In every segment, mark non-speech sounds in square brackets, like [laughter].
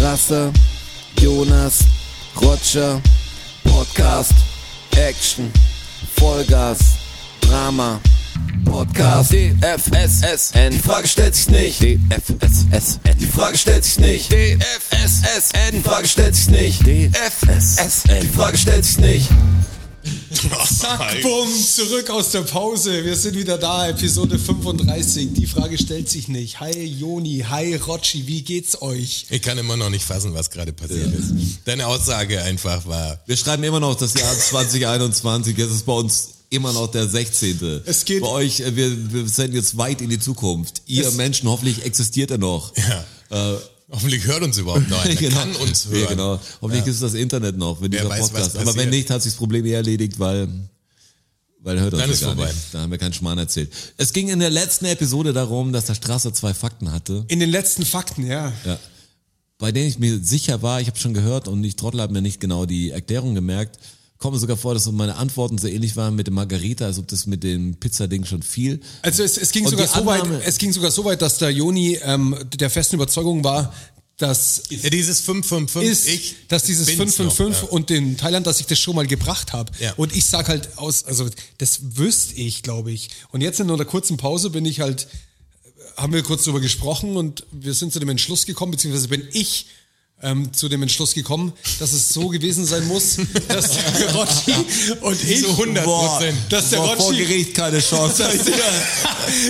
Rasse, Jonas, Roger, Podcast, Action, Vollgas, Drama, Podcast, DFSSN, die Frage stellt sich nicht, DFSSN, die Frage stellt sich nicht, DFSSN, die Frage stellt sich nicht, DFSSN, die Frage stellt sich nicht. Zack, bumm, zurück aus der Pause. Wir sind wieder da, Episode 35. Die Frage stellt sich nicht. Hi Joni, hi Rocci, wie geht's euch? Ich kann immer noch nicht fassen, was gerade passiert ist. Deine Aussage einfach war. Wir schreiben immer noch das Jahr 2021. Jetzt ist bei uns immer noch der 16. Es geht- bei euch. äh, Wir, wir sind jetzt weit in die Zukunft. Ihr Es- Menschen, hoffentlich existiert er noch. Äh, Ja. [laughs] Hoffentlich hört uns überhaupt [laughs] noch einer. Genau. Kann uns hören. Ja, genau. Hoffentlich ist das Internet noch, wenn Wer dieser weiß, was Podcast. Aber passiert. wenn nicht, hat sich das Problem eh erledigt, weil weil er hört uns Dann ja ist gar vorbei. nicht. Da haben wir keinen Schmarrn erzählt. Es ging in der letzten Episode darum, dass der Straße zwei Fakten hatte. In den letzten Fakten, ja. bei denen ich mir sicher war, ich habe schon gehört und ich Trottel habe mir nicht genau die Erklärung gemerkt. Komme sogar vor, dass so meine Antworten so ähnlich waren mit dem Margarita, als ob das mit dem Pizzading schon viel. Also es, es, ging Und sogar die so weit, Annahme- es ging sogar so weit, dass der Joni ähm, der festen Überzeugung war, dass Ja, dieses 555. ist, ich dass dieses bin's 555 noch, ja. und in Thailand, dass ich das schon mal gebracht habe. Ja. Und ich sag halt aus, also das wüsste ich, glaube ich. Und jetzt in einer kurzen Pause bin ich halt, haben wir kurz drüber gesprochen und wir sind zu dem Entschluss gekommen, beziehungsweise bin ich ähm, zu dem Entschluss gekommen, dass es so gewesen sein muss, [laughs] dass der Rotti und ich, Zu 100 Prozent. dass der Boah, vor Rotschi, [laughs] Gericht keine Chance. dass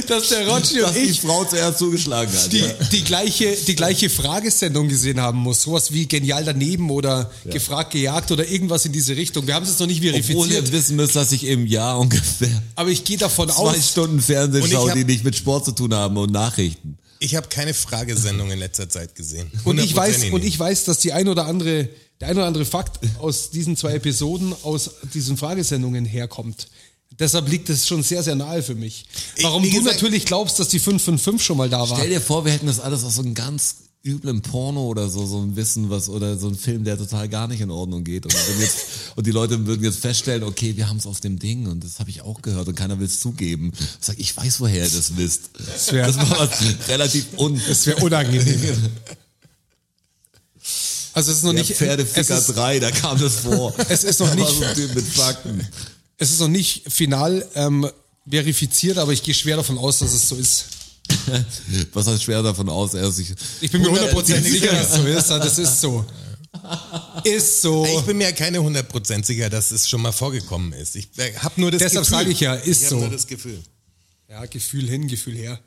dass der Rotschi und die ich Frau zuerst zugeschlagen hat. die, ja. die, gleiche, die gleiche Fragesendung gesehen haben muss. Sowas wie genial daneben oder gefragt, gejagt oder irgendwas in diese Richtung. Wir haben es jetzt noch nicht Obwohl ihr verifiziert, wissen müsst, dass ich im Jahr ungefähr aber ich gehe davon zwei aus. Stunden Fernsehen Und ich schaue, hab- die nicht mit Sport zu tun haben und Nachrichten. Ich habe keine Fragesendung in letzter Zeit gesehen. Und ich, weiß, 100% und nicht. ich weiß, dass die ein oder andere, der ein oder andere Fakt aus diesen zwei Episoden, aus diesen Fragesendungen herkommt. Deshalb liegt es schon sehr, sehr nahe für mich. Ich- Warum wie du gesagt- natürlich glaubst, dass die 555 schon mal da war. Stell dir vor, wir hätten das alles aus so einem ganz üblen Porno oder so, so ein Wissen, was, oder so ein Film, der total gar nicht in Ordnung geht. Und, würden jetzt, [laughs] und die Leute würden jetzt feststellen, okay, wir haben es aus dem Ding und das habe ich auch gehört und keiner will es zugeben. Ich sag, ich weiß, woher ihr das wisst. Das, wär- war was relativ un... Das wäre unangenehm. [laughs] Also es ist noch Der nicht es Pferdeficker ist, 3, da kam das vor. Es ist noch Da war nicht- So ein Typ mit Fakten. Es ist noch nicht final ähm, verifiziert, aber ich gehe schwer davon aus, dass es so ist. Was heißt schwer davon aus? Er ist sich, Ich bin mir hundertprozentig Hundertprozentig sicher, dass es so ist. aber Das ist so. Ist Ich so. bin mir keine 100% sicher, dass es schon mal vorgekommen ist. Ich habe nur das Deshalb Gefühl. sage ich ja, ist ich hab so. nur das Gefühl. Ja, Gefühl hin, Gefühl her.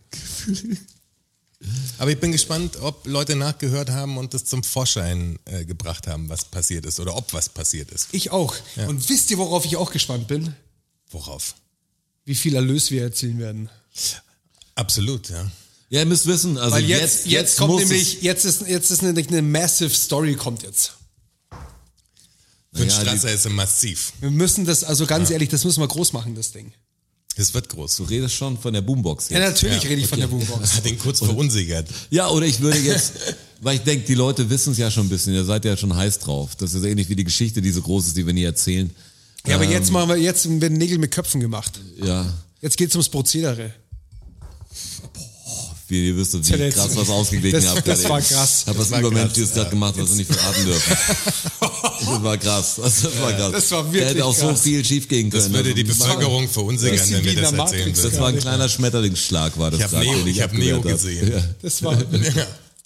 Aber ich bin gespannt, ob Leute nachgehört haben und das zum Vorschein äh, gebracht haben, was passiert ist oder ob was passiert ist. Ich auch. Und wisst ihr, worauf ich auch gespannt bin? Worauf? Wie viel Erlös wir erzielen werden. Absolut, ja. ja, ihr müsst wissen, also Weil jetzt, jetzt, jetzt, kommt muss es- nämlich, jetzt ist, jetzt ist nämlich eine massive Story kommt jetzt. Für ja, Ja, die- Strasser ist er massiv. Wir müssen das, also ganz ehrlich, das müssen wir groß machen, das Ding. Das wird groß. Du redest schon von der Boombox Ja, jetzt. natürlich [laughs] ja, rede ich von der okay. Boombox. Hat ihn kurz verunsichert. Ja, oder ich würde jetzt, [laughs] weil ich denke, die Leute wissen es ja schon ein bisschen, ihr seid ja schon heiß drauf. Das ist ähnlich wie die Geschichte, die so groß ist, die wir nie erzählen. Ja, aber jetzt machen wir, jetzt werden Nägel mit Köpfen gemacht. Ja, Jetzt geht's ums Prozedere. wie ihr wisst, wie Tja, das- krass was ausgeglichen das- habt. das gerade war eben. krass. Hab was war Übermenschliches krass, gerade gemacht, was wir nicht verraten dürfen. Das war krass. Das war krass. das war Da wirklich hätte auch so krass. viel schief gehen können. Also, Das würde die das, war, Bevölkerung verunsichern, Das wenn ist wie wir das in der erzählen Matrix. würden. das war ein kleiner Schmetterlingsschlag, war das. Ich hab Tag, Neo- den ich hab Neo abgewehrt hab. gesehen. Ja. Das [laughs] war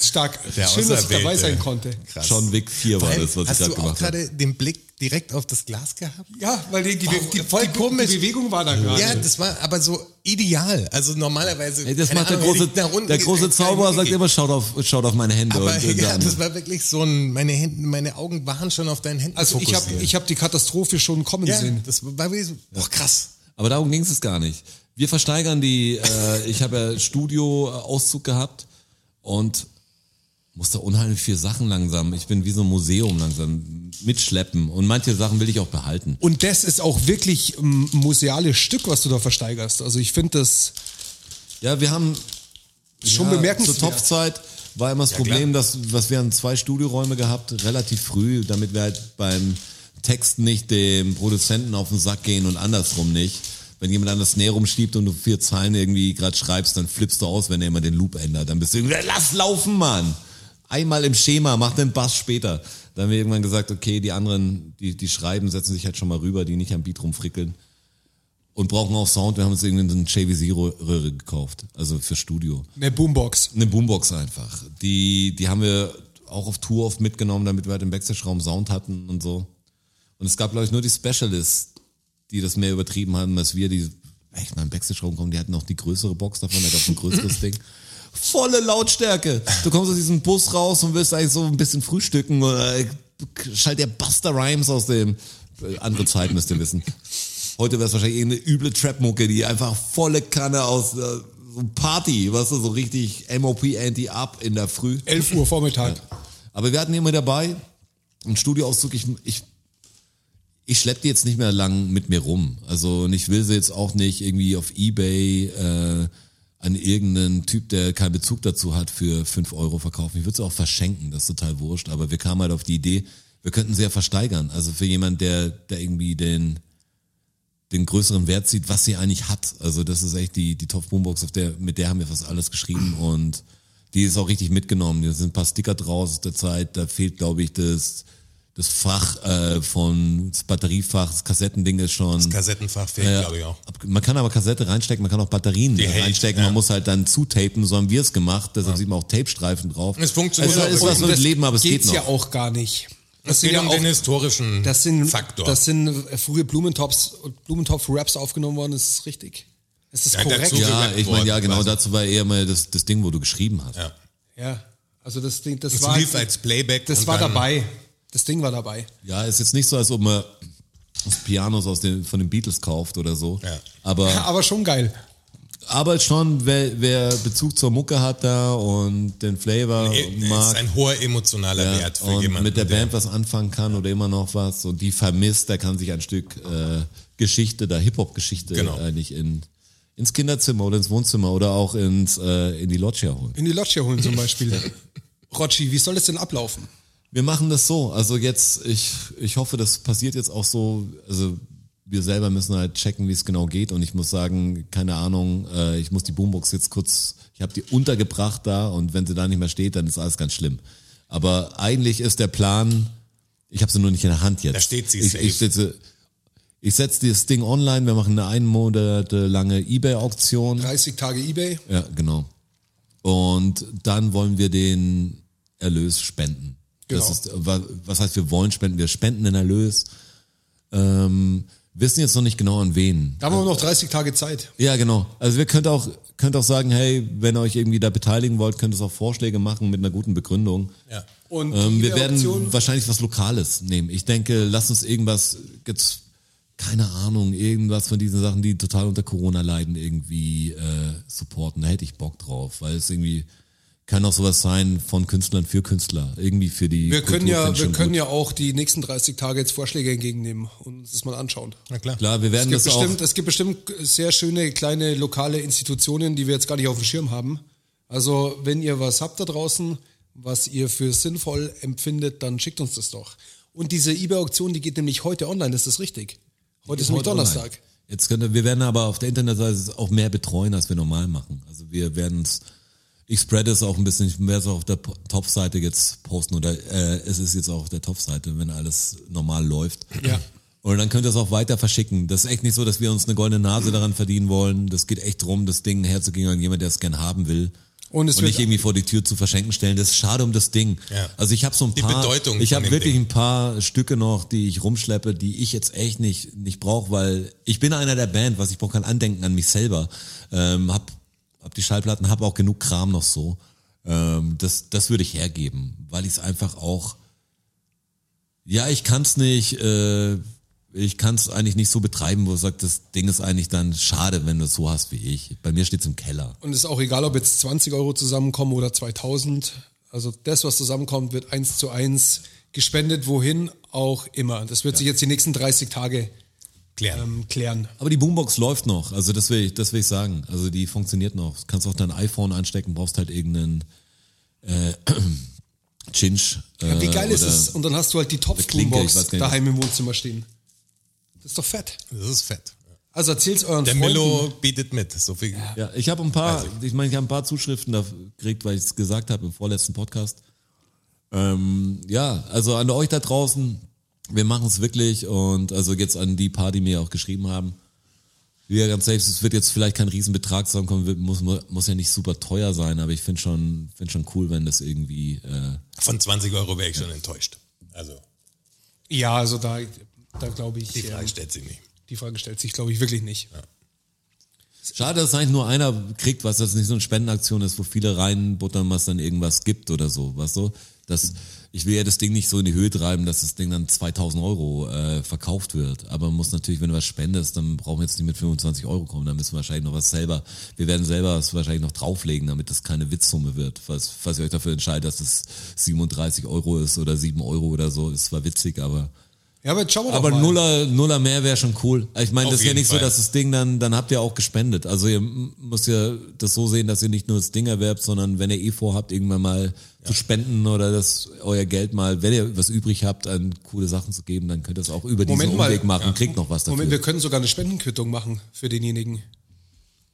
stark. Schön, dass ich dabei Auserwählte. sein konnte. Krass. John Wick 4 war Vor allem, das, was ich Hast gerade du auch gemacht habe. gerade den Blick direkt auf das Glas gehabt? Ja, weil die, die, die, die, voll komisch. die Bewegung war da gerade. Ja, das war aber so ideal. Also normalerweise. Ey, Das keine macht der Ahnung, große, liegt nach unten, der ist große kein Zauberer Weg. sagt immer, schaut auf, schaut auf meine Hände Aber und [laughs] ja, dann- das war wirklich so ein, meine Hände, meine Augen waren schon auf deinen Händen also ich fokussiert. habe ich hab die Katastrophe schon kommen ja, sehen. das war wirklich so, boah, krass. Aber darum ging es gar nicht. Wir versteigern die, äh, ich habe ja Studio-Auszug gehabt und musste unheimlich viel Sachen langsam, ich bin wie so ein Museum langsam, mitschleppen. Und manche Sachen will ich auch behalten. Und das ist auch wirklich ein museales Stück, was du da versteigerst. Also ich finde das Ja, wir haben schon ja, zur bemerkenswert. Topfzeit war immer das Problem, dass, was wir haben zwei Studioräume gehabt, relativ früh, damit wir halt beim Text nicht dem Produzenten auf den Sack gehen und andersrum nicht. Wenn jemand anders näher rumschiebt und du vier Zeilen irgendwie gerade schreibst, dann flippst du aus, wenn er immer den Loop ändert. Dann bist du irgendwie, lass laufen, Mann! Einmal im Schema, mach den Bass später. Dann haben wir irgendwann gesagt, okay, die anderen, die, die schreiben, setzen sich halt schon mal rüber, die nicht am Beat rumfrickeln. Und brauchen auch Sound. Wir haben uns irgendwie so eine JVC-Röhre gekauft. Also für Studio. Eine Boombox. Eine Boombox einfach. Die, die haben wir auch auf Tour oft mitgenommen, damit wir halt im Backstage-Raum Sound hatten und so. Und es gab, glaube ich, nur die Specialists, die das mehr übertrieben haben als wir, die echt mal im Backstage-Raum kommen. Die hatten auch die größere Box davon, da gab es ein größeres Ding. Volle Lautstärke. Du kommst aus diesem Bus raus und willst eigentlich so ein bisschen frühstücken oder äh, schalt der Buster Rhymes aus dem. Äh, andere Zeit müsst ihr wissen. Heute wäre es wahrscheinlich eine üble Trap-Mucke, die einfach volle Kanne aus äh, so Party, weißt du, so richtig MOP Anti-Up in der Früh. 11 Uhr Vormittag. Aber wir hatten immer dabei einen Studioauszug. Ich, ich, ich schlepp die jetzt nicht mehr lang mit mir rum. Also und ich will sie jetzt auch nicht irgendwie auf Ebay äh, an irgendeinen Typ, der keinen Bezug dazu hat, für 5 Euro verkaufen. Ich würde sie auch verschenken, das ist total wurscht. Aber wir kamen halt auf die Idee, wir könnten sie ja versteigern. Also für jemand, der, der irgendwie den den größeren Wert sieht, was sie eigentlich hat. Also das ist echt die, die Topf-Boombox, auf der, mit der haben wir fast alles geschrieben und die ist auch richtig mitgenommen. Da sind ein paar Sticker draus aus der Zeit, da fehlt, glaube ich, das, das Fach äh, von, das Batteriefach, das Kassettending ist schon. Kassettenfach fehlt, Ja. glaube ich auch. Ab- Man kann aber Kassette reinstecken, man kann auch Batterien da hält, reinstecken, ja. man muss halt dann zutapen, so haben wir es gemacht, deshalb sieht man auch Tapestreifen drauf. Es funktioniert Also, auch ist wirklich. was mit das Leben, aber es geht geht's noch. ja auch gar nicht. Es geht sind ja um auch- den historischen Das sind, Faktor. Das sind äh, frühe Blumentops, Blumentopf-Raps aufgenommen worden, ist das richtig? Ist das Ja, korrekt? dazu- Ja. ja, gerappt ich meine, ja, worden, genau, quasi. dazu war eher mal das, das Ding, wo du geschrieben hast. ja. Also das Ding, das Es war, lief als Playback. das und war dann- dabei. Das Ding war dabei. Ja, ist jetzt nicht so, als ob man das Pianos aus den, von den Beatles kauft oder so. Ja. Aber, Aber schon geil. aber schon, wer, wer Bezug zur Mucke hat da und den Flavor Es e- ist mag ein hoher emotionaler Wert für Oh, und jemanden. mit der Band was anfangen kann oder immer noch was und die vermisst, der kann sich ein Stück äh, Geschichte, da Hip-Hop-Geschichte Genau. eigentlich in, ins Kinderzimmer oder ins Wohnzimmer oder auch ins, äh, in die Loggia holen. In die Loggia holen zum [laughs] Beispiel. Rotschi, wie soll das denn ablaufen? Wir machen das so. Also jetzt, ich, ich hoffe, das passiert jetzt auch so. Also wir selber müssen halt checken, wie es genau geht. Und ich muss sagen, keine Ahnung, äh, ich muss die Boombox jetzt kurz, ich habe die untergebracht da und wenn sie da nicht mehr steht, dann ist alles ganz schlimm. Aber eigentlich ist der Plan, ich habe sie nur nicht in der Hand jetzt. Da steht sie ich, safe. ich setze, ich setze das Ding online, wir machen eine einen Monat lange Ebay-Auktion. 30 Tage Ebay. Ja, genau. Und dann wollen wir den Erlös spenden. Das Genau. ist, wa- was heißt, wir wollen spenden? Wir spenden den Erlös. Ähm, wissen jetzt noch nicht genau an wen. Da haben wir noch 30 Tage Zeit. Ja, genau. Also wir könnt auch, könnt auch sagen, hey, wenn ihr euch irgendwie da beteiligen wollt, könnt ihr auch Vorschläge machen mit einer guten Begründung. ja. Und Ähm, die wir werden Option- wahrscheinlich was Lokales nehmen. Ich denke, lass uns irgendwas, jetzt, keine Ahnung, irgendwas von diesen Sachen, die total unter Corona leiden, irgendwie äh, supporten. Da hätte ich Bock drauf, weil es irgendwie kann auch sowas sein von Künstlern für Künstler, irgendwie für die. wir können Kultur ja, fänd ich wir schon können gut. ja auch die nächsten 30 Tage jetzt Vorschläge entgegennehmen und uns das mal anschauen. Na klar. Klar, wir werden Es gibt, das auch. bestimmt, es gibt bestimmt sehr schöne kleine lokale Institutionen, die wir jetzt gar nicht auf dem Schirm haben. Also, wenn ihr was habt da draußen, was ihr für sinnvoll empfindet, dann schickt uns das doch. Und diese eBay-Auktion, die geht nämlich heute online, ist das richtig? Heute ist nämlich Heute Donnerstag. online. Jetzt könnte, wir werden aber auf der Internetseite auch mehr betreuen, als wir normal machen. Also wir werden es, ich spread es auch ein bisschen, ich werde es auch auf der Po- Top-Seite jetzt posten oder äh, es ist jetzt auch auf der Top-Seite, wenn alles normal läuft. Ja. Und dann könnt ihr es auch weiter verschicken. Das ist echt nicht so, dass wir uns eine goldene Nase daran verdienen wollen. Das geht echt drum, das Ding herzugehen an jemand, der es gern haben will. Und es und nicht wird- irgendwie vor die Tür zu verschenken stellen. Das ist schade um das Ding. Ja. Also ich habe so ein Die paar, Bedeutung ich von habe dem wirklich Ding. ein paar Stücke noch, die ich rumschleppe, die ich jetzt echt nicht nicht brauche, weil ich bin einer der Band, was ich brauche kein Andenken an mich selber. Ähm, hab hab die Schallplatten, hab auch genug Kram noch so. Ähm, das das würde ich hergeben, weil ich es einfach auch ja, ich kann's nicht äh, ich kann's eigentlich nicht so betreiben, wo ich sag, das Ding ist eigentlich dann schade, wenn du es so hast wie ich. Bei mir steht's im Keller. Und es ist auch egal, ob jetzt 20 Euro zusammenkommen oder 2000. Also das, was zusammenkommt, wird eins zu eins gespendet, wohin auch immer. Das wird sich jetzt die nächsten 30 Tage Klären. ähm, klären. Aber die Boombox läuft noch, also das will ich, das will ich sagen. Also die funktioniert noch. Du kannst auch dein iPhone anstecken, brauchst halt irgendeinen äh, [clears throat] Chinch. Äh, Ja, wie geil ist oder- es? Und dann hast du halt die Klinke, ich Topf-Boombox weiß gar nicht. daheim im Wohnzimmer stehen. Das ist doch fett. Das ist fett. Also erzähl's euren Der Freunden. Milo bietet mit. So viel. Also Ja, ich habe ein paar, ich meine, ich habe ein paar Zuschriften da gekriegt, weil ich es gesagt habe im vorletzten Podcast. Ähm, ja, also an euch da draußen, wir machen es wirklich und also jetzt an die paar, die mir auch geschrieben haben. Ja, ganz safe, es wird jetzt vielleicht kein Riesenbetrag zusammenkommen, wird- muss, muss ja nicht super teuer sein, aber ich finde schon, find schon cool, wenn das irgendwie äh, Von 20 Euro wäre ich schon enttäuscht. Also, Ja, also da, da glaube ich, die Frage ähm, stellt sich nicht. die Frage stellt sich, glaube ich, wirklich nicht. Schade, dass eigentlich nur einer kriegt, was das nicht so eine Spendenaktion ist, wo viele reinbuttern, was dann irgendwas gibt oder so, weißt du? Das, ich will ja das Ding nicht so in die Höhe treiben, dass das Ding dann 2000 Euro äh, verkauft wird. Aber man muss natürlich, wenn du was spendest, dann brauchen wir jetzt nicht mit 25 Euro kommen, dann müssen wir wahrscheinlich noch was selber, wir werden selber was wahrscheinlich noch drauflegen, damit das keine Witzsumme wird. Falls, falls ihr euch dafür entscheidet, dass es 37 Euro ist oder 7 Euro oder so, ist zwar witzig, aber Ja, aber jetzt schauen wir aber doch mal. Nuller, Nuller mehr wäre schon cool. Also Ich meine, Auf das ist ja jeden nicht Fall. so, dass das Ding dann, dann habt ihr auch gespendet. Also ihr m- müsst ja das so sehen, dass ihr nicht nur das Ding erwerbt, sondern wenn ihr eh vorhabt, irgendwann mal zu spenden oder dass euer Geld mal, wenn ihr was übrig habt, an coole Sachen zu geben, dann könnt ihr es auch über Moment diesen mal. Umweg machen. Kriegt noch was dafür. Moment, wir können sogar eine Spendenquittung machen für denjenigen.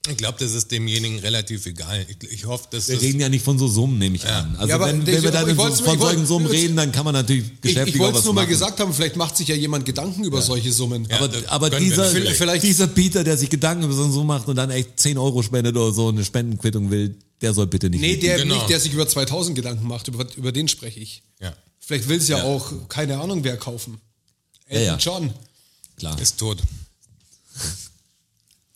Ich glaube, das ist demjenigen relativ egal. Ich, ich hoffe, dass wir das reden ja nicht von so Summen, nehme ich an. Also Ja, aber wenn, ich- wenn wir ich dann von wollt's- ich wollt- solchen Summen ich- reden, dann kann man natürlich Ich, geschäftlich ich auch wollte was es nur mal machen. gesagt haben, vielleicht macht sich ja jemand Gedanken über solche Summen. Ja. Aber, das aber können wir dieser, nicht. Vielleicht- vielleicht- dieser Peter, der sich Gedanken über so macht und dann echt 10 Euro spendet oder so eine Spendenquittung will, der soll bitte nicht. nee, mitmachen. der Genau. nicht, der sich über 2000 Gedanken macht, über, über den spreche ich. ja, Vielleicht will es ja, Ja. auch, keine Ahnung, wer kaufen. Ja, ja. Elton John. Klar. ist tot.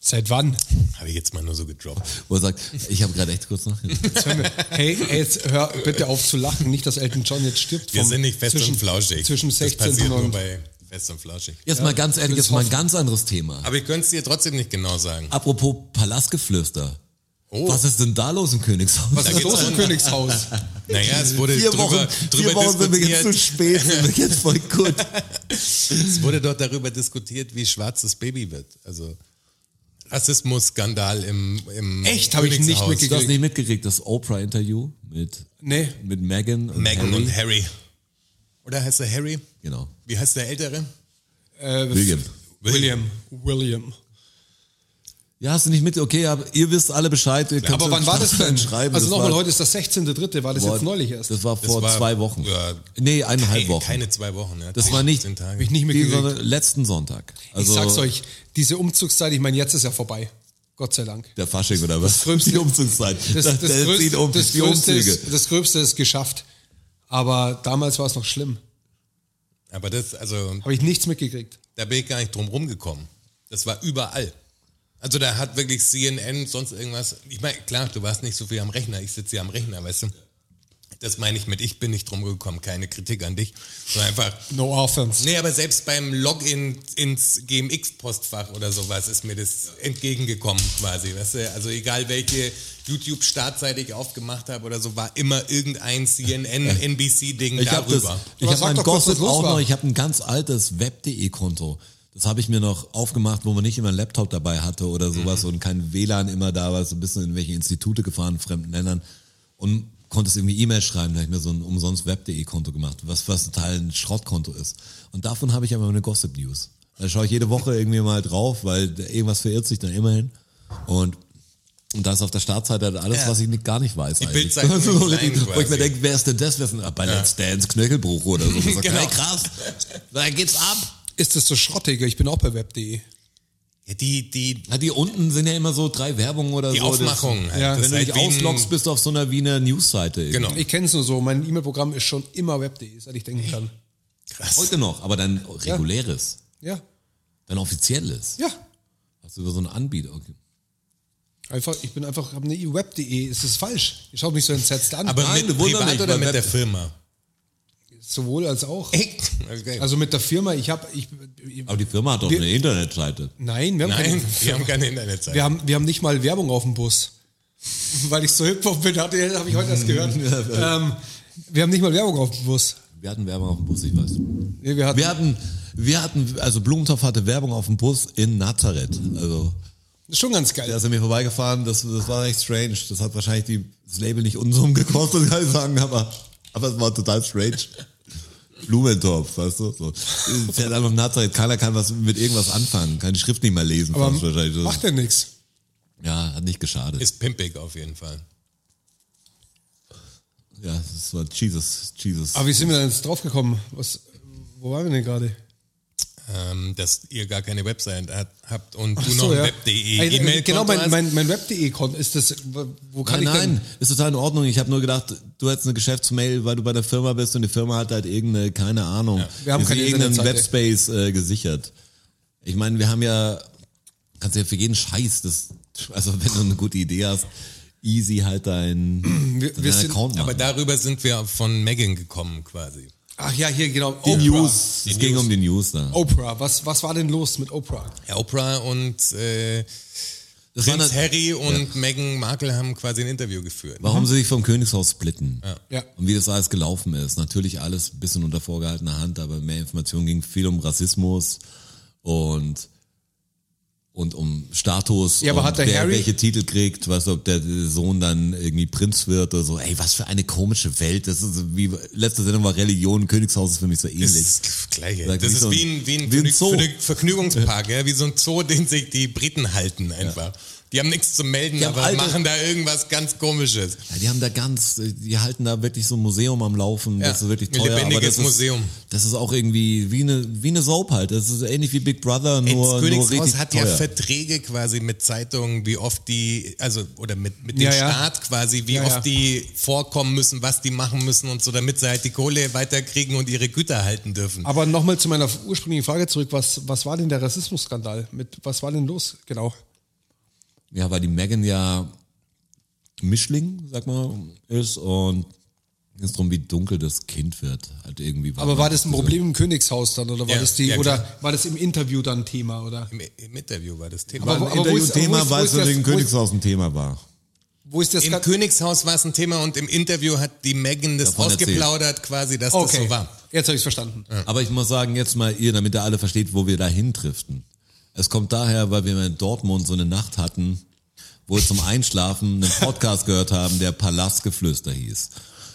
Seit wann? Habe ich jetzt mal nur so gedroppt. Wo er sagt, ich habe gerade echt [laughs] kurz nachgedacht. Jetzt [laughs] hören wir- hey, ey, jetzt hör bitte auf zu lachen, nicht, dass Elton John jetzt stirbt. Wir vom- sind nicht fest zwischen, und flauschig. Zwischen das 16 passiert nur und bei fest und flauschig. Jetzt mal ganz ehrlich, will's jetzt mal ein hoffen. ganz anderes Thema. Aber ich könnte es dir trotzdem nicht genau sagen. Apropos Palastgeflüster. Oh. Was ist denn da los im Königshaus? Was ist geht's los im an. [laughs] Königshaus? Naja, es wurde Vier drüber, Wochen, drüber vier Wochen sind wir jetzt zu diskutiert. spät, sind wir jetzt voll [laughs] gut. Es wurde dort darüber diskutiert, wie schwarz das Baby wird. Also Rassismus-Skandal im, im Echt? Hab ich nicht Königshaus. Du hast nicht mitgekriegt, das Oprah-Interview mit, Nee. mit Megan und Meghan Harry. und Harry. Oder heißt er Harry? Genau. Wie heißt der Ältere? Äh, William. William. William. Ja, hast du nicht mit? Okay, aber ihr wisst alle Bescheid. Ihr könnt Aber uns wann war das denn? Schreiben. Also Das nochmal, war- heute ist das 16.3., war das Boah, jetzt neulich erst? Das war vor war- zwei Wochen. ja, nee, eineinhalb Keine- Wochen. Keine zwei Wochen. Ja. das war nicht, 15 Tage. Hab ich nicht die, mitgekriegt. sondern letzten Sonntag. Also ich sag's euch, diese Umzugszeit, ich meine, jetzt ist ja vorbei. Gott sei Dank. Der Fasching oder was? Gröbste- die Umzugszeit. Das, das, der zieht größte, um, das, die größte Umzüge. ist, das Gröbste ist geschafft. Aber damals war es noch schlimm. Aber das, also, Habe ich nichts mitgekriegt. da bin ich gar nicht drum rumgekommen. Das war überall. Also da hat wirklich CNN, sonst irgendwas. Ich meine, klar, du warst nicht so viel am Rechner. Ich sitze hier am Rechner, weißt du. Das meine ich mit, ich bin nicht drum gekommen. Keine Kritik an dich. Sondern einfach, No offense. Nee, aber selbst beim Login ins GMX-Postfach oder sowas ist mir das entgegengekommen quasi. Weißt du? Also egal welche YouTube-Startseite ich aufgemacht habe oder so, war immer irgendein CNN, NBC-Ding Ich habe darüber. Aber hab sag mein doch kurz, was Gossip los auch war. noch, ich habe ein ganz altes Web.de-Konto. Das habe ich mir noch aufgemacht, wo man nicht immer einen Laptop dabei hatte Mhm. oder sowas und kein WLAN immer da war, so ein bisschen in welche Institute gefahren, in fremden Ländern und konntest irgendwie E-Mail schreiben, da habe ich mir so ein umsonst Web.de-Konto gemacht, was, was ein Teil ein Schrottkonto ist. Und davon habe ich aber eine Gossip News. Da schaue ich jede Woche irgendwie mal drauf, weil irgendwas verirrt sich dann immerhin. Und, und da ist auf der Startseite halt alles, was ich nicht, gar nicht weiß. eigentlich. Bildzeitung [laughs] So, ist klein Wo ich mir quasi. denke, wer ist denn das? Wer ist denn, ah, bei Let's Dance Knöchelbruch oder so. [laughs] Man sagt, Genau. hey, krass, da geht's ab. Ist das so schrottig? Ich bin auch bei web.de. Ja, die, die, Ja, die unten sind ja immer so drei Werbungen oder die so. Aufmachung. Halt. ja, das ist Also, Das, wenn du halt dich wie ein- ausloggst, bist du auf so einer Wiener Newsseite. irgendwie. Genau. Ich kenne es nur so. Mein E-Mail-Programm ist schon immer web.de, seit ich denken kann. Krass. Heute noch, aber dann reguläres, Ja. dann offizielles. Ja. Was über so einen Anbieter. Okay. Einfach, ich bin einfach, habe eine e- web.de. Ist das falsch? Ihr schaut mich so entsetzt an. Aber mit Nein, bewundern privat nicht, oder weil mit Web- der Firma? Sowohl als auch. Echt? Okay. Also mit der Firma, ich habe, ich, ich, Aber die Firma hat doch Wir- eine Internetseite. nein, wir haben, Nein, Keine, wir haben keine Internetseite. wir, haben, wir haben nicht mal Werbung auf dem Bus. [laughs] Weil ich so Hip-Hop bin, habe ich heute erst gehört. ähm, wir haben nicht mal Werbung auf dem Bus. Wir hatten Werbung auf dem Bus, ich weiß. Nee, wir hatten, Wir hatten, wir hatten, also Blumentopf hatte Werbung auf dem Bus in Nazareth. Also ist schon ganz geil. Der ist an mir vorbeigefahren, das, das war echt strange. Das hat wahrscheinlich die, das Label nicht Unsummen gekostet, kann ich sagen, aber, aber es war total strange. Blumentopf, weißt du? So. Fährt einfach Nazareth, keiner kann was mit irgendwas anfangen, kann die Schrift nicht mehr lesen. aber fast wahrscheinlich. Das- macht ja nichts. ja, hat nicht geschadet. Ist pimpig auf jeden Fall. Ja, das war Jesus, Jesus. Aber wie sind wir da jetzt drauf gekommen? Was, wo waren wir denn gerade? ähm, dass ihr gar keine Website hat, habt und Ach du so, noch ja. web.de Ey, E-Mail Genau, mein, mein, mein web.de-Konto ist das, wo kann nein, ich denn? nein, ist total in Ordnung. Ich habe nur gedacht, du hättest eine Geschäftsmail, weil du bei der Firma bist und die Firma hat halt irgendeine, keine Ahnung, Wir haben die sich keine irgendeinen Internetseite. Webspace äh, gesichert. Ich meine, wir haben ja, kannst ja für jeden Scheiß, das, also wenn du eine gute Idee hast, easy halt dein, Wir- dein wir sind- Account machen. aber darüber sind wir von Megan gekommen quasi. Ach ja, hier genau. die Oprah. News, es Die ging News. um die News da. Oprah, was, was war denn los mit Oprah? Ja, Oprah und äh, das war Prinz eine- Harry und Meghan Markle haben quasi ein Interview geführt. Warum sie sich vom Königshaus splitten Ja. und wie das alles gelaufen ist. Natürlich alles ein bisschen unter vorgehaltener Hand, aber mehr Informationen ging viel um Rassismus und und um Status Ja, aber und hat der wer Harry- welche Titel kriegt, weißt du, ob der Sohn dann irgendwie Prinz wird oder so. Ey, was für eine komische Welt. Das ist wie letzte Sendung war Religion, Königshaus ist für mich so ähnlich. Das ist das Gleiche. Sag, Das wie so ist ein- wie ein, wie ein, wie ein Vergnü- Zoo. Vergnü- Vergnügungspark, ja, wie so ein Zoo, den sich die Briten halten einfach. Die haben nichts zu melden, Die haben aber alte- machen da irgendwas ganz Komisches. Ja, die haben da ganz, die halten da wirklich so ein Museum am Laufen. das Ja, ist wirklich ein teuer. aber lebendiges das ist, Museum. Das ist auch irgendwie wie eine, wie eine Soap halt. Das ist ähnlich wie Big Brother, Ey, nur, das nur Königshaus richtig hat ja teuer. Verträge quasi mit Zeitungen, wie oft die, also oder mit, mit dem Ja, ja. Staat quasi, wie Ja, oft ja. die vorkommen müssen, was die machen müssen und so, damit sie halt die Kohle weiterkriegen und ihre Güter halten dürfen. Aber nochmal zu meiner ursprünglichen Frage zurück, was, was war denn der Rassismusskandal? Mit, was war denn los? Genau. ja, weil die Megan ja Mischling, sag mal, ist und es drum, wie dunkel das Kind wird. Halt irgendwie Aber war das ein Problem im Königshaus dann oder war Ja, das die ja, klar. oder war das im Interview dann Thema oder Im, Im Interview war das Thema. Aber Aber, wo- aber aber wo ist- wo Thema, ist- weil wo es ist wegen das- wo ist- Königshaus ein Thema war. wo ist das Im Gan- Königshaus war es ein Thema und im Interview hat die Megan das Davon erzählt. ausgeplaudert quasi, dass das Okay. so war. Jetzt habe ich verstanden. Aber ich muss sagen, jetzt mal ihr, damit ihr alle versteht, wo wir da hintriften. Es kommt daher, weil wir in Dortmund so eine Nacht hatten, wo wir zum Einschlafen einen Podcast gehört haben, der Palastgeflüster hieß.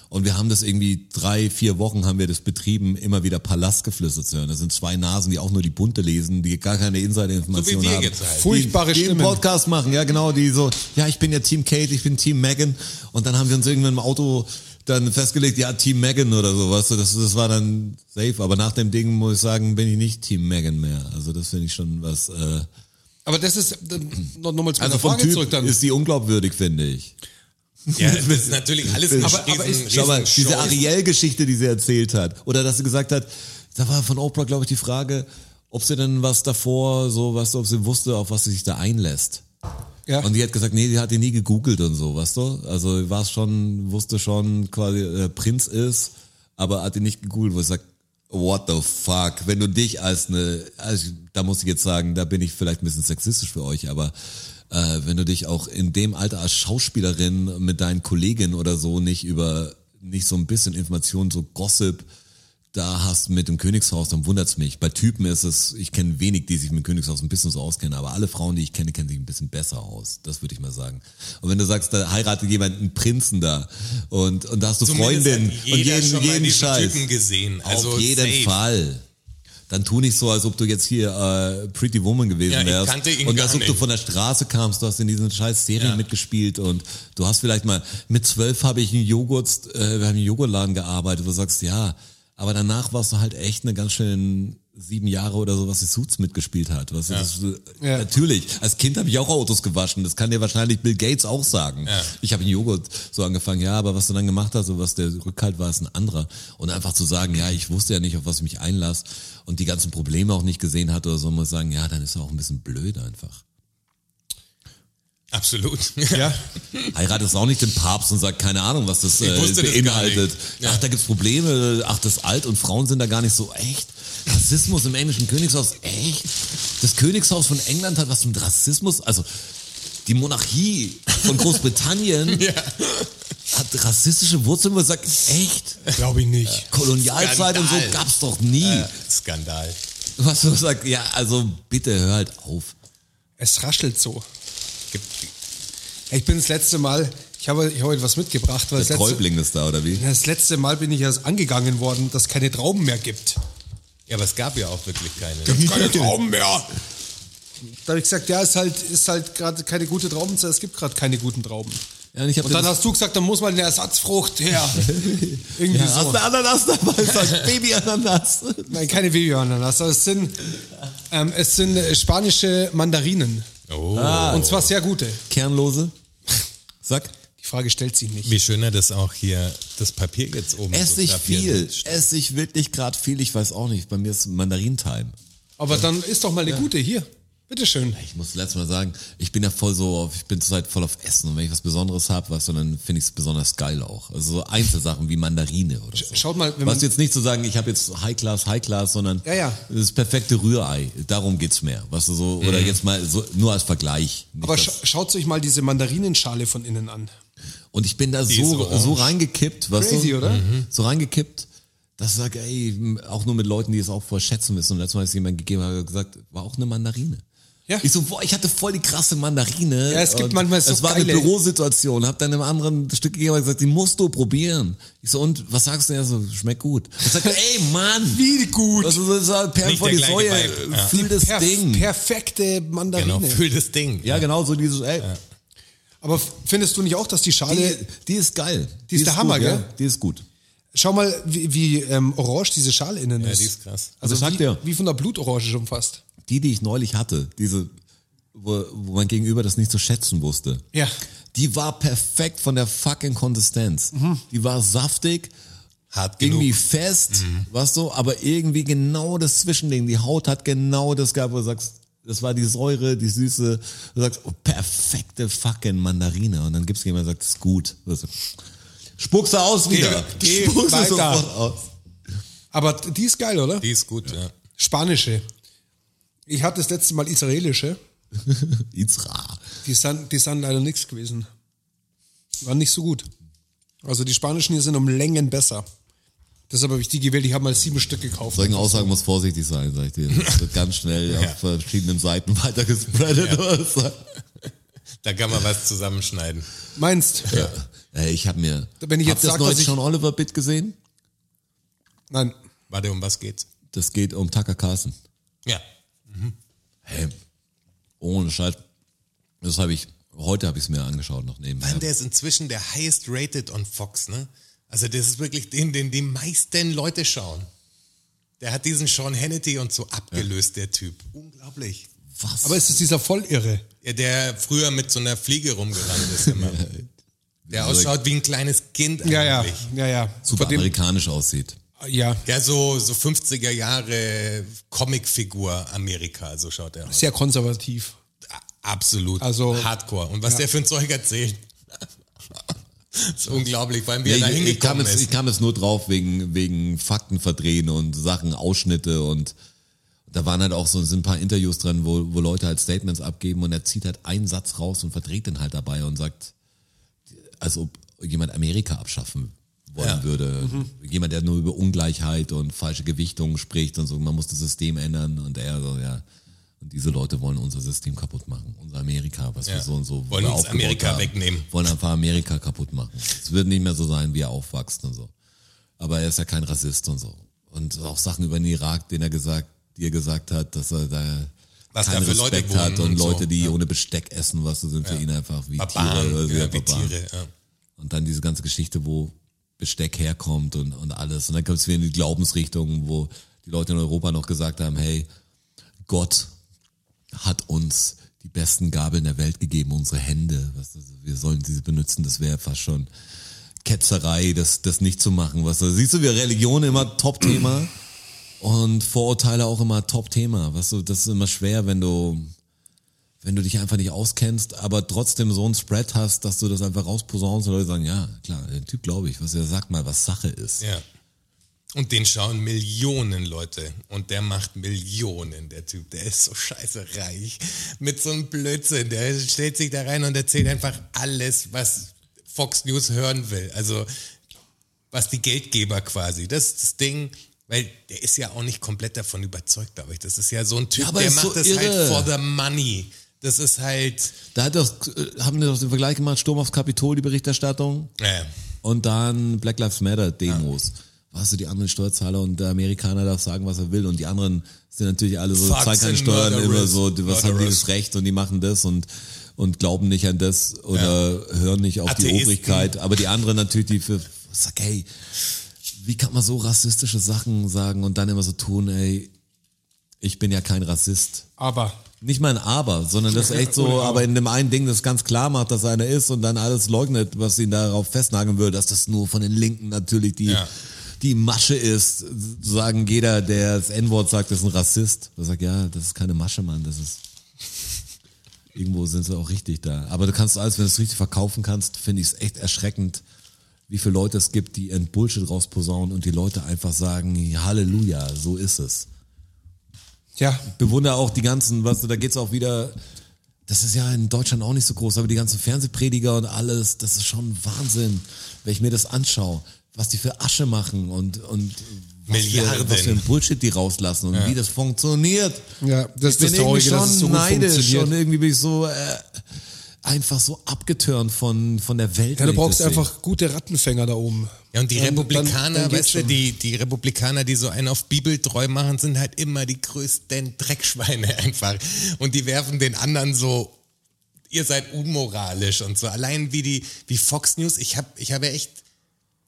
Und wir haben das irgendwie drei, vier Wochen haben wir das betrieben, immer wieder Palastgeflüster zu hören. Das sind zwei Nasen, die auch nur die bunte lesen, die gar keine So Insider-Informationen wie wir haben. jetzt halt. Furchtbare die, die einen Stimmen. Podcast machen, ja genau, die so, ja ich bin ja Team Kate, ich bin Team Megan. Und dann haben wir uns irgendwann im Auto dann festgelegt, ja Team Megan oder so, weißt du, das, das war dann safe. Aber nach dem Ding muss ich sagen, bin ich nicht Team Megan mehr. Also das finde ich schon was. Äh, Aber das ist dann noch- nochmal zu meiner also vom Frage zurück Typ dann. ist die unglaubwürdig, finde ich. Ja, das ist natürlich alles eine Aber- aber ist- riesen aber Show. diese Ariel-Geschichte, die sie erzählt hat, oder dass sie gesagt hat, da war von Oprah, glaube ich, die Frage, ob sie denn was davor, so, weißt du, ob sie wusste, auf was sie sich da einlässt. ja. Und die hat gesagt, nee, die hat die nie gegoogelt und so, weißt du? Also war es schon, wusste schon quasi, äh, Prinz ist, aber hat die nicht gegoogelt, wo ich sag, what the fuck, wenn du dich als eine, also, da muss ich jetzt sagen, da bin ich vielleicht ein bisschen sexistisch für euch, aber äh, wenn du dich auch in dem Alter als Schauspielerin mit deinen Kolleginnen oder so nicht über, nicht so ein bisschen Informationen, so Gossip, da hast mit dem Königshaus, dann wundert's mich. Bei Typen ist es, ich kenne wenig, die sich mit dem Königshaus ein bisschen so auskennen, aber alle Frauen, die ich kenne, kennen sich ein bisschen besser aus. Das würde ich mal sagen. Und wenn du sagst, da heiratet jemand einen Prinzen da und, und da hast du Zumindest Freundinnen hat und jeder jeden, schon mal jeden diesen Scheiß. Typen gesehen. Also Auf jeden safe. Fall. Dann tu nicht so, als ob du jetzt hier äh, Pretty Woman gewesen Ja, ich wärst. kannte ihn und gar als ob du nicht. von der Straße kamst, du hast in diesen scheiß Serien Ja. mitgespielt und du hast vielleicht mal, mit zwölf habe ich einen Joghurt, äh, wir haben einen Joghurtladen gearbeitet, wo du sagst, ja, aber danach warst du halt echt eine ganz schön sieben Jahre oder so, was die Suits mitgespielt hat. Was das, ist, äh, Ja. Natürlich, als Kind habe ich auch Autos gewaschen, das kann dir wahrscheinlich Bill Gates auch sagen. Ja. Ich habe einen Joghurt so angefangen, ja, aber was du dann gemacht hast und was der Rückhalt war, ist ein anderer. Und einfach zu sagen, ja, ich wusste ja nicht, auf was ich mich einlasse und die ganzen Probleme auch nicht gesehen hatte oder so, muss ich sagen, ja, dann ist er auch ein bisschen blöd einfach. Absolut. [laughs] ja. heiratest auch nicht den Papst und sagt keine Ahnung, was das äh, wusste das beinhaltet. gar nicht. Ja. Ach, da gibt's Probleme. Ach, das ist alt und Frauen sind da gar nicht so echt. Rassismus im englischen Königshaus, echt? Das Königshaus von England hat was mit Rassismus, also die Monarchie von [laughs] Großbritannien Ja. hat rassistische Wurzeln, wo man sagt, [laughs] echt? Glaube ich nicht. Kolonialzeit und so Skandal. gab's doch nie. Äh, Skandal. Was du sagst, ja, also bitte hör halt auf. Es raschelt so. Ich bin das letzte Mal, ich habe, ich habe heute was mitgebracht, weil Der das letzte, Träubling ist da, oder wie? das letzte Mal bin ich erst angegangen worden, dass es keine Trauben mehr gibt. Ja, aber es gab ja auch wirklich keine. Keine Trauben mehr! Da habe ich gesagt, ja, ist halt, ist halt gerade keine gute Traubenzeit, es gibt gerade keine guten Trauben. Ja, und ich hab Und dann das- hast du gesagt, dann muss mal eine Ersatzfrucht her. [laughs] Irgendwie ja, hast so. du Ananas dabei, [laughs] sag Baby-Ananas. Nein, keine Babyananas. aber Es sind, ähm, es sind äh, spanische Mandarinen. Oh. Und zwar sehr gute. Kernlose. Sag, Die Frage stellt sich nicht. wie schöner das auch hier das Papier jetzt oben Ess ich drapiert viel. ist. Ess ich wirklich gerade viel. Ich weiß auch nicht. Bei mir ist Mandarintime. Aber dann ist doch mal eine gute hier. Bitteschön. Ich muss letztes Mal sagen, ich bin ja voll so auf, ich bin zurzeit voll auf Essen. Und wenn ich was Besonderes habe, weißt du, dann finde ich es besonders geil auch. Also so Einzelsachen wie Mandarine oder so. Schaut mal, wenn man, Was jetzt nicht zu sagen, ich habe jetzt High Class, High Class, sondern Ja, ja. das perfekte Rührei. Darum geht's mehr. Weißt du so, Mhm. oder jetzt mal so, nur als Vergleich. Nicht aber das- scha schaut euch mal diese Mandarinenschale von innen an. Und ich bin da ist so, orange. so reingekippt, was Crazy, so, oder? so reingekippt, dass ich sage, ey, auch nur mit Leuten, die es auch voll schätzen wissen. Und letztes Mal, als ich jemand gegeben habe, hat gesagt, war auch eine Mandarine. Ja. Ich so, boah, ich hatte voll die krasse Mandarine. Ja, es gibt Und manchmal so Es war geile- eine Bürosituation. Hab dann einem anderen Stück gegeben und gesagt, die musst du probieren. Ich so, und was sagst du? Er so, schmeckt gut. Ich sag, ey, [laughs] Mann. Wie gut. Das ist so- das war Perl Nicht vor der die gleiche Säue. Vibe, ja. Fühl das Perf- Ding. Perfekte Mandarine. Genau, für das Ding. Ja, genau, so dieses, ey, Aber f- findest du nicht auch, dass die Schale. die, die ist geil. Die ist der Hammer, gut, ja. gell? Die ist gut. schau mal, wie, wie ähm, orange diese Schale innen Ja, ist. die ist krass. Also Das sagt wie, er. wie von der Blutorange schon fast. die, die ich neulich hatte, diese, wo, wo mein Gegenüber das nicht zu schätzen wusste, Ja. die war perfekt von der fucking Konsistenz. Mhm. Die war saftig, Hart genug. irgendwie fest, Mhm. weißt du, aber irgendwie genau das Zwischending. Die Haut hat genau das gehabt, wo du sagst, das war die Säure, die Süße. Du sagst, oh, perfekte fucking Mandarine. Und dann gibt's jemanden, der sagt, das ist gut. Du sagst, Spuckst du aus wieder. geh Spuckst du weiter. sofort aus. Aber die ist geil, oder? Die ist gut, ja. Spanische. Ich hatte das letzte Mal israelische. Izra. Die sind, die sind leider nichts gewesen. Waren nicht so gut. Also die spanischen hier sind um Längen besser. Deshalb habe ich die gewählt. Ich habe mal sieben Stück gekauft. Solchen Aussagen muss vorsichtig sein, sag ich [laughs] dir. Das wird ganz schnell auf verschiedenen Seiten weitergespreadet. Ja. Da kann man was zusammenschneiden. Meinst? Ja. Äh, Ich habe mir. Wenn ich jetzt habt ihr das sag, neue dass ich- John Oliver Bit gesehen? Nein. Warte, um was geht's? Das geht um Tucker Carlson. Ja. Hey, ohne Scheiß. Das habe ich heute habe ich es mir angeschaut noch nebenbei. Mann, der ist inzwischen der highest rated on Fox, ne? Also das ist wirklich den, den die meisten Leute schauen. Der hat diesen Sean Hannity und so abgelöst, der Typ. Unglaublich. Was? Aber ist es dieser Vollirre? Ja, der früher mit so einer Fliege rumgerannt ist [laughs] immer. Der ausschaut wie ein kleines Kind eigentlich. Ja, ja. Ja, ja. super Von dem- amerikanisch aussieht. Ja. Ja, so, so 50er Jahre Comicfigur Amerika, so schaut er aus. Sehr konservativ. A- Absolut. Also- Hardcore. Und was Ja. der für ein Zeug erzählt. [laughs] ist unglaublich, weil Ja, wir da ich, ich, kam hingekommen jetzt, ist. ich kam jetzt nur drauf wegen, wegen Fakten verdrehen und Sachen, Ausschnitte und da waren halt auch so sind ein paar Interviews drin, wo, wo Leute halt Statements abgeben und er zieht halt einen Satz raus und verdreht den halt dabei und sagt, als ob jemand Amerika abschaffen wollen Ja. würde. Jemand, der nur über Ungleichheit und falsche Gewichtungen spricht und so, man muss das System ändern und er so, ja. Und diese Leute wollen unser System kaputt machen, unser Amerika, was wir Ja. so und so Wollen wir uns aufgebaut Amerika wegnehmen. wollen einfach Amerika kaputt machen. Es wird nicht mehr so sein, wie er aufwächst und so. Aber er ist ja kein Rassist und so. Und auch Sachen über den Irak, den er gesagt, die er gesagt hat, dass er da Was da keinen für Leute Respekt wohnen hat und, und so, Leute, die ohne Besteck essen, was so sind für ihn einfach wie Barbaren, Tiere oder so. ja, wie Barbaren. Tiere. Ja. Und dann diese ganze Geschichte, wo Besteck herkommt und, und alles. Und dann kommt es wieder in die Glaubensrichtung, wo die Leute in Europa noch gesagt haben, hey, Gott hat uns die besten Gabeln der Welt gegeben, unsere Hände. Was, wir sollen diese benutzen, das wäre fast schon Ketzerei, das, das nicht zu machen. Was, siehst du, wir Religion immer Top-Thema und Vorurteile auch immer Top-Thema. Weißt du, das ist immer schwer, wenn du wenn du dich einfach nicht auskennst, aber trotzdem so ein Spread hast, dass du das einfach rausposaunst und Leute sagen, ja, klar, den Typ glaube ich, was er sagt mal, was Sache ist. Ja. Und den schauen Millionen Leute. Und der macht Millionen, der Typ. Der ist so scheiße reich. Mit so einem Blödsinn. Der stellt sich da rein und erzählt einfach alles, was Fox News hören will. Also, was die Geldgeber quasi. Das ist das Ding. Weil der ist ja auch nicht komplett davon überzeugt, glaube ich. Das ist ja so ein Typ, Ja, aber der ist macht so das irre. halt for the money. Das ist halt, Da hat das, äh, haben wir doch den Vergleich gemacht, Sturm aufs Kapitol, die Berichterstattung, naja, und dann Black Lives Matter Demos. Weißt du, die anderen Steuerzahler und der Amerikaner darf sagen, was er will und die anderen sind natürlich alle so, Fucks zahlen keine and Steuern, murderers. immer so, die- was haben die Murderers. das Recht und die machen das und und glauben nicht an das oder hören nicht auf die Atheisten. Obrigkeit. Aber die anderen natürlich, die für, sag, hey, wie kann man so rassistische Sachen sagen und dann immer so tun, ey, ich bin ja kein Rassist. Aber Nicht mal ein Aber, sondern das ist echt so, aber in dem einen Ding, das ganz klar macht, dass einer ist und dann alles leugnet, was ihn darauf festnageln würde, dass das nur von den Linken natürlich die, Ja. die Masche ist. Zu Sagen jeder, der das N-Wort sagt, ist ein Rassist. Da sagt, ja, das ist keine Masche, Mann, das ist. Irgendwo sind sie auch richtig da. Aber du kannst alles, wenn du es richtig verkaufen kannst, finde ich es echt erschreckend, wie viele Leute es gibt, die ihren Bullshit rausposaunen und die Leute einfach sagen, Halleluja, so ist es ja, bewundere auch die ganzen, weißt du, da geht's auch wieder. Das ist ja in Deutschland auch nicht so groß, aber die ganzen Fernsehprediger und alles, das ist schon Wahnsinn, wenn ich mir das anschaue, was die für Asche machen und, und was für, Milliarden. was für ein Bullshit die rauslassen und wie das funktioniert. ja, das ist Ich das bin Traurige, irgendwie schon dass es so gut neidisch funktioniert. und irgendwie bin ich so äh, einfach so abgeturnt von, von der Ja, Welt. wenn du ich brauchst das sehe. einfach gute Rattenfänger da oben. Ja, und die Dann- Republikaner, dann- dann geht's weißt du, schon. die, die Republikaner, die so einen auf Bibel treu machen, sind halt immer die größten Dreckschweine [laughs] einfach. Und die werfen den anderen so, ihr seid unmoralisch und so. Allein wie die, wie Fox News, ich habe ich habe echt,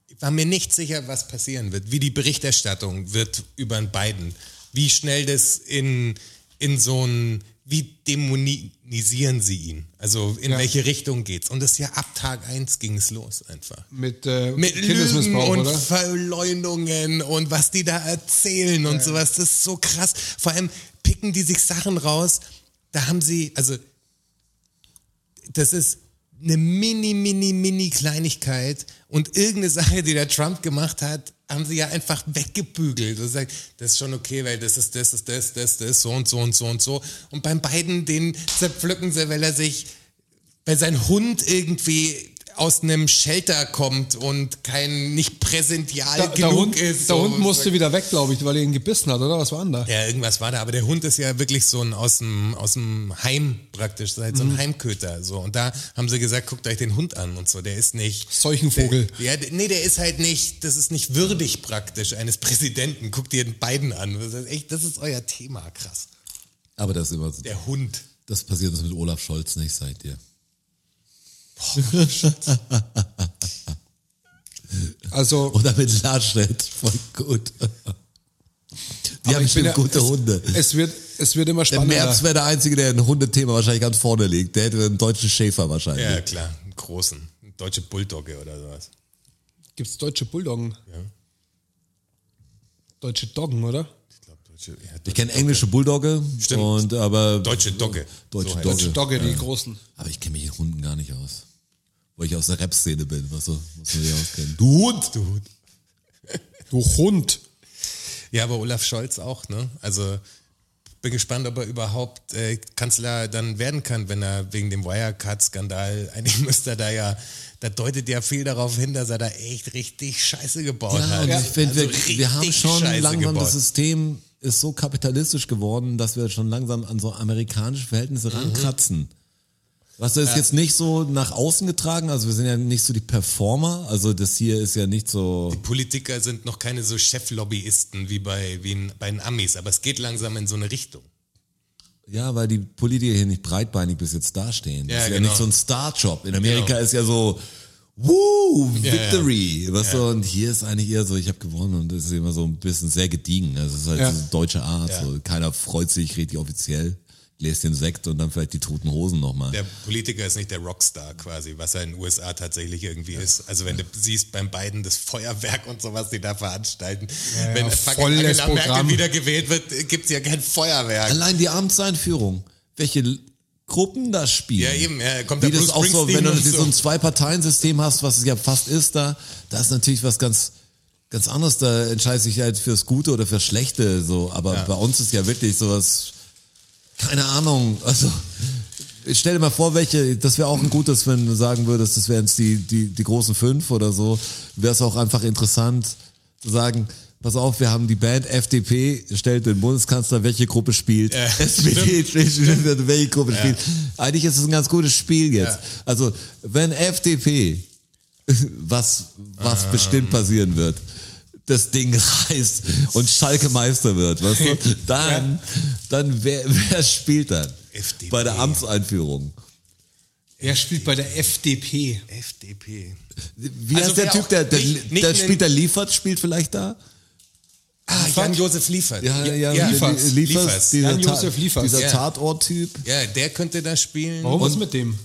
ich war mir nicht sicher, was passieren wird, wie die Berichterstattung wird über den Biden, wie schnell das in, in so ein, wie dämonisieren sie ihn? Also in Ja. welche Richtung geht's? Und das ist ja ab Tag eins ging's los einfach. mit, äh, Mit Lügen Kindesmissbrauch, und oder? Verleumdungen und was die da erzählen und sowas, das ist so krass. Vor allem picken die sich Sachen raus, da haben sie, also das ist eine mini, mini, mini Kleinigkeit und irgendeine Sache, die der Trump gemacht hat, haben sie ja einfach weggebügelt. Und sagt, das ist schon okay, weil das ist das, ist das, das, das, so und so und so und so. Und beim beiden, den zerpflücken sie, weil er sich wenn sein Hund irgendwie aus einem Shelter kommt und kein nicht präsential Äh, Da, genug der Hund, ist. der so. Hund musste wieder weg, glaube ich, weil er ihn gebissen hat, oder? Was war denn da? ja, irgendwas war da, aber der Hund ist ja wirklich so ein aus dem, aus dem Heim praktisch, so halt so ein Heimköter. So. Und da haben sie gesagt, guckt euch den Hund an und so. Der ist nicht. Seuchenvogel. Der, ja, d- nee, der ist halt nicht, das ist nicht würdig praktisch eines Präsidenten. Guckt ihr den beiden an. Das ist, echt, das ist euer Thema, krass. Aber das ist immer so. Der Hund. Das passiert uns mit Olaf Scholz nicht, seid ihr. Also, Oder mit Larschett. Voll gut. Die haben ich bin bestimmt ja- gute Hunde. es wird, es wird immer Der spannender. Merz wäre der Einzige, der ein Hundethema wahrscheinlich ganz vorne liegt. Der hätte einen deutschen Schäfer wahrscheinlich. Ja, klar, einen großen. Eine Deutsche Bulldogge oder sowas. Gibt es deutsche Bulldoggen? Ja. Deutsche Doggen, oder? Ich glaube, Deutsche. Ja, Ich kenne englische Bulldogge. Stimmt. Und, aber, Deutsche Dogge. Deutsche heißt Dogge. Deutsche Dogge, die großen. aber ich kenne mich mit Hunden gar nicht aus. Wo ich aus der Rap-Szene bin. Was so, muss man sich auskennen. Du Hund! Du Hund. Du Hund. Ja, aber Olaf Scholz auch, ne? Also bin gespannt, ob er überhaupt äh, Kanzler dann werden kann, wenn er wegen dem Wirecard-Skandal, [laughs] eigentlich müsste er da ja, da deutet ja viel darauf hin, dass er da echt richtig Scheiße gebaut Ja, hat. und ich finde, Also wir, wir haben richtig schon Scheiße langsam gebaut. das System ist so kapitalistisch geworden, dass wir schon langsam an so amerikanische Verhältnisse Mhm. rankratzen. Was ist jetzt nicht so nach außen getragen, also wir sind ja nicht so die Performer, also das hier ist ja nicht so. Politiker sind noch keine so Cheflobbyisten wie bei, wie in, bei den Amis, aber es geht langsam in so eine Richtung. Ja, weil die Politiker hier nicht breitbeinig bis jetzt dastehen. Das Ja, ist ja genau. nicht so ein Starjob. In Amerika Genau. ist ja so, woo, Ja, Victory. Weißt du, und hier ist eigentlich eher so, ich habe gewonnen und das ist immer so ein bisschen sehr gediegen. Also es ist halt Ja. so eine deutsche Art. Ja. So. Keiner freut sich richtig offiziell. Gläschen Sekt und dann vielleicht die toten Hosen nochmal. Der Politiker ist nicht der Rockstar quasi, was er in den USA tatsächlich irgendwie ist. Also wenn du siehst beim Biden das Feuerwerk und sowas, die da veranstalten, ja, wenn fucking volles Angela Merkel Programm. wieder gewählt wird, gibt's ja kein Feuerwerk. Allein die Amtseinführung. Welche L- Gruppen da spielen. Ja, eben, ja, kommt Wie der das Bruce auch so, Springsteen wenn du und so ein so. Zwei-Parteien-System hast, was es ja fast ist da, da ist natürlich was ganz, ganz anderes. Da entscheidet sich halt fürs Gute oder fürs Schlechte, so. Aber bei uns ist ja wirklich sowas, keine Ahnung, also. Ich stell dir mal vor, welche, das wäre auch ein gutes, wenn du sagen würdest, das wären jetzt die, die, die großen fünf oder so, wäre es auch einfach interessant zu sagen, pass auf, wir haben die Band FDP, stellt den Bundeskanzler, welche Gruppe spielt, [laughs] SPD, spielt, [laughs] welche Gruppe spielt. Eigentlich ist es ein ganz gutes Spiel jetzt. Also, wenn FDP, [laughs] was, was bestimmt passieren wird, das Ding [laughs] reißt und Schalke Meister wird, weißt du, dann, dann wer, wer spielt dann? FDP. Bei der Amtseinführung. Er spielt bei der FDP. FDP. Wie Also heißt der wer Typ, auch der, der, nicht- nicht der nen- spielt, der liefert, spielt vielleicht da? Ah, Jan-Josef Liefert. Liefers. Liefers, Liefers. dieser, Jan-Josef Ta- Liefers. dieser Ja. Tatort-Typ. Ja, der könnte da spielen. Warum was ist mit dem?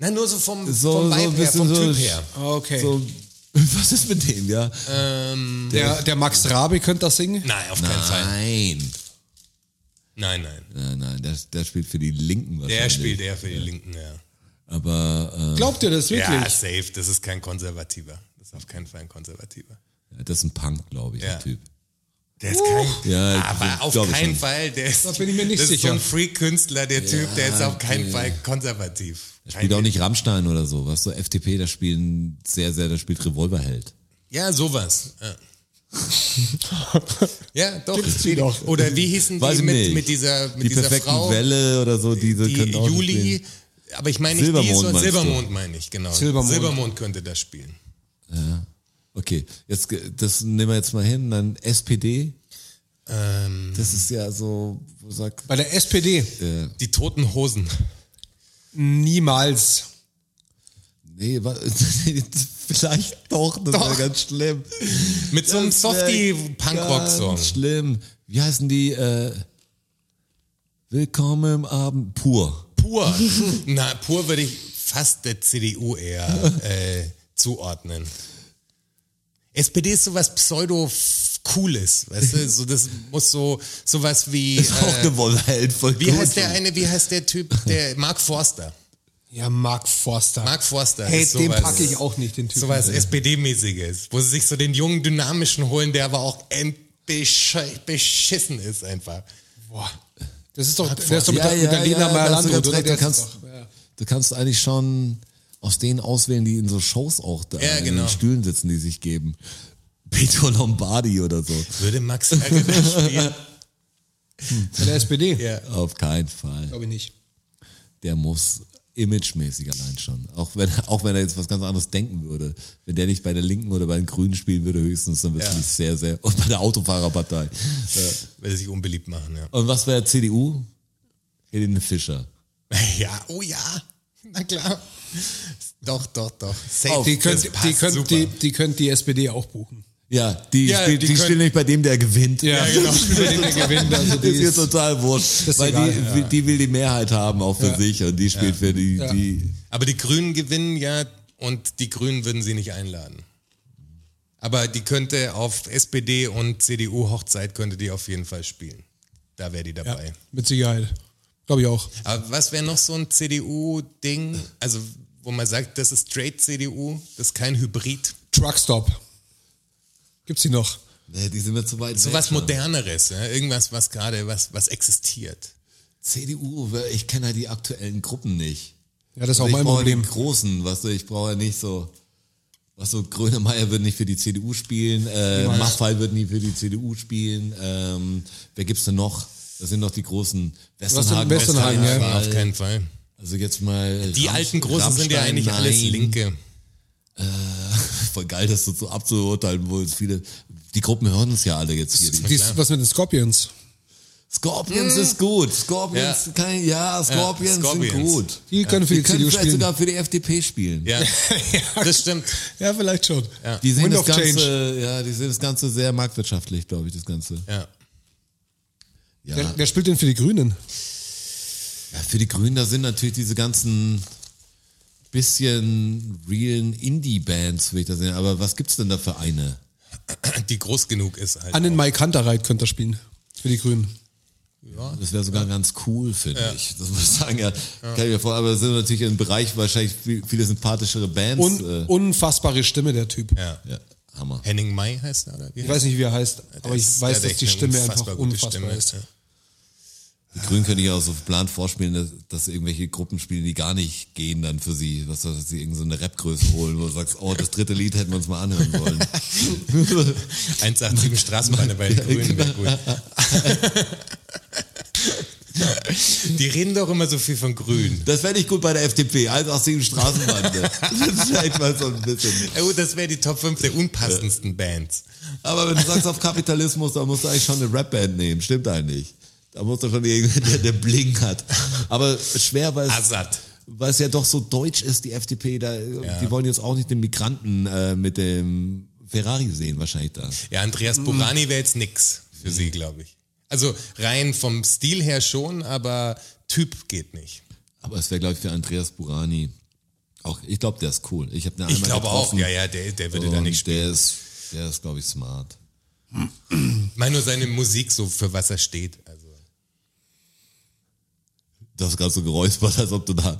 Nein, nur so vom, So- vom so Vibe ein her, vom bisschen Typ so- her. Okay. So, [laughs] was ist mit dem, ja? Ähm, der, der Max Rabe könnte das singen? nein, auf keinen Fall. Nein. Nein, nein. Nein, nein, der, der spielt für die Linken wahrscheinlich. Der spielt eher für die Linken, ja. Aber äh, Glaubt ihr das wirklich? Ja, safe. Das ist kein Konservativer. Das ist auf keinen Fall ein Konservativer. äh, das ist ein Punk, glaube ich, Ja. der Typ. Der ist kein. Ja, aber auf glaub ich keinen schon. Fall. Der ist, Da bin ich mir nicht das sicher. ist so ein Freak-Künstler, der Typ, der ist auf keinen Fall konservativ. Der spielt auch nicht Rammstein oder so, was so FDP, der spielt sehr, sehr, der spielt Revolverheld. Ja, sowas. [laughs] Ja, ja doch. Gibt's die doch. Oder wie hießen Weiß die ich mit, nicht. mit dieser, mit die dieser perfekten Frau? Welle oder so, diese die können auch Juli, spielen. aber ich meine nicht Silbermond die, sondern meinst du? Silbermond meine ich, genau. Silbermond. Silbermond könnte das spielen. Okay, jetzt ge- das nehmen wir jetzt mal hin, dann SPD, Ähm, das ist ja so, wo sagt Bei der SPD? äh, die toten Hosen. Niemals. nee, wa- [laughs] vielleicht doch, das Doch. wäre ganz [laughs] schlimm. Mit so einem Das wär Softie-Punkrock-Song. ganz Schlimm. Wie heißen die äh, Willkommen im Abend pur. Pur. [laughs] Na, pur würde ich fast der CDU eher äh, zuordnen. SPD ist sowas Pseudo-Cooles, weißt du? So, das muss so sowas wie. Ist auch Äh, eine Wollheld voll wie gut. heißt der eine, wie heißt der Typ? Der Mark Forster. Ja, Mark Forster. Mark Forster. hey, ist den sowas- packe ich auch nicht, den Typen. sowas SPD-mäßiges, wo sie sich so den jungen Dynamischen holen, der aber auch entbesch beschissen ist einfach. Boah. Das ist doch, der ist doch mit, Ja, der, ja, mit der Lena ja, da hast Meyer-Landrut, du ganz oder? recht, Der ist du, kannst, doch- du kannst eigentlich schon aus denen auswählen, die in so Shows auch da Ja, in genau. den Stühlen sitzen, die sich geben. [laughs] Peter Lombardi oder so. Würde Max Ärger das spielen? Bei der SPD? Ja. Auf keinen Fall. Glaube ich nicht. Der muss imagemäßig allein schon. Auch wenn, [laughs] auch wenn er jetzt was ganz anderes denken würde. Wenn der nicht bei der Linken oder bei den Grünen spielen würde, höchstens, dann würde Ja. ich sehr, sehr. Und bei der Autofahrerpartei. Ja. Würde sich unbeliebt machen, ja. Und was wäre CDU? Helene Fischer. [laughs] Ja, oh ja. Na klar. Doch, doch, doch. Safe, Die das könnt, die, passt könnt, super. die, die könnt die SPD auch buchen. Ja, die, Ja, spielt, die die, können- spielen nicht bei dem, der gewinnt. Ja, genau. Über den [laughs] wir [laughs] gewinnen. Also die ist mir ist, total wurscht, Das ist weil egal, die, ja. will- die will die Mehrheit haben, auch für sich und die spielt für die, Ja. die Aber die Grünen gewinnen ja und die Grünen würden sie nicht einladen. Aber die könnte auf SPD und CDU-Hochzeit könnte die auf jeden Fall spielen. Da wäre die ja, dabei. mit Sicherheit. Glaube ich auch. Aber was wäre noch so ein CDU-Ding? Also, wo man sagt, das ist straight CDU, das ist kein Hybrid. Truckstop. Gibt's die noch? Nee, die sind mir zu weit So weg. was Moderneres, ja? irgendwas, was gerade, was, was existiert. CDU, weil ich kenne halt die aktuellen Gruppen nicht. Ja, das ist auch Also mein ich brauche die Problem. großen, weißt du, ich brauche ja nicht so, was so Grönemeyer wird nicht für die CDU spielen, äh, Maffay wird nie für die CDU spielen, ähm, wer gibt's denn noch? Das sind noch die großen Westernhagen. Westernhagen, ja. Westernhagen, Auf keinen Fall. Also jetzt mal. Die Ramm- alten Großen sind ja Rammstein, eigentlich alles nein. Linke. Voll geil, das so zu abzuurteilen, wo jetzt viele, die Gruppen hören uns ja alle jetzt hier. Die Dies, was mit den Scorpions? Scorpions ist gut. Scorpions Ja. kann, ja, Scorpions, sind Scorpions. gut. Die können für die, Die können CDU vielleicht spielen. sogar für die FDP spielen. Ja, das stimmt. [laughs] ja, vielleicht schon. Ja. Die sehen Wind das of Ganze, ja, die sehen das Ganze sehr marktwirtschaftlich, glaube ich, das Ganze. Ja. Ja. Wer, wer spielt denn für die Grünen? ja, für die Grünen, da sind natürlich diese ganzen bisschen realen Indie-Bands, würde ich da sehen. Aber was gibt's denn da für eine? Die groß genug ist halt. Annen Mike Kantereit könnte das spielen. Für die Grünen. Das wäre sogar ganz cool, finde ich. Das muss ich sagen, ja. Kann ich mir vorstellen, aber das sind natürlich im Bereich wahrscheinlich viel- viele sympathischere Bands. Un, äh, unfassbare Stimme, der Typ. Ja. ja, Hammer. Henning May heißt er, oder? Wie Ich weiß nicht, wie er heißt, aber ich ist- weiß, hat dass echt die eine Stimme einfach gute unfassbar Stimme, ist. ja. [laughs] Die Grünen könnte ich auch so geplant vorspielen, dass, dass irgendwelche Gruppen spielen, die gar nicht gehen dann für sie. Was soll dass sie irgendeine so Rap-Größe holen, wo du sagst, oh, das dritte Lied hätten wir uns mal anhören sollen. 187 Straßenbahn bei den Grünen genau. wäre gut. [laughs] Die reden doch immer so viel von Grün. Das fände ich gut bei der FDP, als aus dem Straßenbande. Vielleicht mal so ein bisschen. Oh, das wäre die Top 5 der unpassendsten Bands. Aber wenn du sagst auf Kapitalismus, dann musst du eigentlich schon eine Rap-Band nehmen. Also Stimmt eigentlich. Da musst du schon irgendwer, der, der Bling hat. Aber schwer, weil es Assad. weil es ja doch so deutsch ist, die FDP, da, die wollen jetzt auch nicht den Migranten äh, mit dem Ferrari sehen, wahrscheinlich da. Ja, Andreas Burani wäre jetzt nix für sie, glaube ich. Also rein vom Stil her schon, aber Typ geht nicht. Aber es wäre, glaube ich, für Andreas Burani auch, ich glaube, der ist cool. Ich habe Ich glaube auch, ja, ja, der, der würde da nicht Der ist, der ist glaube ich, smart. Ich meine nur seine Musik, so für was er steht. Also. Du hast gerade so geräuspert, als ob du da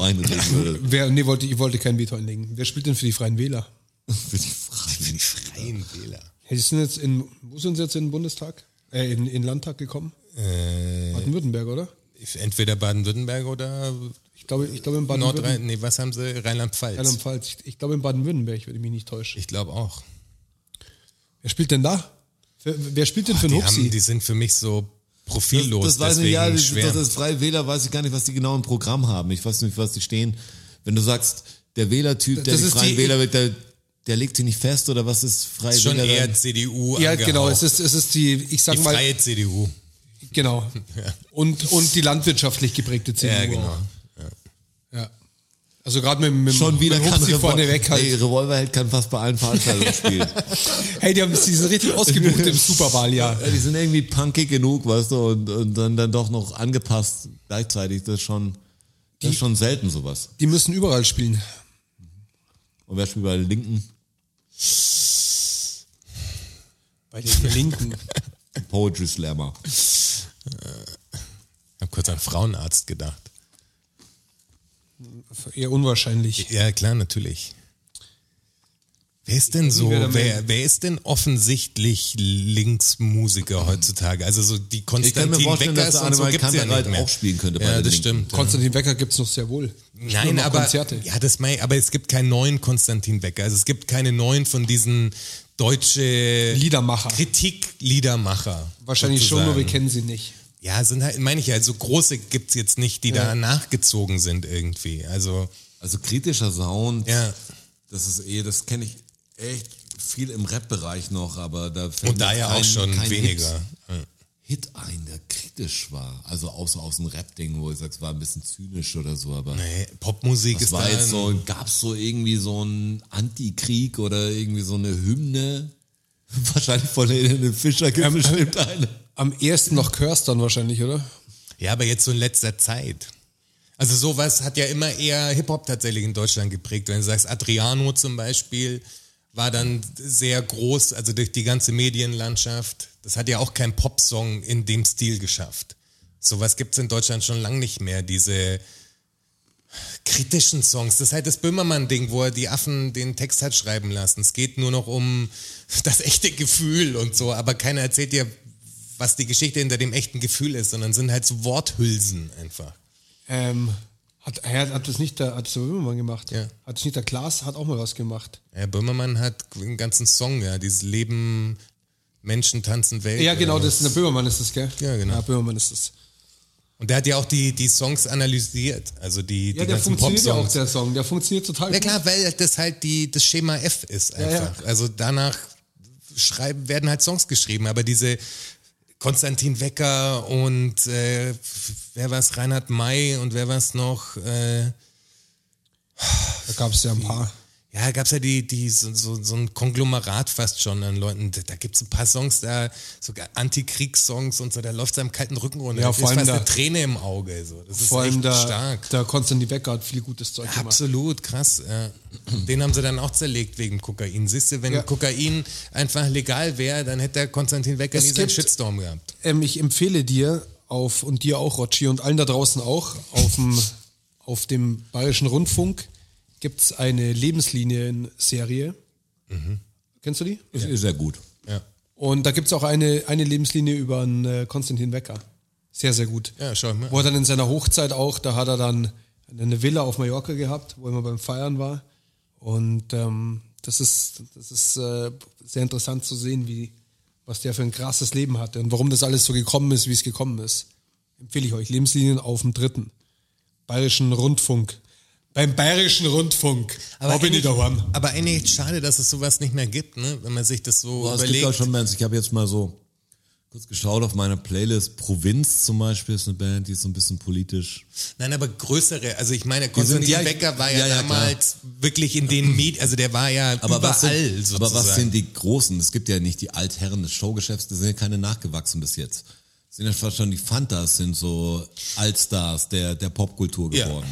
[laughs] einreden würdest. Wer, nee, wollte, ich wollte kein Veto einlegen. Wer spielt denn für die Freien Wähler? Für die Freien. Freien Wähler. Hey, die sind jetzt in, wo sind sie jetzt in den Bundestag? Äh, in, in den Landtag gekommen? Baden-Württemberg, oder? Äh, Entweder Baden-Württemberg oder Ich glaube, ich glaube in Nordrhein. Baden-Württemberg. Nee, was haben sie? Rheinland-Pfalz. Rheinland-Pfalz. Ich, ich glaube in Baden-Württemberg, wenn ich mich nicht täusche. ich glaube auch. Wer spielt denn da? Wer, wer spielt denn für einen Die, haben, Hupsi? die sind für mich so profillos. Das, das weiß deswegen ich, ja, das, schwer. das ist Freie Wähler, weiß ich gar nicht, was die genau im Programm haben. Ich weiß nicht, für was die stehen. Wenn du sagst, der Wählertyp, der Das die ist Freien die- Wähler wird, der, der legt sich nicht fest oder was ist Freie Ist schon Wähler? eher dann? CDU. Ja, angehaucht. genau. Es ist, es ist die, ich sag die mal, freie CDU. [laughs] genau. Und, und die landwirtschaftlich geprägte CDU. Ja, genau. Ja. Also gerade mit, mit Schon wieder mit kann Hupsi vorne Revol- weg halt. Ey, Revolverheld kann fast bei allen Veranstaltungen [laughs] spielen. Hey, die, haben, die sind richtig ausgebucht im [laughs] Superwahljahr. Ja, die sind irgendwie punkig genug, weißt du, und, und dann, dann doch noch angepasst gleichzeitig. Das ist schon, das ist schon selten sowas. Die müssen überall spielen. Und wer spielt bei den Linken? Bei den Linken. Poetry Slammer. Ich habe kurz an Frauenarzt gedacht. Eher unwahrscheinlich. Ja, klar, natürlich. Wer ist denn so, wer da wer, wer ist denn offensichtlich Linksmusiker heutzutage? Also so die Ich kann mir Konstantin vorstellen, Weckers dass der und so Annemal gibt's ja Kantereit nicht mehr. auch spielen könnte bei Ja, den das Linken. stimmt. Konstantin Wecker gibt es noch sehr wohl. Spielen Nein, noch aber, Konzerte. ja, das mein, aber es gibt keinen neuen Konstantin Wecker. Also es gibt keine neuen von diesen deutsche Liedermacher. Kritik-Liedermacher. Wahrscheinlich schon, nur wir sozusagen. kennen sie nicht. Ja, sind halt, meine ich ja, so große gibt's jetzt nicht, die da nachgezogen sind irgendwie. Also, Also kritischer Sound, ja. das ist eh, das kenne ich echt viel im Rap-Bereich noch, aber da fällt Und da mir ja kein- auch schon kein weniger. Hit, Hit ein, der kritisch war. Also außer aus dem Rap-Ding, wo ich sag, es war ein bisschen zynisch oder so, aber. Nee, Popmusik Das ist war da jetzt ein- so, gab es so irgendwie so einen Antikrieg oder irgendwie so eine Hymne? [laughs] Wahrscheinlich von Helene Fischer gibt es bestimmt eine. Am ersten noch Körstern wahrscheinlich, oder? Ja, aber jetzt so in letzter Zeit. Also sowas hat ja immer eher Hip-Hop tatsächlich in Deutschland geprägt. Wenn du sagst, Adriano zum Beispiel war dann sehr groß, also durch die ganze Medienlandschaft. Das hat ja auch kein Popsong in dem Stil geschafft. Sowas gibt's in Deutschland schon lang nicht mehr, diese kritischen Songs. Das ist halt das Böhmermann-Ding, wo er die Affen den Text hat schreiben lassen. Es geht nur noch um [laughs] das echte Gefühl und so, aber keiner erzählt dir, was die Geschichte hinter dem echten Gefühl ist, sondern sind halt so Worthülsen einfach. Ähm, hat, hat, hat das nicht der, hat das der Böhmermann gemacht? Ja. Hat das nicht der Klaas, hat auch mal was gemacht. Herr Böhmermann hat einen ganzen Song, ja, dieses Leben, Menschen tanzen Welt. äh, Ja, genau, oder das ist der was. Böhmermann ist das, gell? Ja, genau. Ja, Böhmermann ist das. Und der hat ja auch die, die Songs analysiert, also die, Ja, die der ganzen funktioniert ja auch, Pop-Songs. der Song. Der funktioniert total Ja gut. klar, weil das halt die, das Schema F ist ja. einfach. Also danach schreiben, werden halt Songs geschrieben, aber diese Konstantin Wecker und äh, wer war's, Reinhard May und wer war's noch, äh, Da gab es ja ein paar. Ja, gab's ja die, die, so, so, so ein Konglomerat fast schon an Leuten. Da, da gibt's ein paar Songs, da sogar Antikriegssongs und so, da läuft's einem kalten Rücken runter. Ja, Da vor ist allem fast da- eine Träne im Auge. So. Das ist Vor allem echt der, stark. der Konstantin Wecker hat viel gutes Zeug gemacht. Absolut, krass. Ja. Den haben sie dann auch zerlegt wegen Kokain. Siehst du, wenn Ja. Kokain einfach legal wäre, dann hätte der Konstantin Wecker Es nie seinen gibt- Shitstorm gehabt. Ähm, ich empfehle dir auf und dir auch, Rotschi, und allen da draußen auch, auf dem, auf dem Bayerischen Rundfunk gibt es eine Lebenslinienserie. Kennst du die? Ist, ist ja gut. Ja, Und da gibt es auch eine, eine Lebenslinie über einen, äh, Konstantin Wecker. Sehr, sehr gut. ja schau mal. Wo er dann in seiner Hochzeit auch, da hat er dann eine Villa auf Mallorca gehabt, wo er immer beim Feiern war. Und ähm, das ist, das ist äh, sehr interessant zu sehen, wie, was der für ein krasses Leben hatte und warum das alles so gekommen ist, wie es gekommen ist. Empfehle ich euch. Lebenslinien auf dem dritten. Bayerischen Rundfunk. Beim Bayerischen Rundfunk. Aber da bin ich eigentlich- daheim. aber eigentlich echt schade, dass es sowas nicht mehr gibt, ne? wenn man sich das so Boah, es gibt überlegt. auch schon Bands, ich habe jetzt mal so kurz geschaut auf meiner Playlist. Provinz zum Beispiel ist eine Band, die ist so ein bisschen politisch. Nein, aber größere, also ich meine, Konstantin ja, ich- Becker war ja, ja, ja, damals wirklich in den Medien, also der war ja Aber überall was, sind, sozusagen. aber was sind die Großen? Es gibt ja nicht die Altherren des Showgeschäfts, da sind ja keine nachgewachsen bis jetzt. Es Sind ja fast schon die Fantas, sind so Altstars der, der Popkultur Ja. geworden.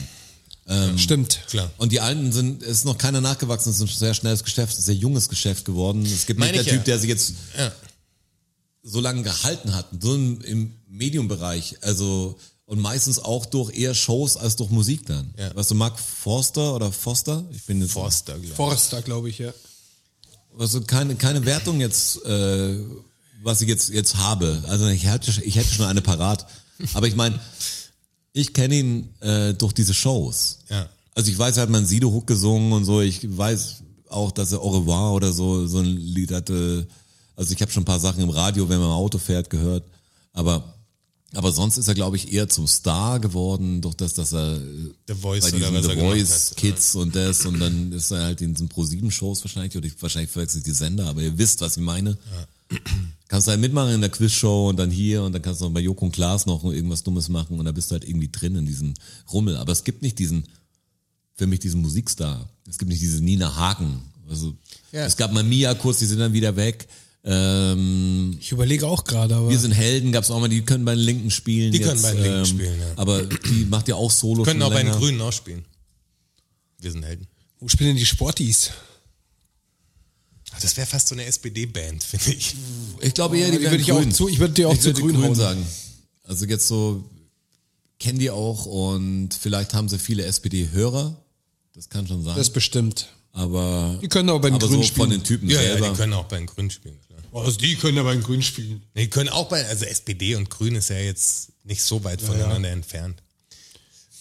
Ähm, Stimmt. Klar. Und die Alten sind, es ist noch keiner nachgewachsen, es ist ein sehr schnelles Geschäft, es ist ein sehr junges Geschäft geworden. Es gibt Meine nicht ich der ja. Typ, der sich jetzt Ja. so lange gehalten hat, so im, im Mediumbereich, also und meistens auch durch eher Shows als durch Musik dann. Ja. Weißt du, Mark Forster oder Foster? Ich bin jetzt, Forster, glaube ich. Forster, glaube ich, ja. Also keine, keine Wertung jetzt, äh, was ich jetzt, jetzt habe. Also ich hätte, ich hätte schon eine parat. Aber ich meine, ich kenne ihn äh, durch diese Shows. Ja. Also ich weiß, er hat mal einen Sido-Hook gesungen und so. Ich weiß auch, dass er Au revoir oder so, so ein Lied hatte. Also ich habe schon ein paar Sachen im Radio, wenn man im Auto fährt, gehört. Aber, aber sonst ist er, glaube ich, eher zum Star geworden, durch das, dass er The Voice bei oder diesen was er The gemacht Voice hat. Kids und das und dann ist er halt in diesen Pro-7-Shows wahrscheinlich oder ich, wahrscheinlich verwechsel ich die Sender, aber ihr wisst, was ich meine. Kannst du halt mitmachen in der Quizshow und dann hier und dann kannst du noch bei Joko und Klaas noch irgendwas Dummes machen und da bist du halt irgendwie drin in diesem Rummel. Aber es gibt nicht diesen, für mich diesen Musikstar. Es gibt nicht diese Nina Hagen. Also, Ja. Es gab mal Mia kurz, die sind dann wieder weg. Ähm, Ich überlege auch gerade, aber. wir sind Helden, gab's auch mal, die können bei den Linken spielen. ähm, Die können bei den Linken spielen, ja. Aber die macht ja auch Solo. Können schon auch bei den länger. Grünen auch spielen. Wir sind Helden. Wo spielen denn die Sporties? Ach, das wäre fast so eine SPD-Band, finde ich. Ich glaube eher, die, Die wären würde ich auch grün. zu- ich würde die auch zu würde grün hauen. sagen. Also jetzt so, kennen die auch und vielleicht haben sie viele SPD-Hörer. Das kann schon sein. Das bestimmt. aber Die können aber bei den aber so Grünen von spielen. den Typen Ja, ja, selber. die können auch bei den Grünen spielen, klar. Also die können aber in Grün spielen. Die können auch bei, also SPD und Grün ist ja jetzt nicht so weit voneinander entfernt.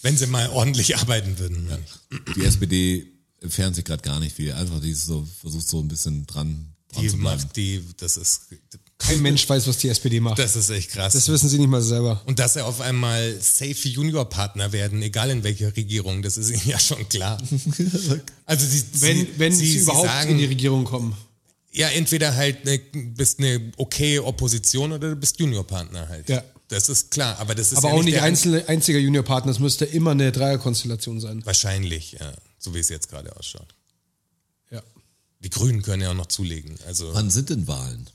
Wenn sie mal ordentlich [laughs] arbeiten würden. die SPD entfernt sich gerade gar nicht viel. Einfach die ist so, versucht so ein bisschen dran, dran Die zu bleiben. macht die, das ist, Kein Mensch weiß, was die SPD macht. Das, das ist echt krass. wissen sie nicht mal selber. und dass sie auf einmal safe Junior-Partner werden, egal in welcher Regierung, das ist [laughs] ihnen ja [laughs] schon klar. Also sie, Wenn, wenn sie, überhaupt sagen, in die Regierung kommen. Ja, entweder halt ne, bist eine okay Opposition oder du bist Juniorpartner halt. Ja. Das ist klar, aber das ist Aber ja auch nicht der einzelne, einziger Juniorpartner. Es müsste immer eine Dreierkonstellation sein. Ein wahrscheinlich, ja, so wie es jetzt gerade ausschaut. Ja. Die Grünen können ja auch noch zulegen. Also Wann sind denn Wahlen?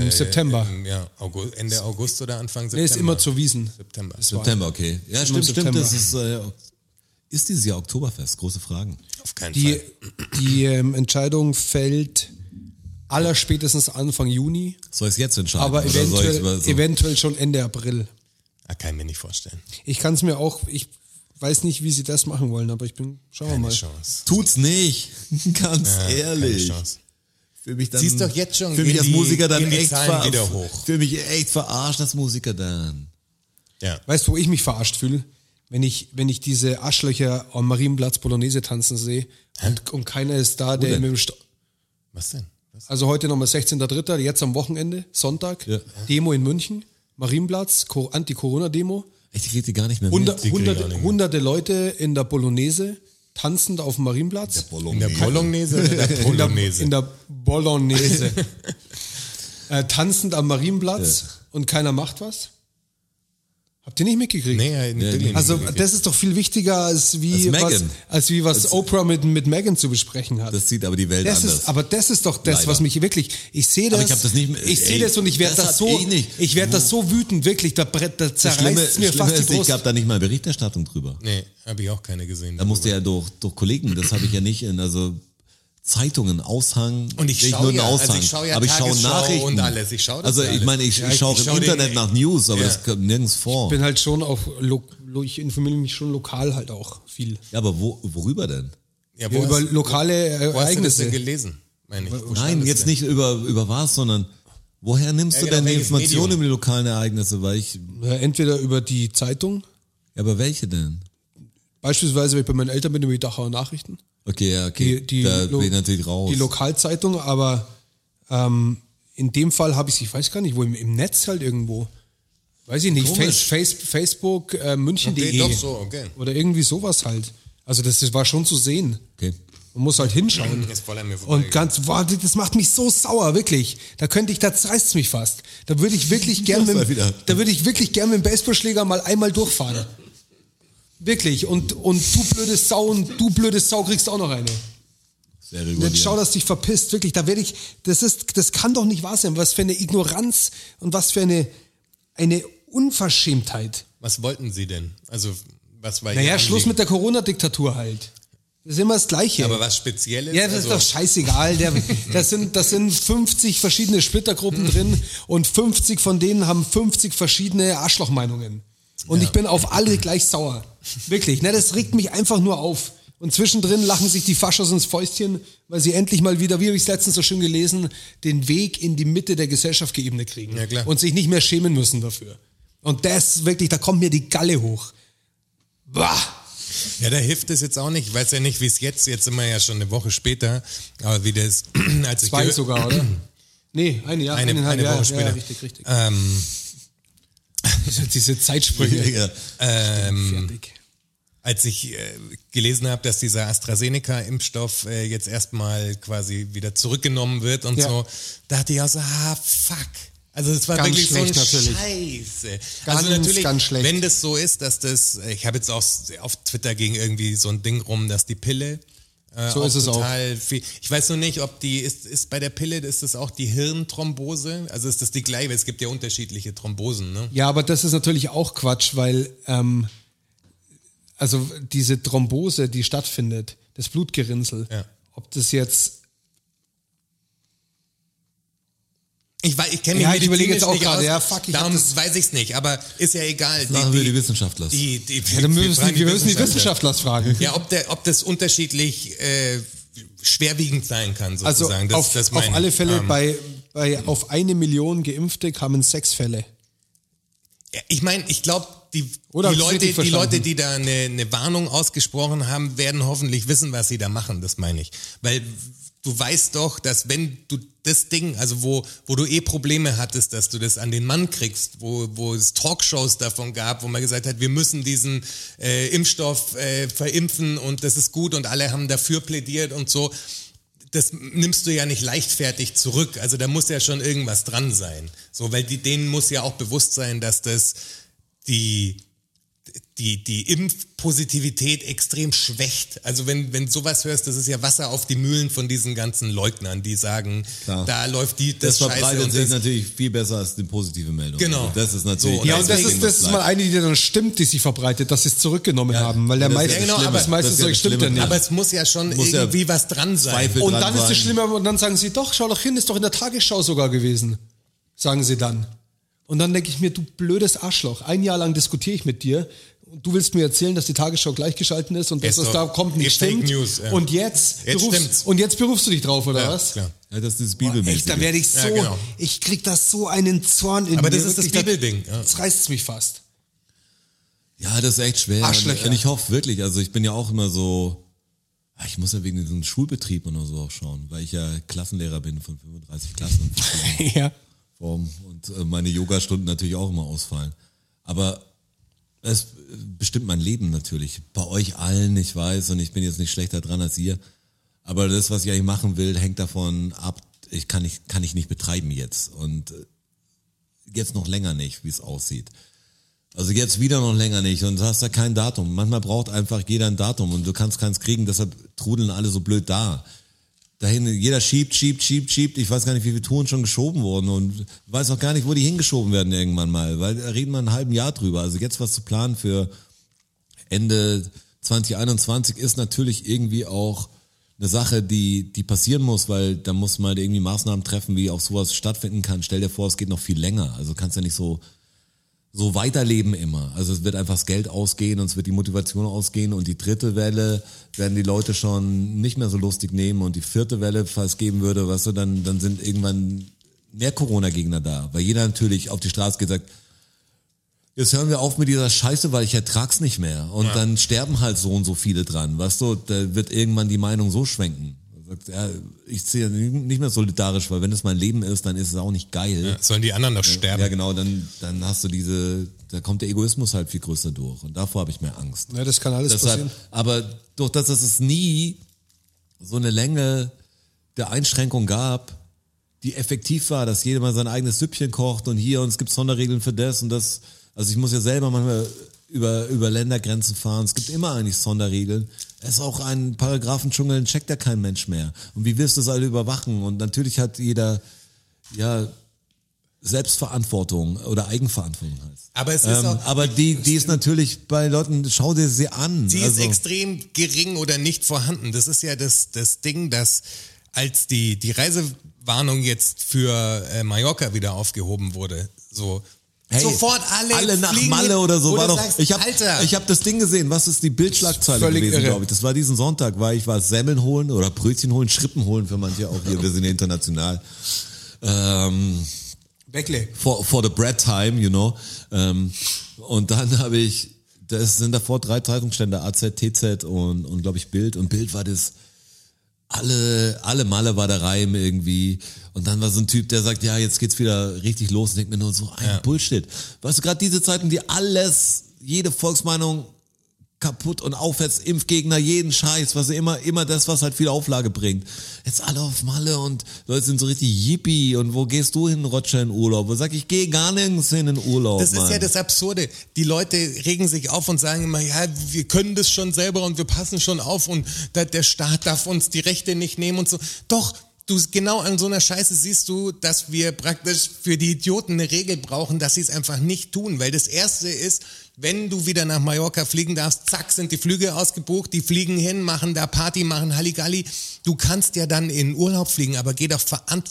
Im September. ähm, ja, August, Ende August oder Anfang September. Nee, ist immer zur Wiesen. September. September, okay. Ja, Immer im stimmt, stimmt. September. Das ist, äh, ist dieses Jahr Oktoberfest? Große Fragen. Auf keinen Die, Fall. die ähm, Entscheidung fällt allerspätestens Anfang Juni, Soll ich es jetzt entscheiden? aber oder soll ich's eventuell, über so- eventuell schon Ende April. Ah, kann ich mir nicht vorstellen. Ich kann es mir auch, ich weiß nicht, wie sie das machen wollen, aber ich bin, schauen wir Keine mal. Chance. Tut's nicht. [laughs] Ganz Ja, ehrlich. Keine Chance. Für mich dann, Siehst doch jetzt schon, für mich gehen als die- Musiker dann gehen die echt Zahlen ver- wieder hoch. Für mich echt verarscht als Musiker dann. Ja. Weißt du, wo ich mich verarscht fühle? Wenn ich, wenn ich diese Arschlöcher am Marienplatz Bolognese tanzen sehe und, und keiner ist da, der denn? mit dem Sto Was denn? Was? Also heute nochmal 16.3., jetzt am Wochenende, Sonntag, Ja. Demo in München, Marienplatz, Co- Anti-Corona-Demo. Ich krieg die gar nicht mehr Hundert, mit. auch nicht hunderte, mit. hunderte Leute in der Bolognese, tanzend auf dem Marienplatz. In der Bolognese oder [laughs] der in, der, Polognese? in der Bolognese. äh, tanzend am Marienplatz und keiner macht was? Habt ihr nicht mitgekriegt? nee, in Berlin. Also das ist doch viel wichtiger als wie Als was, Meghan. als wie was Oprah mit, mit Megan zu besprechen hat. Das sieht aber die Welt Das anders. ist, aber das ist doch das, Leider. was mich wirklich. Ich sehe das. Aber ich hab das nicht- Ich sehe ey, das und ich werde das das, so. hab ich Ich, nicht. werde das so wütend wirklich. Da, bre- da das Schlimme, zerreißt mir Schlimme fast die ist, ich Brust. gab da nicht mal Berichterstattung drüber. nee, habe ich auch keine gesehen. Da musste ja durch, durch Kollegen, das habe ich ja nicht in, also Zeitungen, Aushang. Und ich sehe schau nur einen ja, also ich Aushang. schau ja aber ich schaue Tagesschau Nachrichten. und alles, ich schau das also alles. ich meine, ich, Ja, ich ich- schaue ich im schau den- Internet nach News, aber Ja. das kommt nirgends vor. bin halt schon auch. lo- lo- Ich informiere mich schon lokal halt auch viel Ja, aber wo, worüber denn? ja, über hast- lokale äh, wo hast du das denn Ereignisse. gelesen? Meine ich. Wo stand Nein, das jetzt denn? nicht über, über was, sondern woher nimmst Ja, du genau, denn die welches Informationen Medium? über die lokalen Ereignisse? Weil ich, Äh, Entweder über die Zeitung, ja, aber welche denn? beispielsweise wenn ich bei meinen Eltern bin über die Dachauer Nachrichten. Okay, ja, okay. Die- die da Lo- bin ich natürlich raus. die Lokalzeitung, aber ähm, in dem Fall habe ich ich weiß gar nicht, wo im, im Netz halt irgendwo. Weiß ich nicht, Face, Komisch. Face, Facebook äh, München.de Okay, doch so, okay. oder irgendwie sowas halt. Also das war schon zu sehen. okay. Man muss halt hinschauen. Ist voll an mir Und vorbeigegangen. ganz, boah, das macht mich so sauer, wirklich. Da könnte ich, da zerreißt mich fast. Da würde ich [laughs] wirklich gern Das war mit, wieder. dem- da würde ich wirklich gern mit dem Baseballschläger mal einmal durchfahren. Wirklich. Und, und du blödes Sau und du blödes Sau kriegst auch noch eine. Sehr Jetzt schau, regulär. dass du dich verpisst. Wirklich, da werde ich, das ist, das kann doch nicht wahr sein. Was für eine Ignoranz und was für eine, eine Unverschämtheit. Was wollten sie denn? Also, was war Naja, ihr Schluss Anliegen? mit der Corona-Diktatur halt. Das ist immer das Gleiche. Aber was Spezielles? Also Ja, das ist doch scheißegal. Der, das, sind, das sind 50 verschiedene Splittergruppen drin und 50 von denen haben 50 verschiedene Arschlochmeinungen. Und ich bin auf alle gleich sauer. Wirklich. Ne, das regt mich einfach nur auf. Und zwischendrin lachen sich die Faschos ins Fäustchen, weil sie endlich mal wieder, wie habe ich es letztens so schön gelesen, den Weg in die Mitte der Gesellschaft geebnet kriegen. Ja, klar. Und sich nicht mehr schämen müssen dafür. Und das wirklich, da kommt mir die Galle hoch. Bah! Ja, da hilft es jetzt auch nicht. Ich weiß ja nicht, wie es jetzt, jetzt sind wir ja schon eine Woche später, aber wie das, [clears throat] als ich Zwei gehört- sogar, oder? Nee, eine, ja, Eine- eineinhalb eine Jahre. Woche Ja, ja, später. richtig, richtig. ähm, Diese- Diese [laughs] Ähm, Zeitsprüche. Digga. äh, Fertig. als ich äh, gelesen habe, dass dieser AstraZeneca-Impfstoff äh, jetzt erstmal quasi wieder zurückgenommen wird und Ja. so, dachte ich auch so, ah, fuck. Also es war Ganz wirklich schlecht so ein natürlich. Scheiße. Ganz, also natürlich, ganz schlecht. wenn das so ist, dass das, äh, ich habe jetzt auch auf Twitter ging irgendwie so ein Ding rum, dass die Pille äh, So ist es auch. total viel. Ich weiß nur nicht, ob die ist, ist bei der Pille ist das auch die Hirnthrombose. Also ist das die gleiche? Es gibt ja unterschiedliche Thrombosen, ne? Ja, aber das ist natürlich auch Quatsch, weil ähm, also diese Thrombose, die stattfindet, das Blutgerinnsel, Ja. ob das jetzt, Ich, weiß, ich kenne mich Ja, ich medizinisch überlege jetzt auch nicht gerade. aus, Ja, fuck, ich hab darum das- weiß ich es nicht, aber ist ja egal. Machen wir die Wissenschaftler. die, die, ja, dann müssen, fragen also wir müssen die Wissenschaftler. Wissenschaftler fragen. Ja, ob, der, ob das unterschiedlich äh, schwerwiegend sein kann, also sozusagen. das, auf, das auf meine alle ich. Fälle, Ähm, bei, bei auf eine Million Geimpfte kamen sechs Fälle. Ja, Ich meine, ich glaube, die, Oder die, hab's Leute, richtig die verstanden? Leute, die da eine, eine Warnung ausgesprochen haben, werden hoffentlich wissen, was sie da machen, das meine ich. Weil du weißt doch, dass wenn du das Ding, also wo, wo du eh Probleme hattest, dass du das an den Mann kriegst, wo, wo es Talkshows davon gab, wo man gesagt hat, wir müssen diesen äh, Impfstoff äh, verimpfen und das ist gut und alle haben dafür plädiert und so das nimmst du ja nicht leichtfertig zurück. Also da muss ja schon irgendwas dran sein. So, weil die, denen muss ja auch bewusst sein, dass das die, die, die Impfpositivität extrem schwächt. Also wenn, wenn sowas hörst, das ist ja Wasser auf die Mühlen von diesen ganzen Leugnern, die sagen, Klar. da läuft die, das, Das Scheiße verbreitet und sich das. natürlich viel besser als die positive Meldung. Genau. Also Das ist natürlich. So, Ja, und das Das ist, das ist mal eine, die dann stimmt, die sich verbreitet, dass sie es zurückgenommen haben, weil der das ist meiste, ja genau, aber- das meiste das ist ja Zeug das stimmt ja Schlimme nicht. dran. Aber es muss ja schon Muss ja irgendwie was dran sein. Zweifel Und dran dann ist sein. es schlimmer, und dann sagen sie, doch, schau doch hin, ist doch in der Tagesschau sogar gewesen. Sagen sie dann. Und dann denke ich mir, du blödes Arschloch, ein Jahr lang diskutiere ich mit dir. und Du willst mir erzählen, dass die Tagesschau gleichgeschalten ist und das, Ist was da doch- kommt, nicht ist Fake stimmt. News, ja. Und jetzt, Jetzt stimmt's. berufst, und jetzt berufst du dich drauf, oder Ja, was? klar. Ja, das ist dieses Boah, Bibelmäßige. echt, da werde ich so, Ja, genau. ich krieg das so einen Zorn in Aber mir. das ist das wirklich, Bibelding, ja. Das reißt mich [laughs] fast. Ja, das ist echt schwer. Arschlöcher. Und ich hoffe wirklich, also ich bin ja auch immer so, ah, ich muss ja wegen diesem Schulbetrieb und so auch schauen, weil ich ja Klassenlehrer bin von 35 Klassen ja. Form und äh, meine Yogastunden natürlich auch immer ausfallen. Aber es äh, bestimmt mein Leben natürlich. Bei euch allen, ich weiß, und ich bin jetzt nicht schlechter dran als ihr. Aber das, was ich eigentlich machen will, hängt davon ab, ich kann ich, kann ich nicht betreiben jetzt. Und äh, jetzt noch länger nicht, wie es aussieht. Also jetzt wieder noch länger nicht und hast da kein Datum. Manchmal braucht einfach jeder ein Datum und du kannst keins kriegen, deshalb trudeln alle so blöd da dahin, jeder schiebt, schiebt, schiebt, schiebt. Ich weiß gar nicht, wie viele Touren schon geschoben wurden und weiß noch gar nicht, wo die hingeschoben werden irgendwann mal, weil da reden wir ein halben Jahr drüber. Also jetzt was zu planen für Ende 2021 ist natürlich irgendwie auch eine Sache, die, die passieren muss, weil da muss man halt irgendwie Maßnahmen treffen, wie auch sowas stattfinden kann. Stell dir vor, es geht noch viel länger. Also kannst ja nicht so, so weiterleben immer. Also es wird einfach das Geld ausgehen und es wird die Motivation ausgehen und die dritte Welle werden die Leute schon nicht mehr so lustig nehmen und die vierte Welle, falls es geben würde, weißt du, dann, dann sind irgendwann mehr Corona-Gegner da, weil jeder natürlich auf die Straße geht und sagt, jetzt hören wir auf mit dieser Scheiße, weil ich ertrag's nicht mehr. Und dann sterben halt so und so viele dran, weißt du, da wird irgendwann die Meinung so schwenken. Da Sagt, ja, ich ziehe nicht mehr solidarisch, weil wenn es mein Leben ist, dann ist es auch nicht geil. Sollen die anderen doch sterben? Ja, genau, dann, dann hast du diese, da kommt der Egoismus halt viel größer durch. Und davor habe ich mehr Angst. ja, das kann alles Deshalb, passieren. aber durch das, dass es nie so eine Länge der Einschränkung gab, die effektiv war, dass jeder mal sein eigenes Süppchen kocht und hier und es gibt Sonderregeln für das und das. Also ich muss ja selber manchmal über, über Ländergrenzen fahren. Es gibt immer eigentlich Sonderregeln. Es ist auch ein Paragraphendschungel, den checkt ja kein Mensch mehr. Und wie willst du das alle überwachen? Und natürlich hat jeder, ja, Selbstverantwortung oder Eigenverantwortung heißt. Aber es ist Ähm, auch, aber die, die ist natürlich bei Leuten, schau dir sie an. sie ist also, extrem gering oder nicht vorhanden. Das ist ja das, das Ding, dass als die, die Reisewarnung jetzt für äh, Mallorca wieder aufgehoben wurde, so hey, sofort alle, nach fliegen hin, Malle oder so. wo War du doch, sagst, ich habe Alter, hab das Ding gesehen. Was ist die Bildschlagzeile Völlig gewesen, irre. glaube ich? Das war diesen Sonntag, weil ich war Semmeln holen oder Brötchen holen, Schrippen holen für manche auch hier. Wir sind ja international. Ähm, Wegle. for, for the bread time, you know. Ähm, und dann habe ich, das sind davor drei Zeitungsstände, AZ, TZ und, und glaube ich Bild. Und Bild war das, alle, alle Male war der Reim irgendwie. Und dann war so ein Typ, der sagt, ja, jetzt geht's wieder richtig los. Und denkt mir nur so, ein Bullshit. Weißt du, gerade diese Zeiten, die alles, jede Volksmeinung kaputt und aufwärts, Impfgegner, jeden Scheiß, was immer, immer das, was halt viel Auflage bringt. Jetzt alle auf Malle und Leute sind so richtig yippie und wo gehst du hin, Roger, in Urlaub? Wo sag ich, geh gar nirgends hin in Urlaub, Das Mann. ist ja das Absurde. Die Leute regen sich auf und sagen immer, ja, wir können das schon selber und wir passen schon auf und da, der Staat darf uns die Rechte nicht nehmen und so. Doch, du genau an so einer Scheiße siehst du, dass wir praktisch für die Idioten eine Regel brauchen, dass sie es einfach nicht tun, weil das erste ist, wenn du wieder nach Mallorca fliegen darfst, zack, sind die Flüge ausgebucht, die fliegen hin, machen da Party, machen Halligalli. Du kannst ja dann in Urlaub fliegen, aber geh doch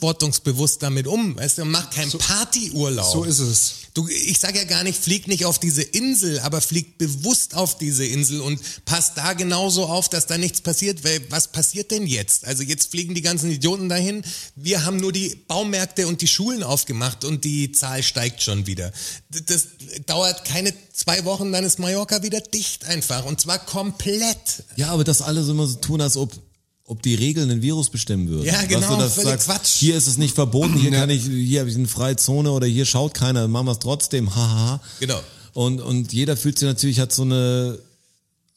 verantwortungsbewusst damit um, weißt du, und mach keinen Partyurlaub. So ist es. Du, ich sage ja gar nicht, flieg nicht auf diese Insel, aber flieg bewusst auf diese Insel und passt da genauso auf, dass da nichts passiert, weil was passiert denn jetzt? Also jetzt fliegen die ganzen Idioten dahin. Wir haben nur die Baumärkte und die Schulen aufgemacht und die Zahl steigt schon wieder. D- Das dauert keine zwei Wochen, dann ist Mallorca wieder dicht einfach und zwar komplett. Ja, aber dass alle so immer so tun, als ob, ob die Regeln den Virus bestimmen würden. Ja, Weißt genau, du, dass du völlig sagst, Quatsch. Hier ist es nicht verboten, hier kann ich, hier habe ich eine freie Zone oder hier schaut keiner, dann machen wir es trotzdem, haha. Genau. Und, und jeder fühlt sich natürlich, hat so eine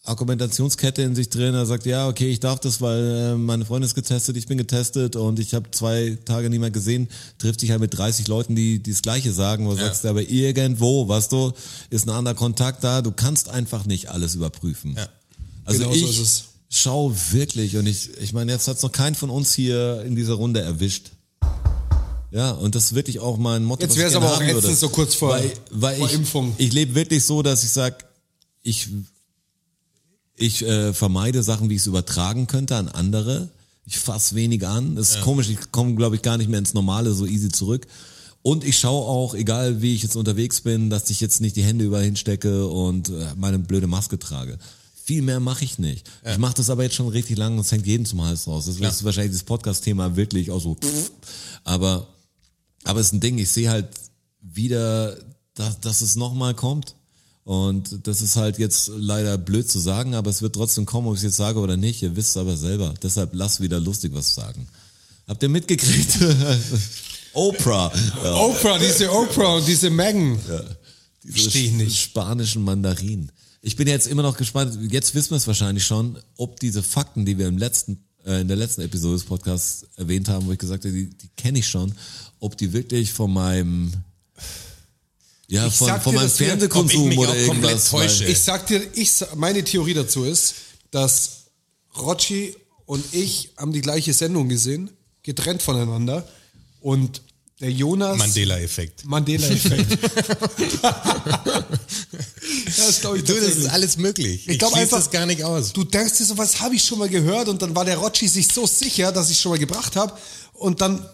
Argumentationskette in sich drin, er sagt, ja, okay, ich darf das, weil äh, meine Freundin ist getestet, ich bin getestet und ich habe zwei Tage niemand gesehen, trifft sich halt mit 30 Leuten, die, die das Gleiche sagen, wo du Ja. sagst, aber irgendwo, weißt du, ist ein anderer Kontakt da, du kannst einfach nicht alles überprüfen. Ja. Also Genau so ich ist es. schau wirklich und ich, ich meine, jetzt hat es noch keinen von uns hier in dieser Runde erwischt. Ja, und das ist wirklich auch mein Motto. Jetzt was wäre es ich gerne aber auch haben würde. ätzend so kurz vor, weil, weil vor ich, Impfung. Ich lebe wirklich so, dass ich sag, ich, ich äh, vermeide Sachen, wie ich es übertragen könnte an andere. Ich fass wenig an. Das ist komisch, ich komme, glaube ich, gar nicht mehr ins Normale so easy zurück. Und ich schaue auch, egal wie ich jetzt unterwegs bin, dass ich jetzt nicht die Hände überall hinstecke und äh, meine blöde Maske trage. Viel mehr mache ich nicht. Ich mache das aber jetzt schon richtig lang und es hängt jedem zum Hals raus. Das ist wahrscheinlich das Podcast-Thema wirklich auch so. Pff. Aber aber es ist ein Ding, ich sehe halt wieder, dass, dass es nochmal kommt. Und das ist halt jetzt leider blöd zu sagen, aber es wird trotzdem kommen, ob ich es jetzt sage oder nicht. Ihr wisst es aber selber. Deshalb lass wieder lustig was sagen. Habt ihr mitgekriegt? [laughs] Oprah. Ja, Oh. Oprah, diese Oprah und diese Megan. Verstehe ich nicht. Spanischen Mandarin. Ich bin jetzt immer noch gespannt, jetzt wissen wir es wahrscheinlich schon, ob diese Fakten, die wir im letzten, äh, in der letzten Episode des Podcasts erwähnt haben, wo ich gesagt habe, die, die kenne ich schon, ob die wirklich von meinem ja, Ich von, sag von dir, meinem dass wir- ob ich mich Fernsehkonsum auch oder komplett irgendwas. weil- täusche. Ich sag dir, ich, sa- meine Theorie dazu ist, dass Rocci und ich haben die gleiche Sendung gesehen, getrennt voneinander. Und der Jonas. Mandela-Effekt. [laughs] Mandela-Effekt. das glaube ich Du, das tatsächlich. ist alles möglich. Ich, glaub schließ einfach- das gar nicht aus. Du denkst dir so, was habe ich schon mal gehört? Und dann war der Rocci sich so sicher, dass ich schon mal gebracht habe. Und dann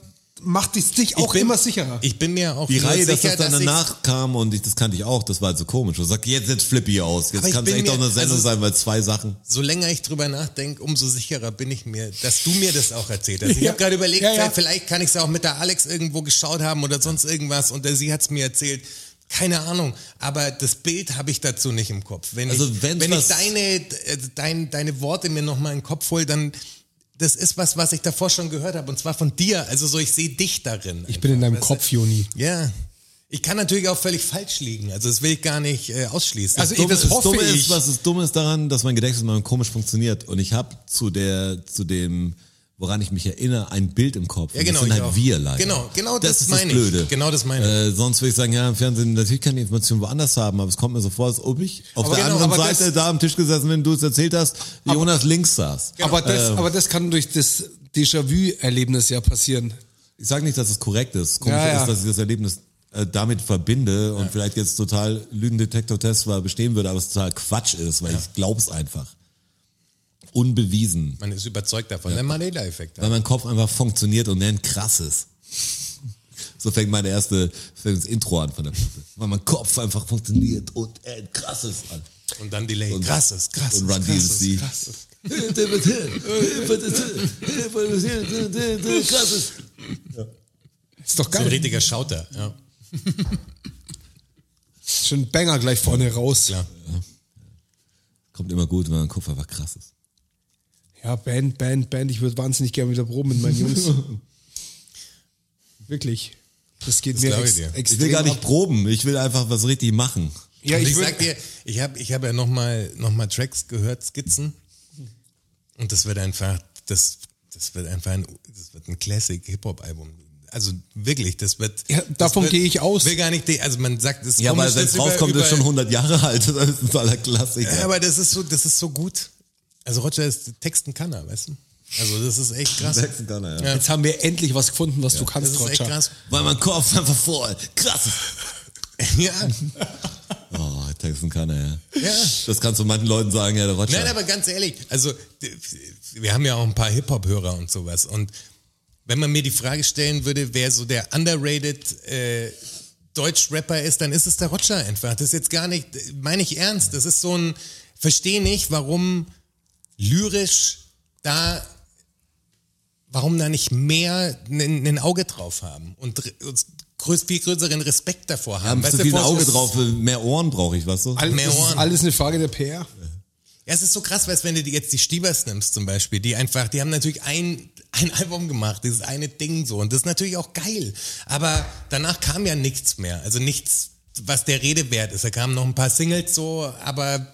macht es dich auch bin- immer sicherer. Ich bin mir auch Die nur Reihe, dass sicher, das dann dass ich's- danach kam und ich, das kannte ich auch, das war halt so komisch. Du sagst, jetzt, jetzt flippe ich aus. Aber Jetzt ich kann es bin echt auch mir- eine Sendung also- sein, weil zwei Sachen. so länger ich drüber nachdenke, umso sicherer bin ich mir, dass du mir das auch erzählt hast. Ich Ja. habe gerade überlegt, Ja, ja. vielleicht kann ich es auch mit der Alex irgendwo geschaut haben oder sonst irgendwas und der, sie hat es mir erzählt. Keine Ahnung, aber das Bild habe ich dazu nicht im Kopf. Wenn Also ich, wenn's wenn ich was- deine, äh, dein, deine Worte mir nochmal in den Kopf hole, dann das ist was, was ich davor schon gehört habe und zwar von dir. Also so, ich sehe dich darin. Ich bin in deinem Kopf, Joni. Ja, Ich kann natürlich auch völlig falsch liegen, also das will ich gar nicht äh, ausschließen. Also Das ich- das Dumme- hoffe Dumme ich. ist, was ist dumm ist daran, dass mein Gedächtnis mal komisch funktioniert. Und ich habe zu der, zu dem, woran ich mich erinnere, ein Bild im Kopf. Ja, Und genau, Das sind ich halt auch. wir leider. Genau, genau das ist meine das ich. Blöde. Genau das meine ich. Äh, sonst würde ich sagen, ja, im Fernsehen natürlich kann die Information woanders haben, aber es kommt mir so vor, als ob ich auf Aber der genau, anderen aber das- Seite da am Tisch gesessen bin, du es erzählt hast, Jonas links Genau, saß. Aber, das, Ähm. aber das kann durch das Déjà-vu-Erlebnis ja passieren. Ich sage nicht, dass es korrekt ist. Komisch Ja, ja. ist, dass ich das Erlebnis äh, damit verbinde und vielleicht jetzt total Lügendetektor-Test war bestehen würde, aber es total Quatsch ist, weil ich glaub's einfach. Unbewiesen. Man ist überzeugt davon, der Mandela-Effekt. Weil mein Kopf einfach funktioniert und nennt krass ist. So fängt meine erste, fängt das Intro an von der Platte. Weil mein Kopf einfach funktioniert und äh, krass ist an. Und dann Delay. Und- krasses, krasses, und Run krasses, DMC. krasses. Krass ist. Ist doch So ein geil. richtiger Schauter, ja. Schon ein Banger gleich vorne raus. Klar. Kommt immer gut, wenn mein Kopf einfach krass ist. Ja, Band, Band, Band. Ich würde wahnsinnig gerne wieder proben mit meinen [laughs] Jungs. Wirklich. Das geht mir glaub ex ich dir. Ich will extrem Ich will gar nicht ab. proben, ich will einfach was richtig machen. Ja, Und ich, ich, würd- sag dir, ich habe ich hab ja nochmal noch mal Tracks gehört, Skizzen. Und das wird einfach, das, das wird einfach ein, das wird ein Classic-Hip-Hop-Album. Also wirklich, das wird. Ja, davon das wird- gehe ich aus. Will gar nicht, de- also man sagt, es Ja, weil komisch, wenn es dass rauskommt, über- ist schon 100 Jahre alt. [laughs] Das ist ein totaler über- Klassiker. Ja, aber das ist so, das ist so gut. Also Roger ist Texten kann er, weißt du? Also das ist echt krass. Texten kann er, ja. jetzt haben wir endlich was gefunden, was du Das kannst, ist echt Roger. krass. weil mein Kopf einfach voll krass ist. [laughs] Ja. Oh, Texten kann er, ja. [laughs] ja. Das kannst du manchen Leuten sagen, ja, der Roger. Nein, aber ganz ehrlich, also d- wir haben ja auch ein paar Hip-Hop-Hörer und sowas. Und wenn man mir die Frage stellen würde, wer so der underrated äh, Deutsch-Rapper ist, dann ist es der Roger einfach. Das ist jetzt gar nicht, meine ich ernst. Das ist so ein, verstehe nicht, warum lyrisch da, warum da nicht mehr ein Auge drauf haben und, r- und größ, viel größeren Respekt davor haben. haben Weißt zu du, viel vor so- Auge drauf, mehr Ohren brauche ich, weißt du? Alles, Mehr das ist Ohren. alles eine Frage der PR. Ja, es ist so krass, weil es, wenn du die jetzt die Stiebers nimmst zum Beispiel, die einfach, die haben natürlich ein, [laughs] ein Album gemacht, dieses eine Ding so und das ist natürlich auch geil, aber danach kam ja nichts mehr, also nichts, was der Rede wert ist. Da kamen noch ein paar Singles so, aber,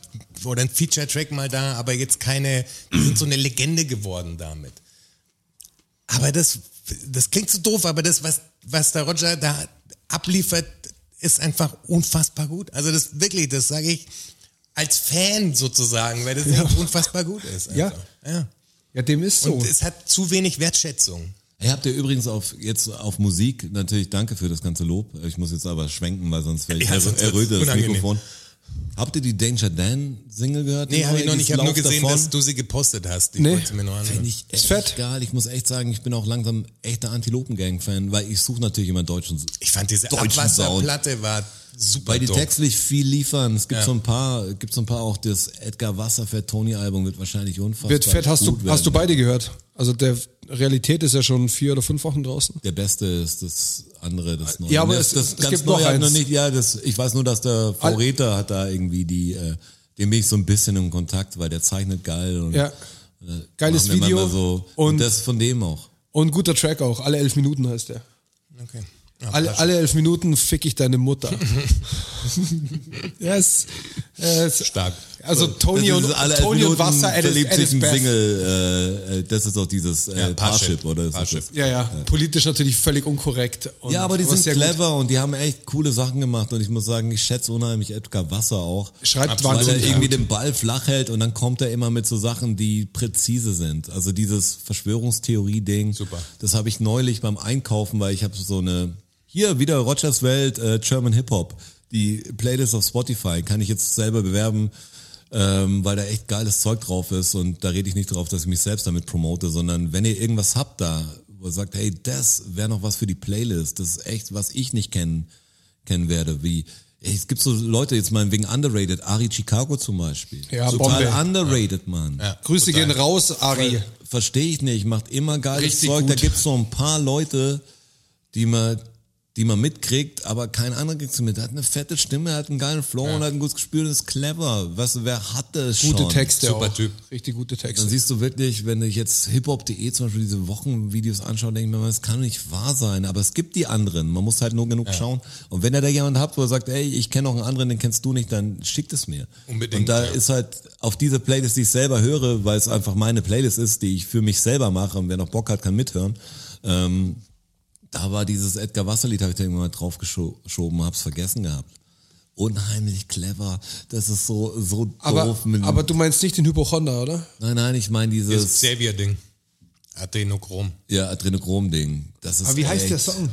oder ein Feature-Track mal da, aber jetzt keine, die sind so eine Legende geworden damit. Aber das, das klingt so doof, aber das, was, was der Roger da abliefert, ist einfach unfassbar gut. Also das wirklich, das sage ich als Fan sozusagen, weil das echt unfassbar gut ist. Ja. einfach. ja. Ja, dem ist so. Und es hat zu wenig Wertschätzung. Ihr habt ja übrigens auf, jetzt auf Musik, natürlich danke für das ganze Lob. Ich muss jetzt aber schwenken, weil sonst werde ich Ja, ja, sonst wird's erröte das unangenehm. Mikrofon. Habt ihr die Danger Dan Single gehört? Nee, habe ich noch nicht. Ich habe nur Genau, Lauf gesehen, davon? dass du sie gepostet hast. Ich Nee. wollte sie mir nur anhören. Bin ich Ist echt fett. egal. Ich muss echt sagen, ich bin auch langsam echter Antilopen-Gang-Fan, weil ich suche natürlich immer deutschen. Ich fand diese Deutschen Abwasserplatte war super Weil die dope. textlich viel liefern. Es gibt Ja. so ein paar, gibt so ein paar auch das Edgar Wasserfett Tony Album wird wahrscheinlich unfassbar. Wird fett, hast du, gut werden. hast du beide gehört. Also der Realität ist ja schon vier oder fünf Wochen draußen. Der Beste ist das andere, das neue. Ja, aber das, es- das es gibt neue noch hat eins. Noch nicht, ja, das, ich weiß nur, dass der Vorräter hat da irgendwie die, äh, dem bin ich so ein bisschen im Kontakt, weil der zeichnet geil Hm. und Ja. Geiles machen wir Video. mal So. Und, und, das von dem auch. und guter Track auch. Alle elf Minuten heißt der. Okay. Ja, Alle, passt. alle elf Minuten fick ich deine Mutter. [laughs] yes. yes. stark. Also Tony das und, ist alle elf Tony und Minuten Wasser at its- verliebt at sich its ein best. Single. Äh, äh, das ist auch dieses äh, Ja, Parship. Parship, oder? Ist das Parship. das? Ja, ja. Politisch natürlich völlig unkorrekt. und- Ja, aber die aber sind sehr gut. clever und die haben echt coole Sachen gemacht und ich muss sagen, ich schätze unheimlich Edgar Wasser auch. Schreibt weil er wahnsinnig irgendwie gut. den Ball flach hält und dann kommt er immer mit so Sachen, die präzise sind. Also dieses Verschwörungstheorie-Ding. Super. Das habe ich neulich beim Einkaufen, weil ich habe so eine, hier wieder Rogers Welt, äh, German Hip-Hop. Die Playlist auf Spotify kann ich jetzt selber bewerben, ähm, weil da echt geiles Zeug drauf ist und da rede ich nicht drauf, dass ich mich selbst damit promote, sondern wenn ihr irgendwas habt da, wo ihr sagt, hey, das wäre noch was für die Playlist, das ist echt, was ich nicht kennen kennen werde, wie ey, es gibt so Leute jetzt mal wegen underrated, Ari Chicago zum Beispiel. Ja, Total Bombe. underrated, Mann. Ja, Grüße total. gehen raus, Ari. Verstehe ich nicht, macht immer geiles Richtig Zeug. Da gut. gibt's so ein paar Leute, die man, die man mitkriegt, aber kein anderer kriegt sie mit. Er hat eine fette Stimme, er hat einen geilen Flow und hat ein gutes Gespür und ist clever. Weißt du, wer hat das schon? Gute Texte Super auch. Typ. Richtig gute Dann Texte. siehst du wirklich, wenn ich jetzt hiphop.de zum Beispiel diese Wochenvideos anschaue, denke ich mir, immer, das kann nicht wahr sein. Aber es gibt die anderen. Man muss halt nur genug schauen. Und wenn ihr da jemanden habt, wo er sagt, ey, ich kenne noch einen anderen, den kennst du nicht, dann schickt es mir. Unbedingt, Und da ja. ist halt auf diese Playlist, die ich selber höre, weil es einfach meine Playlist ist, die ich für mich selber mache. Und wer noch Bock hat, kann mithören. Ähm, da war dieses Edgar Wasserlied, habe ich da irgendwann mal draufgeschoben, hab's vergessen gehabt. Unheimlich clever. Das ist so, so Aber, doof. mit- aber du meinst nicht den Hypochonder, oder? nein, nein, ich meine dieses. Das Xavier-Ding. Adrenochrom. Ja, Adrenochrom-Ding. Das ist Aber wie heißt echt- der Song?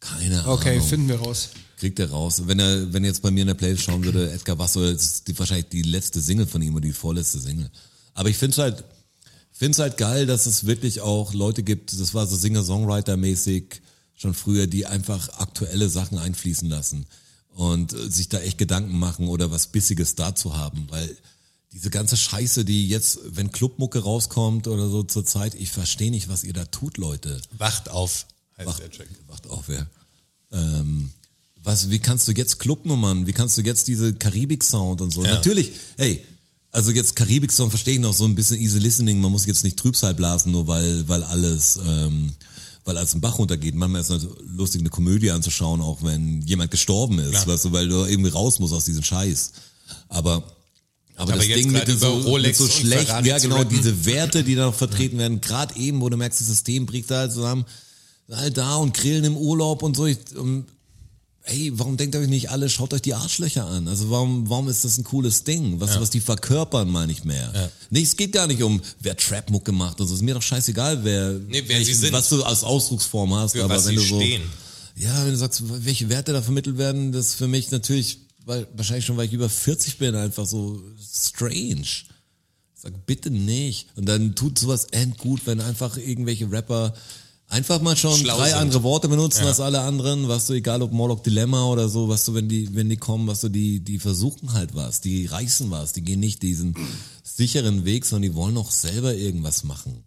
Keine Okay, Ahnung. finden wir raus. Kriegt er raus. Wenn er, wenn er jetzt bei mir in der Playlist schauen würde, Edgar Wasser, das ist die, wahrscheinlich die letzte Single von ihm oder die vorletzte Single. Aber ich finde es halt, find's halt geil, dass es wirklich auch Leute gibt, das war so Singer-Songwriter-mäßig schon früher, die einfach aktuelle Sachen einfließen lassen und äh, sich da echt Gedanken machen oder was Bissiges dazu haben, weil diese ganze Scheiße, die jetzt, wenn Clubmucke rauskommt oder so zur Zeit, ich verstehe nicht, was ihr da tut, Leute. Wacht auf, heißt Wacht, der Track. wacht auf, ja. Ähm, was, wie kannst du jetzt Clubnummern, wie kannst du jetzt diese Karibik-Sound und so? Ja. Natürlich, hey, also jetzt Karibik-Sound verstehe ich noch so ein bisschen easy listening, man muss jetzt nicht Trübsal blasen, nur weil, weil alles, ähm, weil alles im Bach runtergeht. Manchmal ist es halt lustig, eine Komödie anzuschauen, auch wenn jemand gestorben ist, Klar. weißt du, weil du irgendwie raus musst aus diesem Scheiß. Aber aber, Aber das jetzt Ding mit gerade den so, über Rolex mit so und schlecht, Ferrari ja zu genau, rappen. diese Werte, die da noch vertreten werden, gerade eben, wo du merkst, das System bricht da halt zusammen, halt da und grillen im Urlaub und so. Ich, ähm, hey, warum denkt ihr euch nicht alle, schaut euch die Arschlöcher an? Also warum, warum ist das ein cooles Ding? Was, was die verkörpern, meine ich mehr. Nee, es geht gar nicht um, wer Trap-Muck gemacht hat. Es ist mir doch scheißegal, wer, Nee, wer sie sind. was du als Ausdrucksform hast. Für aber was wenn sie du so, stehen. ja, wenn du sagst, welche Werte da vermittelt werden, das ist für mich natürlich, weil wahrscheinlich schon, weil ich über 40 bin, einfach so strange. Ich Sag bitte nicht. Und dann tut sowas endgut, wenn einfach irgendwelche Rapper einfach mal schon Schlau drei sind. andere Worte benutzen Ja. als alle anderen, was du, egal ob Morlock Dilemma oder so, was du, wenn die, wenn die kommen, was du, die, die versuchen halt was, die reißen was, die gehen nicht diesen sicheren Weg, sondern die wollen auch selber irgendwas machen.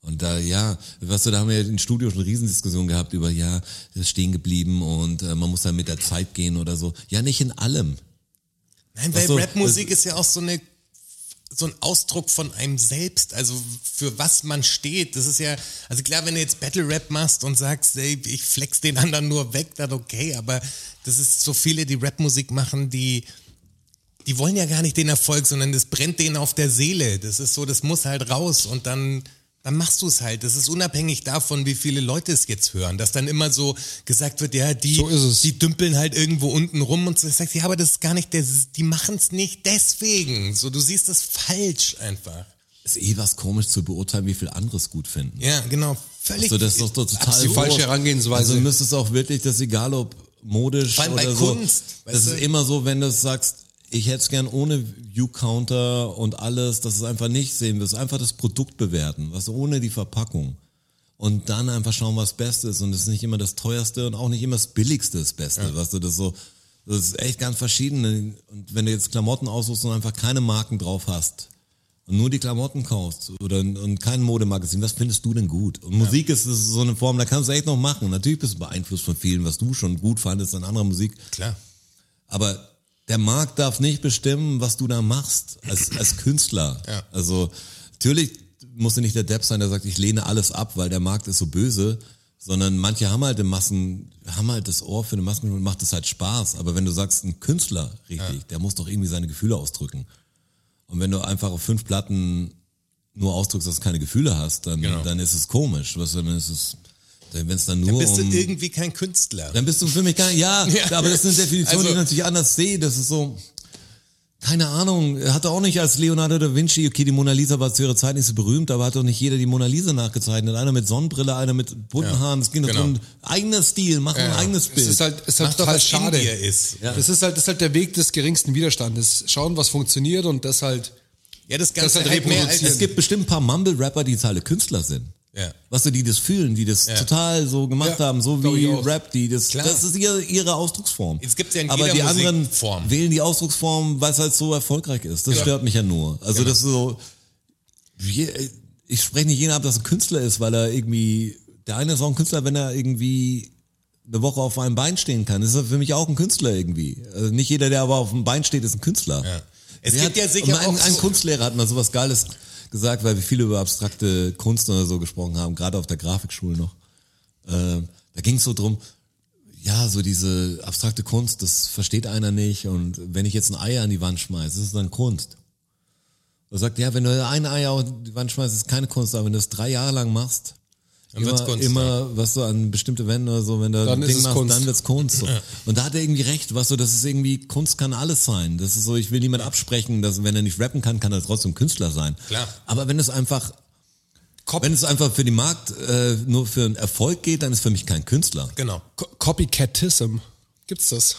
Und da, ja, weißt du, da haben wir ja im Studio schon eine Riesendiskussion gehabt über, ja, das ist stehen geblieben und äh, man muss dann mit der Zeit gehen oder so. Ja, nicht in allem. Nein, weil Ach so, Rapmusik ist ja auch so eine so ein Ausdruck von einem selbst, also für was man steht. Das ist ja, also klar, wenn du jetzt Battle Rap machst und sagst, ey, ich flex den anderen nur weg, dann okay, aber das ist so viele, die Rapmusik machen, die die wollen ja gar nicht den Erfolg, sondern das brennt denen auf der Seele. Das ist so, das muss halt raus und dann, dann machst du es halt. Das ist unabhängig davon, wie viele Leute es jetzt hören, dass dann immer so gesagt wird, ja, die, So ist es. die dümpeln halt irgendwo unten rum und so. Ich sag, ja, aber das ist gar nicht, der, die machen es nicht deswegen. So, du siehst es falsch einfach. Ist eh was komisch zu beurteilen, wie viel anderes gut finden. Ja, genau. Völlig. Also das ist doch so total die wurscht. falsche Herangehensweise. Also müsstest auch wirklich, das egal ob modisch Vor allem oder bei so. Kunst, weißt das du? ist immer so, wenn du sagst, ich hätte es gern ohne View Counter und alles, dass es einfach nicht sehen wirst, einfach das Produkt bewerten, was ohne die Verpackung. Und dann einfach schauen, was Beste ist. Und es ist nicht immer das teuerste und auch nicht immer das billigste das Beste. Weißt du, das so, das ist echt ganz verschieden. Und wenn du jetzt Klamotten aussuchst und einfach keine Marken drauf hast, und nur die Klamotten kaufst oder und kein Modemagazin, was findest du denn gut? Und Musik ist, ist so eine Form, da kannst du echt noch machen. Natürlich bist du beeinflusst von vielen, was du schon gut fandest an anderer Musik. Klar. Aber der Markt darf nicht bestimmen, was du da machst als, als Künstler. Ja. Also natürlich musst du nicht der Depp sein, der sagt, ich lehne alles ab, weil der Markt ist so böse, sondern manche haben halt den Massen, haben halt das Ohr für den Massen und macht es halt Spaß. Aber wenn du sagst, ein Künstler, richtig, der muss doch irgendwie seine Gefühle ausdrücken. Und wenn du einfach auf fünf Platten nur ausdrückst, dass du keine Gefühle hast, dann, Genau. dann ist es komisch. Weißt du, dann ist es, wenn es dann nur Dann bist du um, irgendwie kein Künstler. dann bist du für mich gar [laughs] ja, Ja. aber das ist eine Definition, die Also- ich natürlich anders sehe. Das ist so, keine Ahnung, hat er auch nicht als Leonardo da Vinci, okay, die Mona Lisa war zu ihrer Zeit nicht so berühmt, aber hat doch nicht jeder die Mona Lisa nachgezeichnet. Einer mit Sonnenbrille, einer mit bunten Ja, Haaren, es ging genau. genau. um eigener Stil, machen ein ja. eigenes Es Bild. ist halt, es ist Mach halt doch, total was in schade. dir ist. Ja. Das ist halt, das ist halt der Weg des geringsten Widerstandes. Schauen, was funktioniert und das halt. Ja, das Das Ganze halt halt mehr als... reproduzieren. es gibt bestimmt ein paar Mumble-Rapper, die jetzt alle Künstler sind. Ja. Weißt du, die das fühlen, die das Ja. total so gemacht Ja, haben, so glaub wie ich auch. Rap, die das, Klar. das ist ihre, ihre Ausdrucksform. Jetzt gibt's ja in Aber jeder die anderen Musikform. wählen die Ausdrucksform, weil es halt so erfolgreich ist. Das Ja. stört mich ja nur. Also Genau. das ist so, wir- ich spreche nicht jeden ab, dass er Künstler ist, weil er irgendwie, der eine ist auch ein Künstler, wenn er irgendwie eine Woche auf einem Bein stehen kann, ist er für mich auch ein Künstler irgendwie. Also nicht jeder, der aber auf dem Bein steht, ist ein Künstler. Ja. Es Wer gibt hat- ja um sicher ein, auch ein so- Kunstlehrer hat mal sowas Geiles gesagt, weil wir viel über abstrakte Kunst oder so gesprochen haben, gerade auf der Grafikschule noch. Ähm, da ging es so drum, ja, so diese abstrakte Kunst, das versteht einer nicht. Und wenn ich jetzt ein Ei an die Wand schmeiße, ist es dann Kunst. Er sagt, ja, wenn du ein Ei auf die Wand schmeißt, ist es keine Kunst, aber wenn du das drei Jahre lang machst, Dann wird's immer, Kunst, immer was so an bestimmte Wände oder so, wenn du Dann ein ist Ding es machst, Kunst. dann wird's Kunst. So. Und da hat er irgendwie recht, was so, das ist irgendwie, Kunst kann alles sein. Das ist so, ich will niemand absprechen, dass wenn er nicht rappen kann, kann er trotzdem Künstler sein. Klar. Aber wenn es einfach, Cop wenn es einfach für den Markt äh, nur für einen Erfolg geht, dann ist für mich kein Künstler. Genau. Co Copycatism. Gibt's das?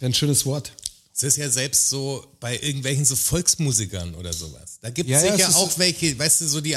Wäre ein schönes Wort. Es ist ja selbst so bei irgendwelchen so Volksmusikern oder sowas. Da gibt Ja, ja, sicher es ist- auch welche, weißt du, so die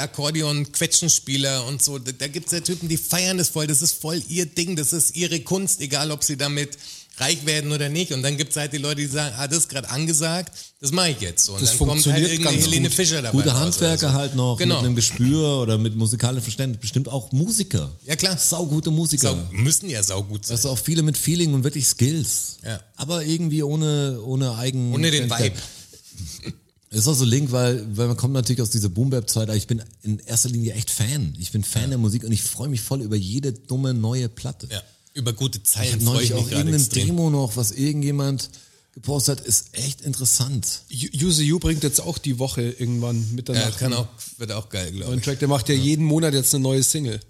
Akkordeon-Quetschenspieler und so. Da, da gibt's ja Typen, die feiern das voll. Das ist voll ihr Ding, das ist ihre Kunst, egal ob sie damit reich werden oder nicht. Und dann gibt's halt die Leute, die sagen, ah, das ist gerade angesagt, das mache ich jetzt. So. Und Das dann kommt halt funktioniert irgendeine ganz Helene gut. Fischer dabei. Gute raus oder Handwerker so. halt noch, Genau. mit einem Gespür oder mit musikalischem Verständnis, bestimmt auch Musiker. Ja, klar. Saugute Musiker. Sau, müssen ja saugut sein. Genau. Das sind auch viele mit Feeling und wirklich Skills. Ja. Aber irgendwie ohne, ohne eigen. Ohne den Identität. Vibe. Das ist auch so link, weil, weil man kommt natürlich aus dieser Boom-Bap-Zeit, aber ich bin in erster Linie echt Fan. Ich bin Fan der Musik und ich freue mich voll über jede dumme neue Platte. Ja. Über gute Ich Zeilen habe freue ich neulich mich auch gerade irgendein extrem. Demo noch, was irgendjemand gepostet hat, ist echt interessant. Use You bringt jetzt auch die Woche irgendwann Ja, Mitternacht. kann auch, wird auch geil, glaube Einen ich. Track, der macht ja jeden Monat jetzt eine neue Single.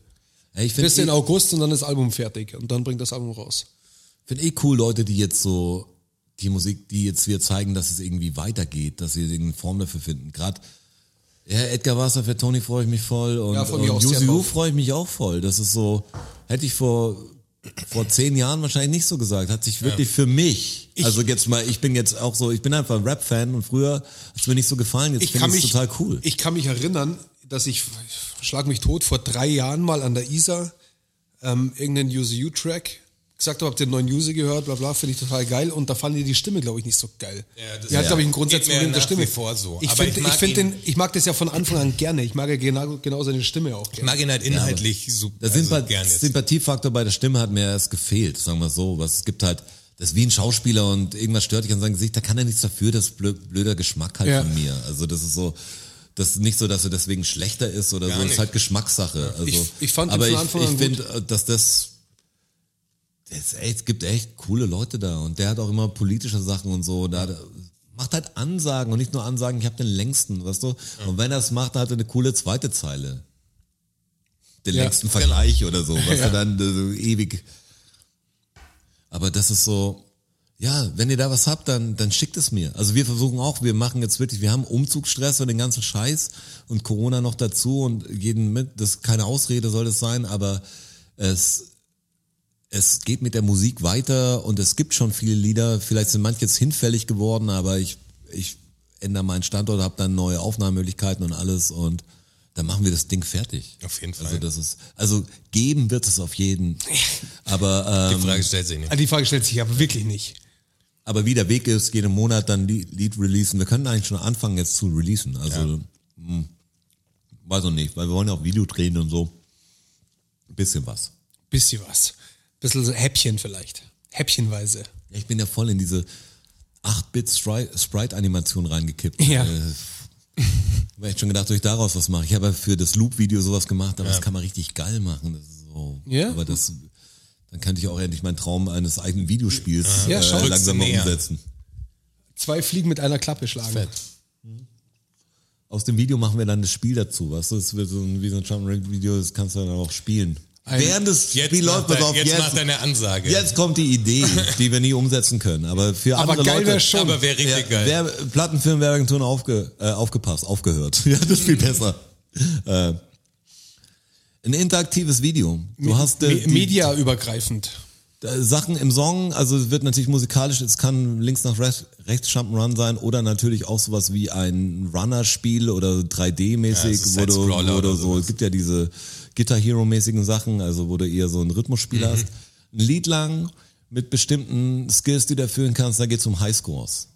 Ja, ich Bis eh- in August und dann ist Album fertig. Und dann bringt das Album raus. Finde eh cool, Leute, die jetzt so die Musik, die jetzt wieder zeigen, dass es irgendwie weitergeht, dass sie irgendeine Form dafür finden. Gerade ja, Edgar Wasser für Tony freue ich mich voll und, Ja, ja, freue mich und auch sehr Yuzu Yu drauf. freue ich mich auch voll. Das ist so, hätte ich vor vor zehn Jahren wahrscheinlich nicht so gesagt. Hat sich wirklich für mich, also jetzt mal, ich bin jetzt auch so, ich bin einfach ein Rap-Fan und früher hat es mir nicht so gefallen. Jetzt Ich finde kann ich es mich total cool. Ich kann mich erinnern, dass ich, ich schlag mich tot, vor drei Jahren mal an der ISA ähm, irgendeinen UCU-Track gesagt habe, habt ihr den neuen User gehört, bla bla, finde ich total geil. Und da fanden die die Stimme, glaube ich, nicht so geil. Ja, das die hat, ja. glaube ich, ein Geht mir Grundsatzproblem mit der nach Stimme. wie vor so. Ich, Aber find, ich ich, mag find ihn. den, ich mag das ja von Anfang an gerne. Ich mag ja genau, genau seine Stimme auch Ich gerne. mag ihn halt inhaltlich super. Der also Sympa- gern jetzt. Sympathiefaktor bei der Stimme hat mir erst gefehlt, sagen wir so. Was es gibt halt, das ist wie ein Schauspieler und irgendwas stört dich an seinem Gesicht, da kann er nichts dafür, das ist blö- blöder Geschmack halt Ja. von mir. Also das ist so, das ist nicht so, dass er deswegen schlechter ist oder so, das nicht. ist halt Geschmackssache. Also, Ich- ich fand ihn aber von ich, Anfang ich an gut. finde, dass das, das echt, es gibt echt coole Leute da und der hat auch immer politische Sachen und so. Da, da- macht halt Ansagen und nicht nur Ansagen, ich habe den längsten, weißt du. Und wenn er es macht, dann hat er eine coole zweite Zeile den Ja, genau. längsten Vergleich oder so, [laughs] was er dann äh, so ewig. Aber das ist so, ja, wenn ihr da was habt, dann, dann schickt es mir. Also wir versuchen auch, wir machen jetzt wirklich, wir haben Umzugsstress und den ganzen Scheiß und Corona noch dazu und jeden mit, das ist keine Ausrede soll es sein, aber es, es geht mit der Musik weiter und es gibt schon viele Lieder, vielleicht sind manche jetzt hinfällig geworden, aber ich, ich ändere meinen Standort, habe dann neue Aufnahmemöglichkeiten und alles und dann machen wir das Ding fertig. Auf jeden Fall. Also das ist, also geben wird es [laughs] auf jeden. Aber, die ähm, Frage stellt sich nicht. Ah, Die Frage stellt sich aber wirklich nicht. aber wie der Weg ist, jeden Monat dann Lied, Lied releasen. Wir können eigentlich schon anfangen jetzt zu releasen. Also, mh, weiß noch nicht, weil wir wollen ja auch Video drehen und so. Ein bisschen was. Bisschen was. Bisschen so Häppchen vielleicht. Häppchenweise. Ja, Ich bin ja voll in diese 8-Bit-Sprite-Animation reingekippt. Ja. Äh, [laughs] hab echt schon gedacht, ob ich daraus was mache. Ich habe ja für das Loop-Video sowas gemacht, aber das kann man richtig geil machen. Das ist so, Ja? Aber das, dann könnte ich auch endlich meinen Traum eines eigenen Videospiels Ja, schau. äh, langsam mal Näher. umsetzen. Zwei Fliegen mit einer Klappe schlagen. Aus dem Video machen wir dann das Spiel dazu, weißt du? Das wird so ein, wie so ein Jump-Rank-Video, das kannst du dann auch spielen. Ein- Während des Jetzt, Spiels macht, läuft pass er, auf, jetzt, jetzt, macht er eine Ansage. jetzt kommt die Idee, die wir nie umsetzen können. Aber für Aber andere geil Leute... wär's schon. Aber wäre richtig Ja, geil. Wer, Plattenfirmenwerbeagenturen aufge, äh, aufgepasst, aufgehört. [laughs] ja, das ist viel besser. Äh, ein interaktives Video. Du hast äh, Me die- mediaübergreifend. äh, Sachen im Song, also es wird natürlich musikalisch, es kann links nach rechts, rechts Jump'n'Run sein oder natürlich auch sowas wie ein Runner-Spiel oder 3D-mäßig, Ja, so wo du, Side-Scroller wo du oder so, es gibt ja diese Guitar Hero-mäßigen Sachen, also wo du eher so ein Rhythmusspiel Mhm. hast. Ein Lied lang mit bestimmten Skills, die du erfüllen kannst, da geht's um Highscores.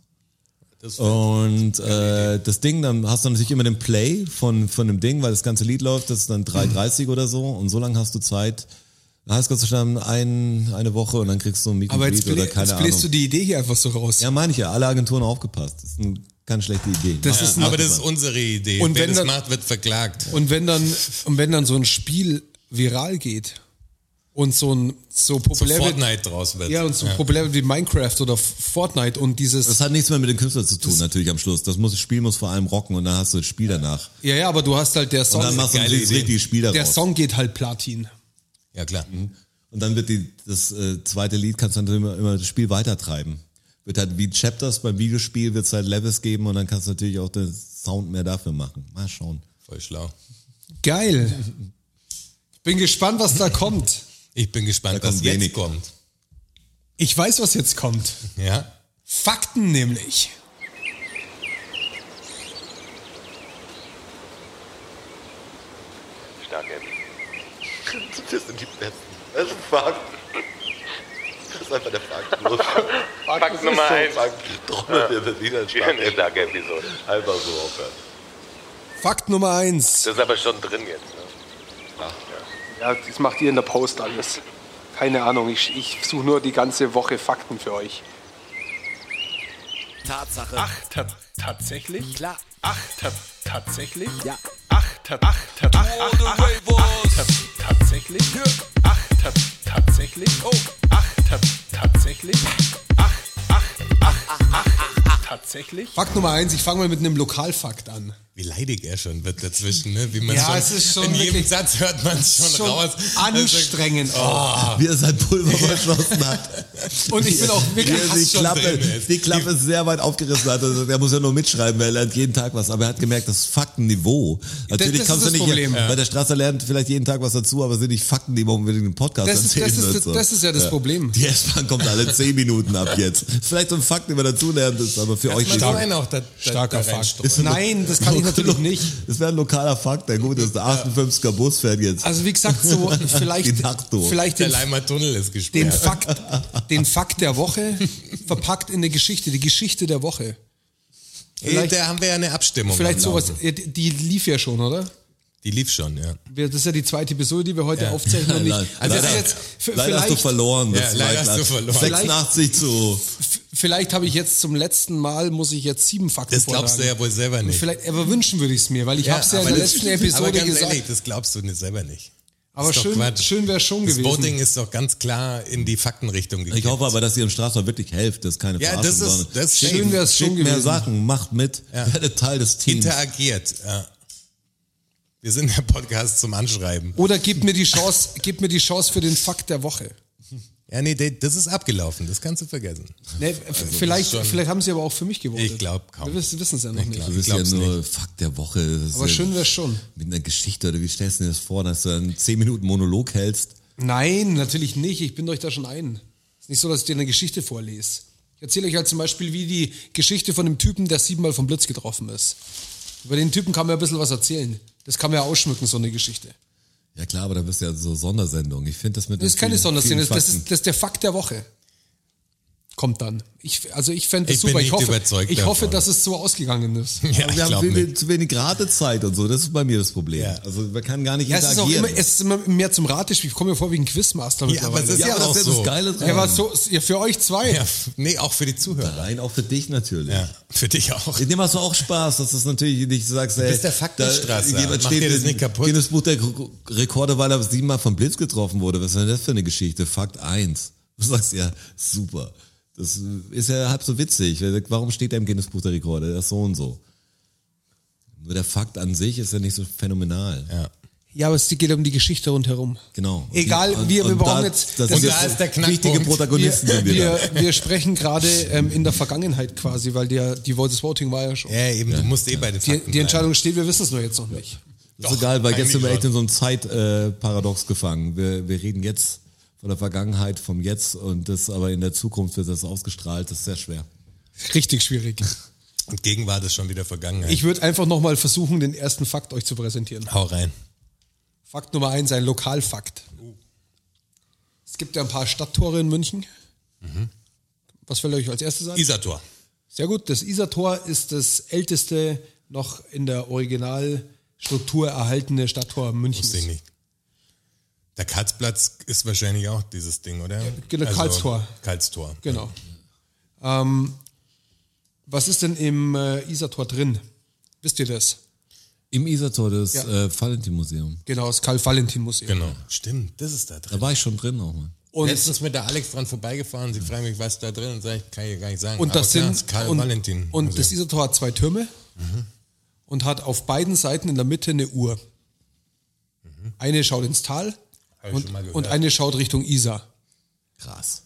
Das- Und äh, das Ding, dann hast du natürlich immer den Mhm. Play von, von dem Ding, weil das ganze Lied läuft, das ist dann 3,30 oder so. Und so lange hast du Zeit, High School zu schreiben, ein, eine Woche und dann kriegst du ein Meet and Aber jetzt, Greet oder bla- keine jetzt Ahnung. bläst du die Idee hier einfach so raus. ja, meine ich ja. Alle Agenturen aufgepasst. Das ist eine ganz schlechte Idee. Das Ja. ist Aber das ist unsere Idee. Und Wer wenn das dann- macht, wird verklagt. Und wenn dann, und wenn dann so ein Spiel viral geht und so ein so So populär wird, Fortnite draus wird. ja und so populär wie Minecraft oder F- Fortnite und dieses, das hat nichts mehr mit dem Künstler zu tun, natürlich am Schluss. Das, muss, das Spiel muss vor allem rocken und dann hast du das Spiel danach. ja ja, aber du hast halt der Und dann Song, machst du ein geile richtiges Idee. richtiges Spiel daraus. der Song geht halt Platin. ja klar. Mhm. Und dann wird die, das äh, zweite Lied, kannst du dann immer, immer das Spiel weitertreiben. Wird halt wie Chapters beim Videospiel, wird es halt Levels geben und dann kannst du natürlich auch den Sound mehr dafür machen. Mal schauen. Voll schlau. Geil. Ich bin gespannt, was da kommt. Ich bin gespannt, Da was kommt jetzt wenig. kommt. Ich weiß, was jetzt kommt. Ja? Fakten nämlich. Stark, Abby. Wir sind die Besten. Das ist ein Fakt. Das ist einfach der Fakt. Los. [laughs] Fakt Nummer eins. Fakt. Trommel wir wieder stark, Eine Abby. starke Episode. Einfach so aufhören. Fakt Nummer eins. Das ist aber schon drin jetzt. Ne? Ja, das macht ihr in der Post alles. Keine Ahnung, ich, ich suche nur die ganze Woche Fakten für euch. Tatsache. Ach, ta tatsächlich? Klar. Ach, ta tatsächlich? Ja. Ach, ta ach, ta ach, ach, ach, ach, ta tatsächlich? Ach, ta tatsächlich? Oh. Ach, ta tatsächlich? Ach, ach, ach, ach, ach, tatsächlich? Fakt Nummer eins. Ich fange mal mit einem Lokalfakt an. Wie leidig er schon wird dazwischen, ne? Wie man Ja, schon, es ist schon in jedem wirklich- Satz hört man es schon, Schon raus. Also, anstrengend. Ah. Wie er sein Pulver verschlossen hat. Oh. Und ich bin auch wirklich Wie er die, fast schon Klappe, drin ist. die Klappe ist sehr weit aufgerissen hat. Also, er muss ja nur mitschreiben, weil er lernt jeden Tag was. Aber er hat gemerkt, das Faktenniveau. Natürlich das kommst ist du das nicht Problem. Bei der Straße lernt vielleicht jeden Tag was dazu, aber es sind nicht Fakten, die man unbedingt im Podcast Das ist, erzählen das, ist, wird, so. das ist ja das Problem. Die S-Bahn kommt alle 10 Minuten ab jetzt. Vielleicht so ein Fakt, den man dazulernt, ist aber für euch Lass mal nicht. so einen auch da, da, Starker da Fakt. reinstreuen. Nein, das kann ich [laughs] natürlich nicht. Das wäre ein lokaler Fakt, der gut ist. Der 58er Bus fährt jetzt. Also wie gesagt, so vielleicht, Die Nacht durch. vielleicht Der den, Leimer Tunnel ist den, gesperrt. Fakt, den Fakt der Woche verpackt in eine Geschichte, die Geschichte der Woche. Ey, vielleicht- da haben wir ja eine Abstimmung. Vielleicht am sowas, Laufen. ja, die die lief ja schon, oder? Die lief schon, ja. Wir- Das ist ja die zweite Episode, die wir heute aufzeichnen. [laughs] Und ich, Leider- also das leider- ist jetzt, v- leider hast du vielleicht, verloren. Ja, ist leider weit hast du nach- verloren. 86 zu. v- vielleicht habe ich jetzt zum letzten Mal, muss ich jetzt sieben Fakten Das glaubst du ja wohl selber nicht. Vielleicht, aber wünschen würde ich es mir, weil ich habe es ja in aber der das- letzten Episode aber ganz gesagt. Ehrlich, das glaubst du nicht selber nicht. aber ist doch schön, Quatsch. schön wäre schon Das gewesen. Voting ist doch ganz klar in die Faktenrichtung gegangen. Ich hoffe aber, dass ihr im Straßenbahn wirklich helft. Das ist keine Ja, Verarschung, das ist- sondern das ist schickt- schön wär's schon schickt mehr gewesen. Sachen, macht mit, Ja. werdet Teil des Teams. interagiert. Ja. Wir sind der Podcast zum Anschreiben. Oder gib mir die Chance, gib mir die Chance für den Fakt der Woche. Ja, nee, de- das ist abgelaufen. Das kannst du vergessen. Nee, Ne, f- vielleicht, Also, schon- vielleicht haben sie aber auch für mich gewotet. Ich glaub kaum. Wir wissen es ja noch nicht. Das ist ja glaub's nur Fakt der Woche. Das ist Aber ja schön wär's schon. Mit einer Geschichte oder wie stellst du dir das vor, dass du einen 10 Minuten Monolog hältst? Nein, natürlich nicht. Ich bin euch da schon ein. ist nicht so, dass ich dir eine Geschichte vorlese. Ich erzähle euch halt zum Beispiel, wie die Geschichte von dem Typen, der siebenmal vom Blitz getroffen ist. Über den Typen kann man ja ein bisschen was erzählen. Das kann man ja ausschmücken, so eine Geschichte. Ja klar, aber dann bist du ja so Sondersendung. Ich finde das mit Das ist den keine vielen- Sonderszene, vielen das, das, [laughs] Fakten- ist, das ist der Fakt der Woche. Kommt dann. Ich, also ich fände das Ich bin super. nicht ich hoffe, überzeugt ich hoffe, davon. dass es so ausgegangen ist. [laughs] Ja, ich wir haben glaube viel, nicht. zu wenig Ratezeit und so. Das ist bei mir das Problem. Ja. Also man kann gar nicht Ja, es ist auch interagieren. immer, es ist immer mehr zum Ratespiel. Ich komme mir vor wie ein Quizmaster Ja, aber mittlerweile. es ist ja, ja, aber auch das ist ja so. das Geile dran. Ja, aber so, ja, für euch zwei. Ja, f- nee, auch für die Zuhörer. Rein auch für dich natürlich. Ja, für dich auch. In dem hast du also auch Spaß, dass das natürlich nicht du sagst, ey, bist der Fakt der Straße, äh, jemand mach steht dir das in- nicht kaputt. Guinness Buch der K- Rekorde, weil er siebenmal vom Blitz getroffen wurde. Was ist denn das für eine Geschichte? Fakt eins. Du sagst ja, super. Das äh, ist ja halb so witzig. Warum steht er im Guinness Buch der Rekorde? Das ist so und so. Nur der Fakt an sich ist ja nicht so phänomenal. Ja. Ja, aber es geht um die Geschichte rundherum. Genau. Egal, Und- wir- wir und brauchen da- jetzt- das Das sind ist- jetzt da ist der Knackpunkt. wichtige Wir, Protagonisten sind wir, wir, da. wir sprechen gerade ähm, in der Vergangenheit quasi, weil der, die Voice Voting war ja schon. Ja, eben, du musst eh bei den Die, Fakten die Entscheidung steht, wir wissen es nur jetzt noch nicht. Doch, Das ist egal, weil eigentlich gestern sind wir echt schon. in so einem Zeitparadox äh, Paradox gefangen. Wir, wir reden jetzt von der Vergangenheit, vom Jetzt und das aber in der Zukunft wird das ausgestrahlt, das ist sehr schwer. Richtig schwierig. bleiben. Und Gegenwart ist schon wieder Vergangenheit. Ich würde einfach nochmal versuchen, den ersten Fakt euch zu präsentieren. Hau rein. Fakt Nummer eins, ein Lokalfakt. Es gibt ja ein paar Stadttore in München. Was fällt euch als erstes ein? Isator. Sehr gut. Das Isartor ist das älteste noch in der Originalstruktur erhaltene Stadttor Wusste ich Münchens. nicht. Der Karlsplatz ist wahrscheinlich auch dieses Ding, oder? Also genau, Karlstor. Karlstor. Genau. Ähm, was ist denn im äh, Isator drin? Wisst ihr das? Im Isator, das Ja. äh, Valentin-Museum. Genau, das Karl-Valentin-Museum. Genau. Stimmt, das ist da drin. Da war ich schon drin auch mal. Und Letztens mit der Alex dran vorbeigefahren, sie fragen mich, was da drin und sag ich, kann ich gar nicht sagen. Und das klar, sind ist Karl Mhm. und, Valentin. und das Isator hat zwei Türme und hat auf beiden Seiten in der Mitte eine Uhr. Eine schaut ins Tal Mhm. Hab ich und, schon mal gehört. und eine schaut Richtung Isar. Krass.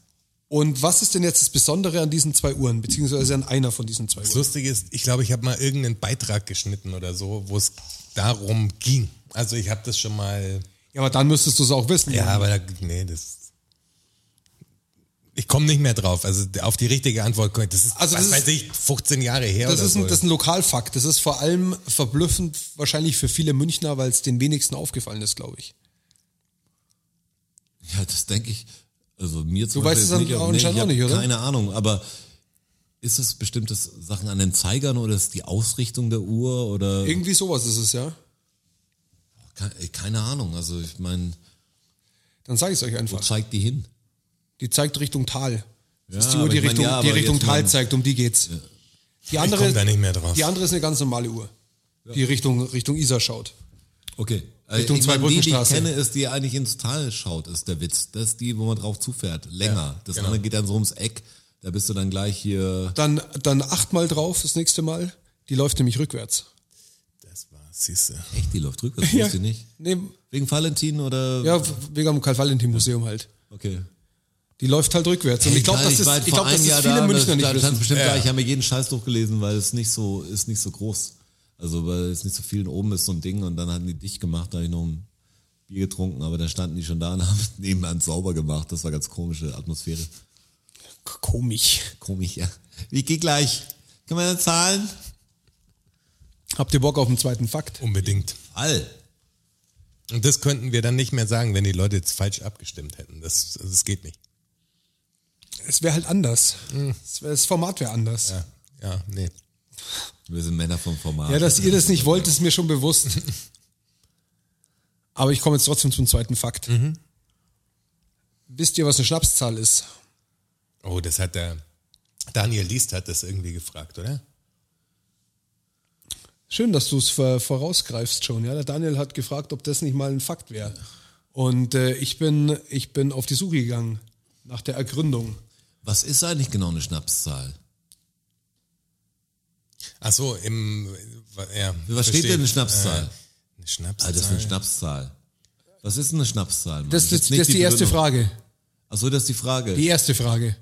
Und was ist denn jetzt das Besondere an diesen zwei Uhren, beziehungsweise an einer von diesen zwei Das Uhren? Lustige ist, ich glaube, ich habe mal irgendeinen Beitrag geschnitten oder so, wo es darum ging. Also ich habe das schon mal. Ja, aber dann müsstest du es auch wissen. Ja, aber da, nee, das. Ich komme nicht mehr drauf. Also auf die richtige Antwort komme ich. Das ist, Also was das ist- weiß ich, 15 Jahre her das, oder ist so. ein, das ist ein Lokalfakt. Das ist vor allem verblüffend wahrscheinlich für viele Münchner, weil es den wenigsten aufgefallen ist, glaube ich. Ja, das denke ich. Also mir zum Du weißt Beispiel es jetzt dann ob- auch ich anscheinend auch hab nicht, oder? Keine Ahnung, aber ist es bestimmte Sachen an den Zeigern oder ist die Ausrichtung der Uhr oder Irgendwie sowas ist es, ja. Ke- keine Ahnung. Also ich meine, Dann sage ich es euch wo einfach. zeigt die hin? Die zeigt Richtung Tal. Das ist die Ja, Uhr, aber die ich mein, Richtung, ja, die aber Richtung jetzt Tal mein- zeigt, um die geht's. Die ich komme da andere, nicht mehr drauf. die andere ist eine ganz normale Uhr, die Richtung, Richtung Isar schaut. Okay. Äh, Richtung ich mein, die, die ich Zweibrückenstraße. kenne, ist die eigentlich ins Tal schaut, ist der Witz. Das ist die, wo man drauf zufährt. Länger. das genau. andere geht dann so ums Eck. Da bist du dann gleich hier. Dann, dann achtmal drauf das nächste Mal. Die läuft nämlich rückwärts. das war, siehste. Echt, die läuft rückwärts, ja. wusste ich nicht. Nee, Wegen Valentin oder? ja, wegen am Karl-Valentin-Museum halt. Okay. Okay. Die läuft halt rückwärts. Und ich glaube, Egal, das ist, war ich vor glaub, das einem ist Jahr viele da, Münchner das, nicht da, wissen. bestimmt Ja. da, ich habe mir jeden Scheiß durchgelesen, weil es nicht so, ist nicht so groß. Also, weil es nicht so vielen oben ist, so ein Ding. Und dann hatten die dicht gemacht, da habe ich noch ein Bier getrunken, aber da standen die schon da und [laughs] haben es nebenan sauber gemacht. Das war ganz komische Atmosphäre. Komisch. Komisch, ja. Ich gehe gleich. Kann man da zahlen? Habt ihr Bock auf einen zweiten Fakt? Unbedingt. All. Und das könnten wir dann nicht mehr sagen, wenn die Leute jetzt falsch abgestimmt hätten. Das, das geht nicht. Es wäre halt anders. Hm. Es wär, das Format wäre anders. Ja. Ja, ja nee. Wir sind Männer vom Format. dass ihr das nicht wollt, ist mir schon [laughs] bewusst. Aber ich komme jetzt trotzdem zum zweiten Fakt. Mhm. Wisst ihr, was eine Schnapszahl ist? Oh, das hat der Daniel Liest hat das irgendwie gefragt, oder? Schön, dass du es ver- vorausgreifst schon. Ja, der Daniel hat gefragt, ob das nicht mal ein Fakt wäre. Und äh, ich bin ich bin auf die Suche gegangen nach der Ergründung. Was ist eigentlich genau eine Schnapszahl? Ach so, im ja, Was steht verstehe. denn eine Schnapszahl? Äh, eine Schnapszahl. Alter, das ist eine Schnapszahl. Was ist denn eine Schnapszahl? Mann? Das, Jetzt das, nicht das ist die erste Begründung. Frage. Achso, das ist die Frage. Die erste Frage.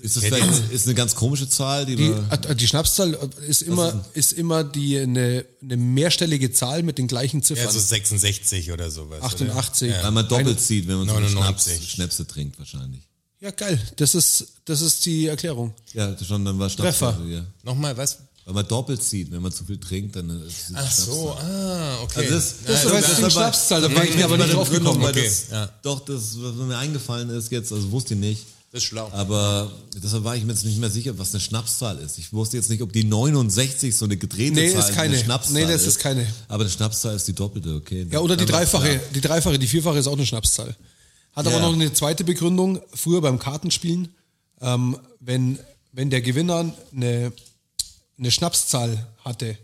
ist das vielleicht ist eine ganz komische Zahl, die, Die, wir. äh, die Schnapszahl ist immer ist immer die eine, eine mehrstellige Zahl mit den gleichen Ziffern. ja, so 66 oder sowas. 88. Oder? Weil Ja. man doppelt zieht, wenn man so einen 99. Schnaps, Schnäpse trinkt wahrscheinlich. Ja, geil. Das ist das ist die Erklärung. Ja, das schon, dann war Schnaps. Treffer. Ja. Nochmal was? Weil man doppelt zieht, wenn man zu viel trinkt, dann ist es Ach so, Schnapszahl. ah, okay. Also das, Nein, ist aber jetzt das- die Schnapszahl, da war ich mir aber nicht drauf gekommen. weil Okay, das, ja. Doch, das, was mir eingefallen ist jetzt, also wusste ich nicht. Das ist schlau. Aber deshalb war ich mir jetzt nicht mehr sicher, was eine Schnapszahl ist. Ich wusste jetzt nicht, ob die 69 so eine gedrehte Nee, Zahl ist keine. eine Schnapszahl Nee, das ist keine. Aber eine Schnapszahl ist die doppelte, okay. Ja, oder die Dann war's dreifache, klar. die dreifache, die vierfache ist auch eine Schnapszahl. Hat aber Ja. noch eine zweite Begründung. Früher beim Kartenspielen, ähm, wenn, wenn der Gewinner eine, eine Schnapszahl hatte,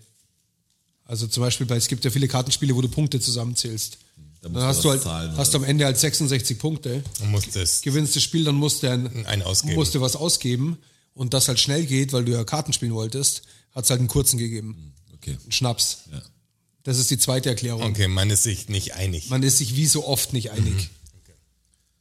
also zum Beispiel, bei, es gibt ja viele Kartenspiele, wo du Punkte zusammenzählst. Da Dann musst du hast was du halt, zahlen, hast du am Ende halt 66 Punkte. Du musst das. Gewinnst das Spiel, dann musst du, ein, Einen ausgeben. musst du was ausgeben. Und das halt schnell geht, weil du ja Karten spielen wolltest, hat es halt einen kurzen gegeben. Okay. Einen Schnaps. Ja. Das ist die zweite Erklärung. Okay, man ist sich nicht einig. Man ist sich wie so oft nicht einig.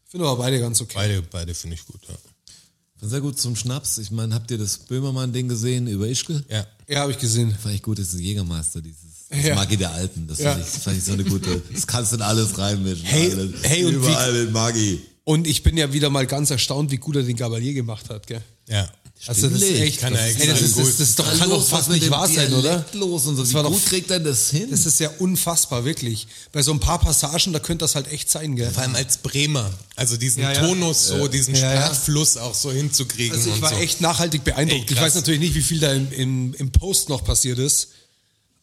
Finde aber beide ganz okay. Beide, beide finde ich gut. Ja, Sehr gut zum Schnaps. Ich meine, habt ihr das Böhmermann-Ding gesehen über Ischgl? ja. Ja, habe ich gesehen. Fand ich gut, das ist Jägermeister, dieses das Ja. Magie der Alten. Das, Ja. fand ich, das fand ich so eine gute. Das kannst du in alles reinmischen. Hey, alles, hey, und wie- überall mit Magie. Und ich bin ja wieder mal ganz erstaunt, wie gut er den Gabalier gemacht hat, gell? ja. Also das ist Stimmlich. echt, Kann er ey, das, extra ist, das, gut. das, das kann doch fast nicht wahr sein, oder? Los und so. Wie war doch- gut kriegt er das hin? Das ist ja unfassbar, wirklich. Bei so ein paar Passagen, da könnte das halt echt sein, gell? Vor allem als Bremer. Also diesen Ja, ja. Tonus so, diesen Ja, ja. Sprachfluss auch so hinzukriegen. Also ich und war so. echt nachhaltig beeindruckt. Ey, ich krass. weiß natürlich nicht, wie viel da im, im, im Post noch passiert ist,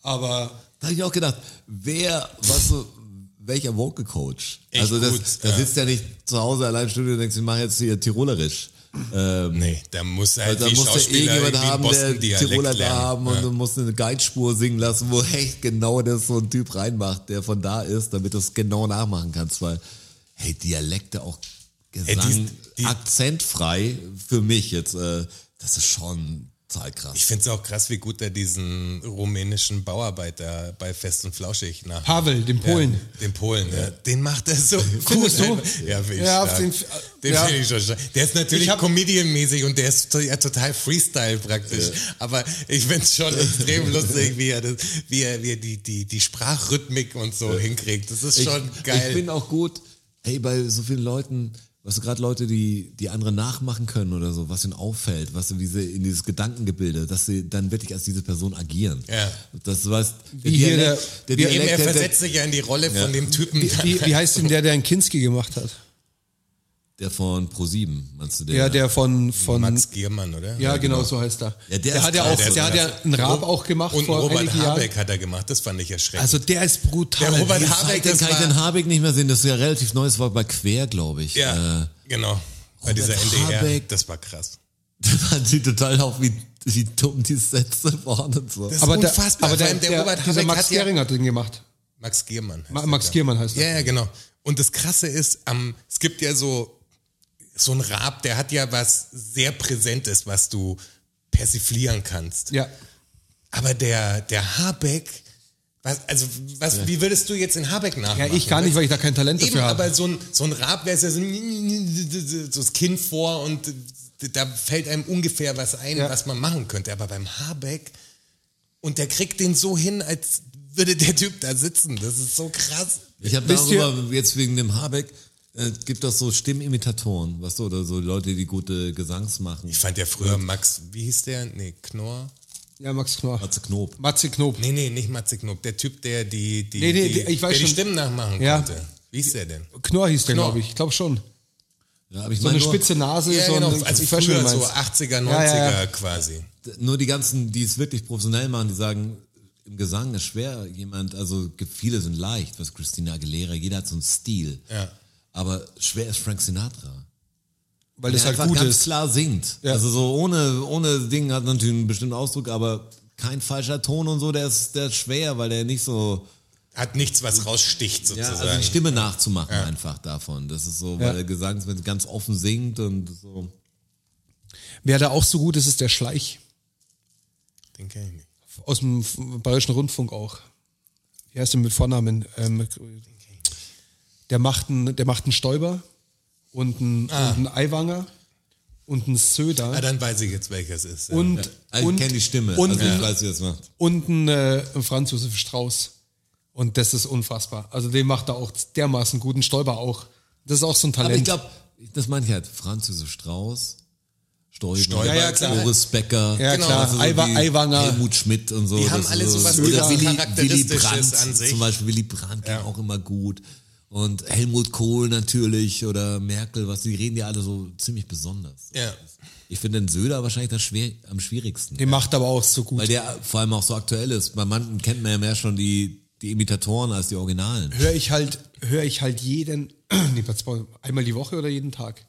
aber Da habe ich auch gedacht, wer, was so, welcher Vocal Coach? Echt also das, gut, da ja. sitzt ja nicht zu Hause allein im Studio und denkt, wir machen jetzt hier Tirolerisch. Ähm, also Nee, da muss halt da die musste Schauspieler irgendjemand irgendwie haben, der Boston-Dialekt Tiroler da lernen. haben und du musst eine Guidespur singen lassen, wo [laughs] echt genau das so ein Typ reinmacht, der von da ist, damit du es genau nachmachen kannst, weil, hey, Dialekte auch Gesang, die- akzentfrei für mich jetzt, äh, das ist schon total Ich krass. finde es auch krass, wie gut er diesen rumänischen Bauarbeiter bei Fest und Flauschig nach. Pavel, den Polen. Ja, den Polen, ja. Den macht er so gut. Findest du? Ja, find ich Ja, stark. den- den, ja. finde ich schon stark. Der ist natürlich Ich hab- Comedian-mäßig und der ist to ja, total Freestyle praktisch. Aber ich finde es schon extrem lustig, wie er, das, wie er, wie er die, die, die Sprachrhythmik und so hinkriegt. Das ist schon geil. ich bin auch gut, hey, bei so vielen Leuten, was weißt du, gerade Leute, die, die andere nachmachen können oder so, was ihnen auffällt, was weißt du, wie sie in dieses Gedankengebilde, dass sie dann wirklich als diese Person agieren. Ja. Das weißt, der Wie hier der, Eben, er der- versetzt sich ja in die Rolle von dem Typen. Wie, wie, [laughs] wie heißt denn der, der einen Kinski gemacht hat? Der von Pro7, meinst du den? Ja, der von, von Max Giermann, oder? Ja, genau, so heißt er. Ja, der der ist hat ja krass, auch, der, der ist hat ja krass. einen Rab auch gemacht Und vor Robert einigen Jahren. Habeck hat er gemacht, das fand ich erschreckend. Also der ist brutal. Der Robert Jetzt Habeck, halt den das kann ich war- den Habeck nicht mehr sehen, das ist ja relativ neu, das war bei Quer, glaube Also, ich. äh, Ja, genau. Bei Robert dieser NDR. Habeck. Das war krass. [laughs] Da waren die total auf, wie, wie dumm die Sätze waren und so. aber der, unfassbar. aber Vor der, allem der der, Robert dieser Habeck Max hat ja- Gering hat den gemacht. Max Giermann. heißt Ma- der, Max glaub ich. Giermann heißt er. Ja, ja, genau. Und das Krasse ist, am, es gibt ja so, so ein Rab, der hat ja was sehr Präsentes, was du persiflieren kannst. Ja. Aber der, der Habeck, was, also, was, wie würdest du jetzt in Habeck nachmachen? Ja, ich gar nicht, weil ich da kein Talent Eben, dafür habe. aber so ein, so ein Rab wäre ja so, so das Kind vor und da fällt einem ungefähr was ein, Ja. was man machen könnte. Aber beim Habeck, und der kriegt den so hin, als würde der Typ da sitzen. Das ist so krass. Ich habe Wisst ihr- darüber, jetzt wegen dem Habeck, äh, gibt das so Stimmimitatoren, weißt du, oder so Leute, die gute Gesangs machen. Ich fand ja früher Max, wie hieß der? Nee, Knorr. Ja, Max Knorr. Matze Knob. Matze Knob. Nee, nee, nicht Matze Knob. Der Typ, der die, die, Nee, nee, die, ich weiß der die schon. Stimmen nachmachen Ja. konnte. Wie hieß der denn? Knorr hieß der, Knorr. glaube ich. Ich glaube schon. Ja, aber ich So meine eine nur, spitze Nase. Ja, so genau. ein, Also ich weiß schon, früher wie du so meinst. 80er, 90er Ja, ja, quasi. nur die ganzen, die es wirklich professionell machen, die sagen, im Gesang ist schwer jemand, also ge- viele sind leicht, was Christina Aguilera, jeder hat so einen Stil. Ja. Aber schwer ist Frank Sinatra. Weil das der halt einfach gut ganz ist. klar singt. Ja. Also so ohne, ohne Ding hat natürlich einen bestimmten Ausdruck, aber kein falscher Ton und so, der ist, der ist schwer, weil der nicht so, Hat nichts, was raussticht ja, sozusagen. also die Stimme nachzumachen einfach davon. Das ist so, weil der Gesang ganz offen singt und so. Wer da auch so gut ist, ist der Schleich. Den kenn ich nicht. Aus dem F- Bayerischen Rundfunk auch. Wie heißt der mit Vornamen? Ähm, der, macht einen, der macht einen Stoiber und einen, Ah. und einen Eiwanger und einen Söder. Ah, dann weiß ich jetzt, welcher es ist. ja. und, Also und, ich kenne die Stimme. Und, also ich weiß, wie das macht. und ein äh, Franz Josef Strauß. Und das ist unfassbar. Also den macht er auch dermaßen guten Stolper auch. Das ist auch so ein Aber ich Talent. glaube, das meine ich halt. Franz Josef Strauß, Stoiber, Stoiber, Ja, ja, klar. Genau. Boris Becker, Ja, klar. also so Aiwa- die Aiwanger. Helmut Schmidt und so. Die haben das alle ist sowas Oder ganz Willi, Willi Charakteristisches Brandt an sich. zum Beispiel. Willy Brandt ging auch immer gut. Und Helmut Kohl natürlich oder Merkel, was die reden ja alle so ziemlich besonders. ja. Ich finde den Söder wahrscheinlich das schwer, am schwierigsten. den macht aber auch so Weil gut. der vor allem auch so aktuell ist. Bei manchen kennt man ja mehr schon die, die Imitatoren als die Originalen. Höre ich halt, höre ich halt jeden, [clears throat] nee, was, einmal die Woche oder jeden Tag.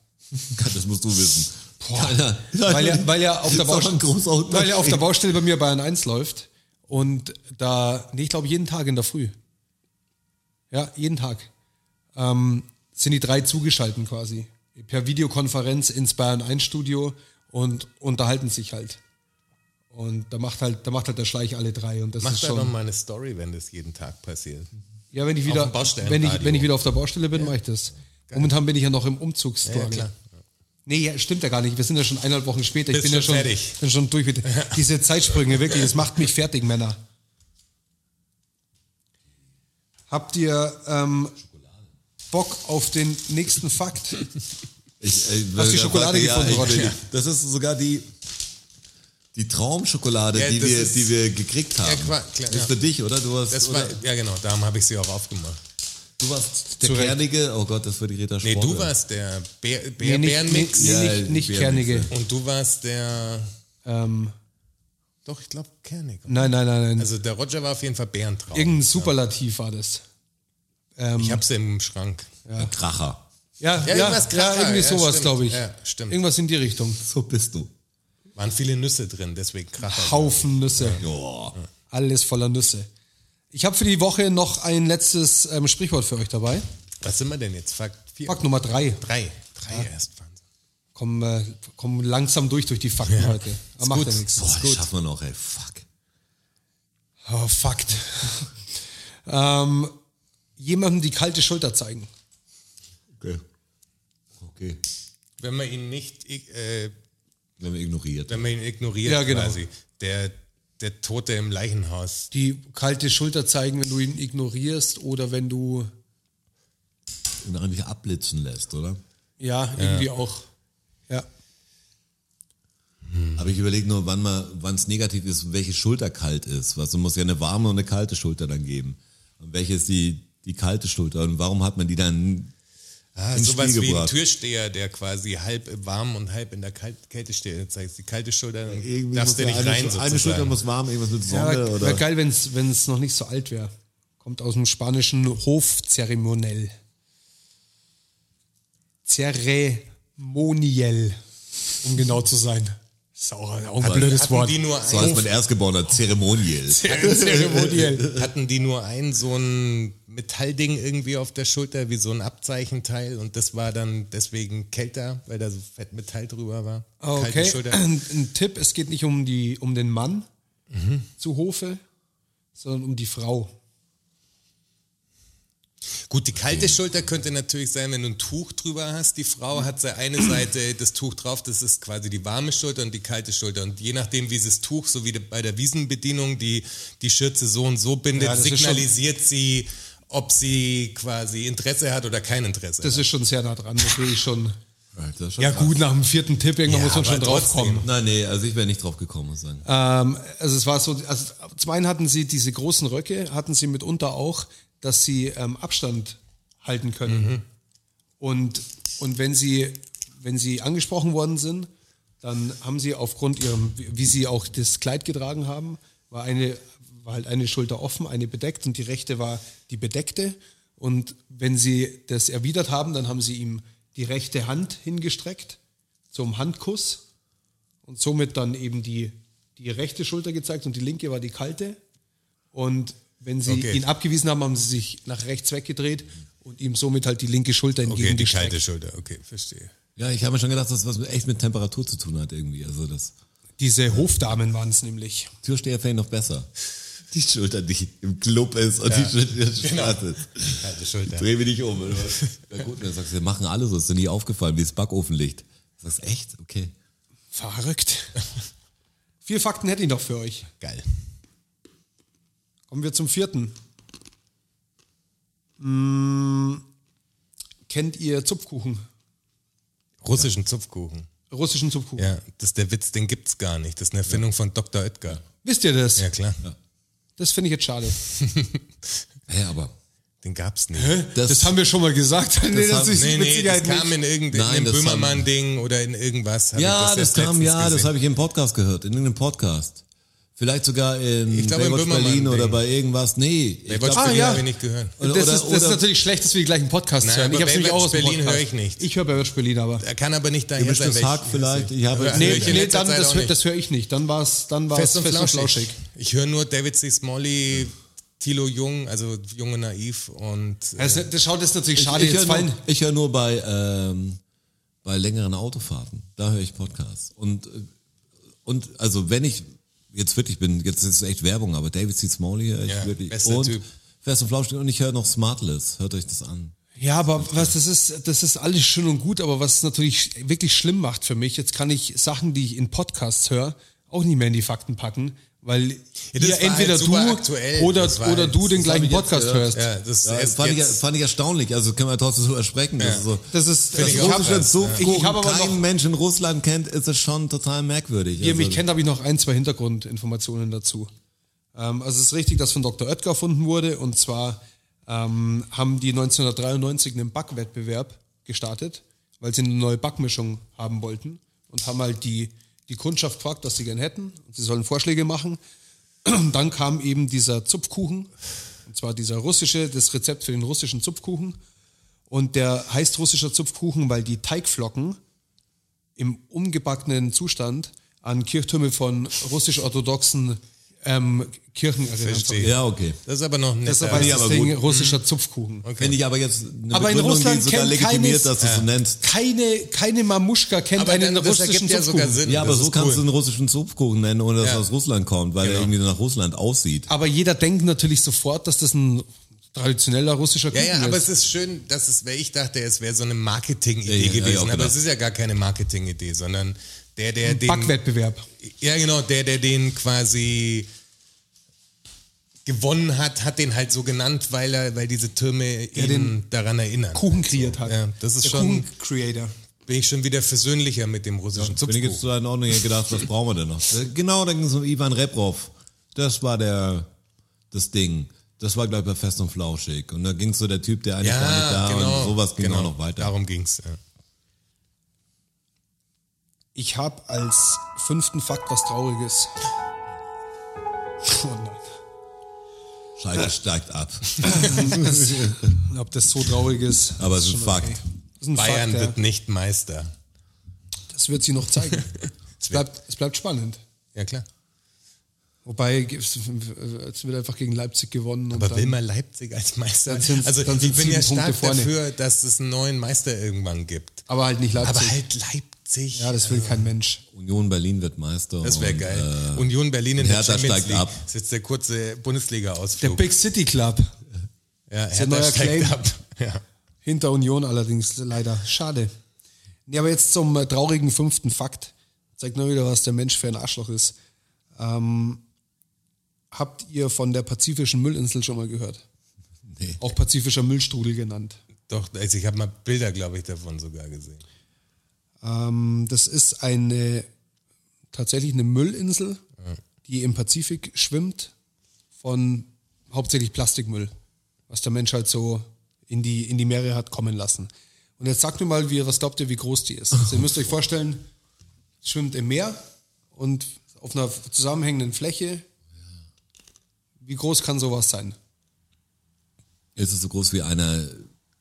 Das musst du wissen. Keiner. Weil er, weil er auf der [laughs] Das war ein großer Baustelle, Unterschied. weil er auf der eh. Baustelle bei mir Bayern 1 läuft. Und da, nee, ich glaube jeden Tag in der Früh. Ja, jeden Tag. Ähm, sind die drei zugeschalten quasi. Per Videokonferenz ins Bayern 1 Studio und unterhalten sich halt. Und da macht halt, da macht halt der Schleich alle drei. Und das Mach ist da doch schon. mal eine Story, wenn das jeden Tag passiert. Ja, wenn ich auf wieder, dem Baustellenradio. wenn ich, wenn ich wieder auf der Baustelle bin, mache ich das. Momentan bin ich ja noch im Umzugsstruggle. Nee, ja, stimmt ja gar nicht. Wir sind ja schon eineinhalb Wochen später. Ich Bist bin ja schon schon, fertig. bin schon durch [laughs] mit diese Zeitsprünge, wirklich. Das macht mich fertig, Männer. Habt ihr ähm, Bock auf den nächsten Fakt? Ich, äh, Hast du die äh, Schokolade warte, gefunden, Roger? ich- Das ist sogar die, die Traumschokolade, Ja, die, das wir, ist- die wir gekriegt haben. klar, klar, das ist ja. für dich, oder? Du warst, Das oder? war, ja, genau, darum habe ich sie auch aufgemacht. Du warst der Zu Recht. Kernige. Oh Gott, das war die Rita Sport. Nee, du warst der Bär, Nee, Bär, nicht, nee, Bärenmix nee, Ja, nicht, nicht Bärenmix, kernige. und du warst der. Ähm, Doch, ich glaube, Kernig. nein, nein, nein, nein. Also der Roger war auf jeden Fall Bärentraum. Irgendein Superlativ war das. Ich hab's im Schrank. Der Kracher. Ja, ja, ja, irgendwas Kracher, irgendwie ja, sowas, stimmt. glaube ich. Ja, stimmt. Irgendwas in die Richtung. So bist du. Waren viele Nüsse drin, deswegen Kracher. Haufen Nüsse. Joa. Alles voller Nüsse. Ich habe für die Woche noch ein letztes ähm, Sprichwort für euch dabei. Was sind wir denn jetzt? Fakt vier. Fakt Nummer drei. Drei. Drei erst. Wahnsinn. Komm, äh, komm langsam durch durch die Fakten heute. Aber macht ja nichts. Boah, das schaffen wir noch, ey. Fuck. Oh, Fakt. [laughs] ähm, jemandem die kalte Schulter zeigen. Okay. Okay. Wenn man ihn nicht, äh, Wenn wir ignoriert. wenn man ihn ignoriert, Ja, genau. quasi. Der, der Tote im Leichenhaus. Die kalte Schulter zeigen, wenn du ihn ignorierst oder wenn du Wenn man dich abblitzen lässt, oder? ja irgendwie auch. Ja. Aber ich überlege nur, wann mal, wann es negativ ist, welche Schulter kalt ist. Was, du musst ja eine warme und eine kalte Schulter dann geben. Und welche ist die, die kalte Schulter? Und warum hat man die dann Ah, ins sowas Spiel wie ein gebracht? Türsteher, der quasi halb im Warmen und halb in der Kalt- Kälte steht. Das heißt, die kalte Schulter irgendwie darfst muss du ja nicht eine, rein Schu- sozusagen. eine Schulter muss warm, irgendwas mit Ja, Sonne wäre oder. wär geil, wenn es noch nicht so alt wäre. Kommt aus dem spanischen Hofzeremoniell. Zeremoniell, um genau zu sein. Ist auch ein, auch ein blödes hatten Wort. die nur So heißt mein Erstgeborener, Zeremoniell. [laughs] [laughs] Zeremoniell. Hatten die nur ein so ein Metallding irgendwie auf der Schulter, wie so ein Abzeichenteil und das war dann deswegen kälter, weil da so fett Metall drüber war. Ah, Kalte Okay, Schulter. ein, ein Tipp, es geht nicht um, die, um den Mann zu Hofe, sondern um die Frau. Gut, die kalte Schulter könnte natürlich sein, wenn du ein Tuch drüber hast. Die Frau hat [clears throat] seine eine Seite das Tuch drauf, das ist quasi die warme Schulter und die kalte Schulter. Und je nachdem, wie sie das Tuch, so wie bei der Wiesenbedienung, die die Schürze so und so bindet, Ja, das ist schon- signalisiert sie, ob sie quasi Interesse hat oder kein Interesse Das hat. ist schon sehr nah dran, das sehe ich schon. Alter, schon [laughs] Ja krass. gut, nach dem vierten Tipp, irgendwann Ja, muss man aber schon drauf trotzdem. kommen. Nein, nee, also ich wäre nicht drauf gekommen, muss ich sagen. Ah. Ähm, also es war so, also zum einen hatten sie diese großen Röcke, hatten sie mitunter auch, dass sie ähm, Abstand halten können. Und, und wenn sie, wenn sie angesprochen worden sind, dann haben sie aufgrund ihrem, wie wie sie auch das Kleid getragen haben, war eine, war halt eine Schulter offen, eine bedeckt und die rechte war die bedeckte. Und wenn sie das erwidert haben, dann haben sie ihm die rechte Hand hingestreckt zum Handkuss und somit dann eben die, die rechte Schulter gezeigt und die linke war die kalte. Und wenn sie Okay. ihn abgewiesen haben, haben sie sich nach rechts weggedreht und ihm somit halt die linke Schulter Okay, die entgegengestreckt. kalte Schulter, okay, verstehe. Ja, ich habe mir schon gedacht, dass das was echt mit Temperatur zu tun hat irgendwie. Also das Diese Hofdamen waren es nämlich. Türsteher fängt noch besser. Die Schulter, die im Club ist und die Schulter, die schwarz ist. Kalte Genau. Schulter. Dreh mich nicht um. Oder? was? Na gut, dann sagst du, wir machen alle so, ist dir nie aufgefallen, wie das Backofenlicht. Sagst echt? Okay. [laughs] Verrückt. Vier Fakten hätte ich noch für euch. Geil. Kommen wir zum vierten. Hm, kennt ihr Zupfkuchen? Russischen Zupfkuchen. Russischen Zupfkuchen. Ja, das ist der Witz, den gibt's gar nicht. Das ist eine Erfindung von Dr. Oetker. Wisst ihr das? Ja, klar. Das finde ich jetzt schade. Hä, aber Den gab's nicht. Das, haben wir schon mal gesagt. [laughs] nee, haben- das ist Nee, mit nee, das Sicherheit kam nicht. in Nein, irgendeinem das Böhmermann-Ding oder in irgendwas. hab Ja, ich das, erst kam, letztens ja, das gesehen. habe ich im Podcast gehört, in irgendeinem Podcast. Vielleicht sogar in Ich glaube, im Baywatch Böhmermann Berlin oder Ding. bei irgendwas. Nee, ich Baywatch glaub, ah, Berlin Ah, ja. habe ich nicht gehört. Oder- das, oder- ist, das ist oder- natürlich schlecht, dass wir die gleichen Podcasts Nein, hören. Ich aber hab's nämlich Baywatch auch aus dem Berlin Podcast. höre ich nicht. Ich höre Baywatch Berlin, aber. Er kann aber nicht daher sein, Gemischtes welchen- Hack vielleicht. Ich habe Ja, Nee, höre ich in nee letzter dann, Zeit das, auch hö- nicht. das höre ich nicht. Dann war es dann war's Fest und flauschig. Ich höre nur David C. Smalley, Tilo Jung, also Junge Naiv und äh, Das, das schaut jetzt natürlich schade. ich jetzt höre nur, fallen. ich hör nur bei, ähm, bei längeren Autofahrten. Da höre ich Podcasts. Und, äh, und also wenn ich jetzt wirklich bin, jetzt ist es echt Werbung, aber David C. Smalley höre ich Ja, wirklich. bester Und Typ. Fest und Flauschig und ich höre noch Smartless. Hört euch das an. Ja, aber was das ist, das ist alles schön und gut, aber was es natürlich wirklich schlimm macht für mich, jetzt kann ich Sachen, die ich in Podcasts höre, auch nicht mehr in die Fakten packen, weil das ja, war entweder halt du super aktuell. oder, Das war oder halt- du den das gleichen hab ich jetzt Podcast gehört. hörst. ja, das Ja, ist fand, ich, jetzt, fand ich erstaunlich. Also können wir trotzdem drüber sprechen. Das ist so, Das ist, dass ich auch hab, krass. Russland so ich, ich hab aber noch, kein Mensch in Russland kennt, ist es schon total merkwürdig. Wie ihr Also- mich kennt, habe ich noch ein, zwei Hintergrundinformationen dazu. Ähm, also es ist richtig, dass von Dr. Oetker erfunden wurde. Und zwar ähm, haben die 1993 einen Backwettbewerb gestartet, weil sie eine neue Backmischung haben wollten. Und haben halt die, die Kundschaft gefragt, [clears throat] was sie gern hätten. Und sie sollen Vorschläge machen. Und dann kam eben dieser Zupfkuchen. Und zwar dieser russische, das Rezept für den russischen Zupfkuchen. Und der heißt russischer Zupfkuchen, weil die Teigflocken im umgebackenen Zustand an Kirchtürme von russisch-orthodoxen ähm, Kirchen erinnern. Verstehe. Ja, okay. Das ist aber noch nett. Das ist aber ja, das aber Ding, gut. russischer Zupfkuchen. Wenn ich aber jetzt eine Aber in Begründung, Russland die sogar kennt keines- äh, legitimiert, dass du es so nennst. Keine, keine Mamuschka kennt aber einen dann, das russischen ergibt ja sogar Zupfkuchen. Sinn. Ja, aber das so ist kannst cool. du einen russischen Zupfkuchen nennen, ohne dass Ja. er aus Russland kommt, weil er Genau. irgendwie nach Russland aussieht. Aber jeder denkt natürlich sofort, dass das ein traditioneller russischer Ja, Kuchen ja, aber ist. es ist schön, dass es, weil ich dachte, es wäre so eine Marketing-Idee Ja, ja, ja, gewesen, ja, auch genau. aber gedacht. es ist ja gar keine Marketing-Idee, sondern der, der den, Backwettbewerb. ja genau, der, der den quasi gewonnen hat, hat den halt so genannt, weil er, weil diese Türme ihn den daran erinnern. Kuchen kreiert hat. Ja, das ist der schon, Kuchen-Creator. bin ich schon wieder versöhnlicher mit dem russischen Bin ich jetzt Zupfkuchen. so in Ordnung hätte gedacht, was brauchen wir denn noch? Äh, Genau, dann ging es um Ivan Reprov. Das war der, das Ding. Das war, glaube ich, bei Fest und Flauschig. Und da ging so der Typ, der eigentlich gar nicht da Ja, genau. und sowas ging genau, auch noch weiter. Darum ging's. Ja. Ich habe als fünften Fakt was Trauriges. Oh nein. [laughs] Schalke steigt ab. [laughs] Ob das so traurig ist. Aber das es ist ein schon Fakt. Das ist ein Bayern Fakt, wird ja. nicht Meister. Das wird sie noch zeigen. es, bleibt, es bleibt spannend. Ja klar. Wobei es es wird einfach gegen Leipzig gewonnen. und Aber dann, will man Leipzig als Meister? Dann sind- also dann ich sind bin ja sieben Punkte vorne. stark dafür, dass es einen neuen Meister irgendwann gibt. aber halt nicht Leipzig. Aber halt Leipzig. ja, das will kein Mensch. Union Berlin wird Meister. das wäre und, äh, geil. Union Berlin in der Hertha Champions steigt League. ab. Das ist jetzt der kurze Der Bundesliga-Ausflug. Big City Club. ja, der Hertha neue steigt Claim. ab. [laughs] Ja. Hinter Union allerdings leider. Schade. Nee, aber jetzt zum äh, traurigen fünften Fakt. Zeigt nur wieder, was der Mensch für ein Arschloch ist. Ähm, habt ihr von der pazifischen Müllinsel schon mal gehört? Nee. Auch pazifischer Müllstrudel genannt. Doch, also ich habe mal Bilder, glaube ich, davon sogar gesehen. Ähm, das ist eine tatsächlich eine Müllinsel, die im Pazifik schwimmt von hauptsächlich Plastikmüll, was der Mensch halt so in die, in die Meere hat kommen lassen. Und jetzt sagt mir mal, wie, was glaubt ihr, wie groß die [laughs] ist? Also ihr müsst euch vorstellen, es schwimmt im Meer und auf einer zusammenhängenden Fläche. Wie groß kann sowas sein? äh, Ist es so groß wie eine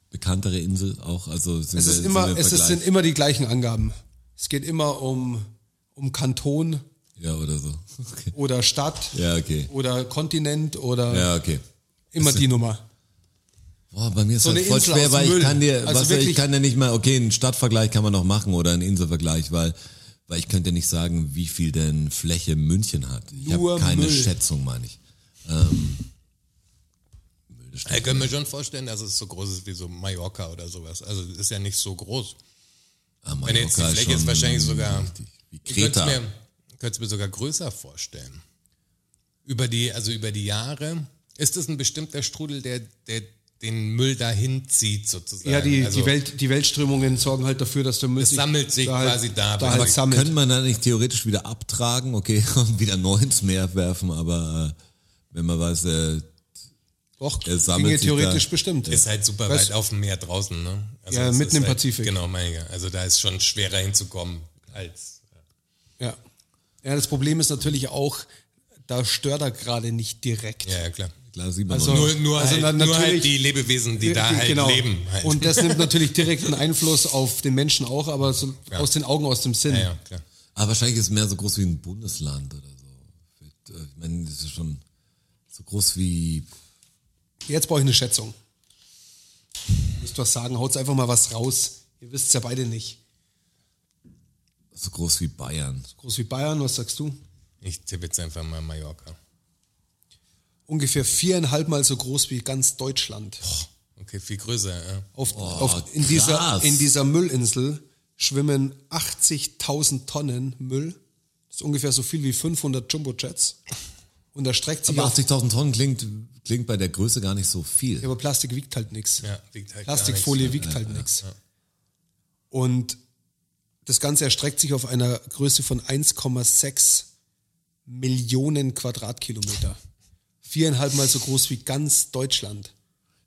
bekanntere Insel auch? Also sind Es, ist wir- immer, sind wir im es ist, Vergleich? sind immer die gleichen Angaben. Es geht immer um, um Kanton Ja, oder so. Okay. oder Stadt. Ja, okay. oder Kontinent oder Ja, okay. immer die Nummer. Boah, bei mir ist So das eine voll Insel aus schwer, weil Müll. ich kann dir, Also was, ich wirklich- kann ja nicht mal, okay, einen Stadtvergleich kann man noch machen oder einen Inselvergleich, weil, weil ich könnte ja nicht sagen, wie viel denn Fläche München hat. Ich Nur habe keine Müll. Schätzung, meine ich. Ich kann mir schon vorstellen, dass es so groß ist wie so Mallorca oder sowas. Also es ist ja nicht so groß. Ah, Wenn jetzt die Mallorca Fläche ist schon wahrscheinlich sogar. richtig. Wie Ich könnte Kreta. es mir, ich könnte es mir sogar größer vorstellen. Über die, also über die Jahre. Ist es ein bestimmter Strudel, der, der den Müll dahin zieht, sozusagen? Ja, die, also, die, Welt, die Weltströmungen sorgen halt dafür, dass der Müll Es sammelt sich da halt, quasi da. da Aber halt sammelt. Könnte man da nicht theoretisch wieder abtragen, okay, [laughs] und wieder neu ins Meer werfen, aber äh, wenn man weiß, äh, Doch, es sammelt ginge sich theoretisch da. bestimmt. Ist halt super Weißt- weit auf dem Meer draußen, ne? Also Ja, es mitten ist im halt, Pazifik. Genau, meine ich. Also da ist schon schwerer hinzukommen als. Ja. ja, das Problem ist natürlich auch, da stört er gerade nicht direkt. Ja, ja, klar. klar sieht man Also- noch nicht. Nur, nur, Also halt, dann nur halt natürlich- die Lebewesen, die da halt Genau. leben. Halt. Und das nimmt natürlich direkten Einfluss auf den Menschen auch, aber so Ja. aus den Augen, aus dem Sinn. ja, ja, klar. Aber wahrscheinlich ist es mehr so groß wie ein Bundesland oder so. äh, Ich meine, das ist schon so groß wie Jetzt brauche ich eine Schätzung. Müsst was sagen, haut einfach mal was raus. Ihr wisst es ja beide nicht. so groß wie Bayern. Groß wie Bayern, was sagst du? Ich tippe jetzt einfach mal Mallorca. Ungefähr viereinhalb Mal so groß wie ganz Deutschland. Okay, viel größer, ja. Auf, auf, in, dieser, krass. in dieser Müllinsel schwimmen 80.000 Tonnen Müll. Das ist ungefähr so viel wie 500 Jumbo-Jets. Und da streckt sich Aber auf, 80.000 Tonnen klingt, klingt bei der Größe gar nicht so viel. Ja, aber Plastik wiegt halt nichts. Ja, wiegt halt gar Plastikfolie nichts, ne? wiegt halt nichts. Und das Ganze erstreckt sich auf einer Größe von 1,6 Millionen Quadratkilometer. Viereinhalb Mal so groß wie ganz Deutschland.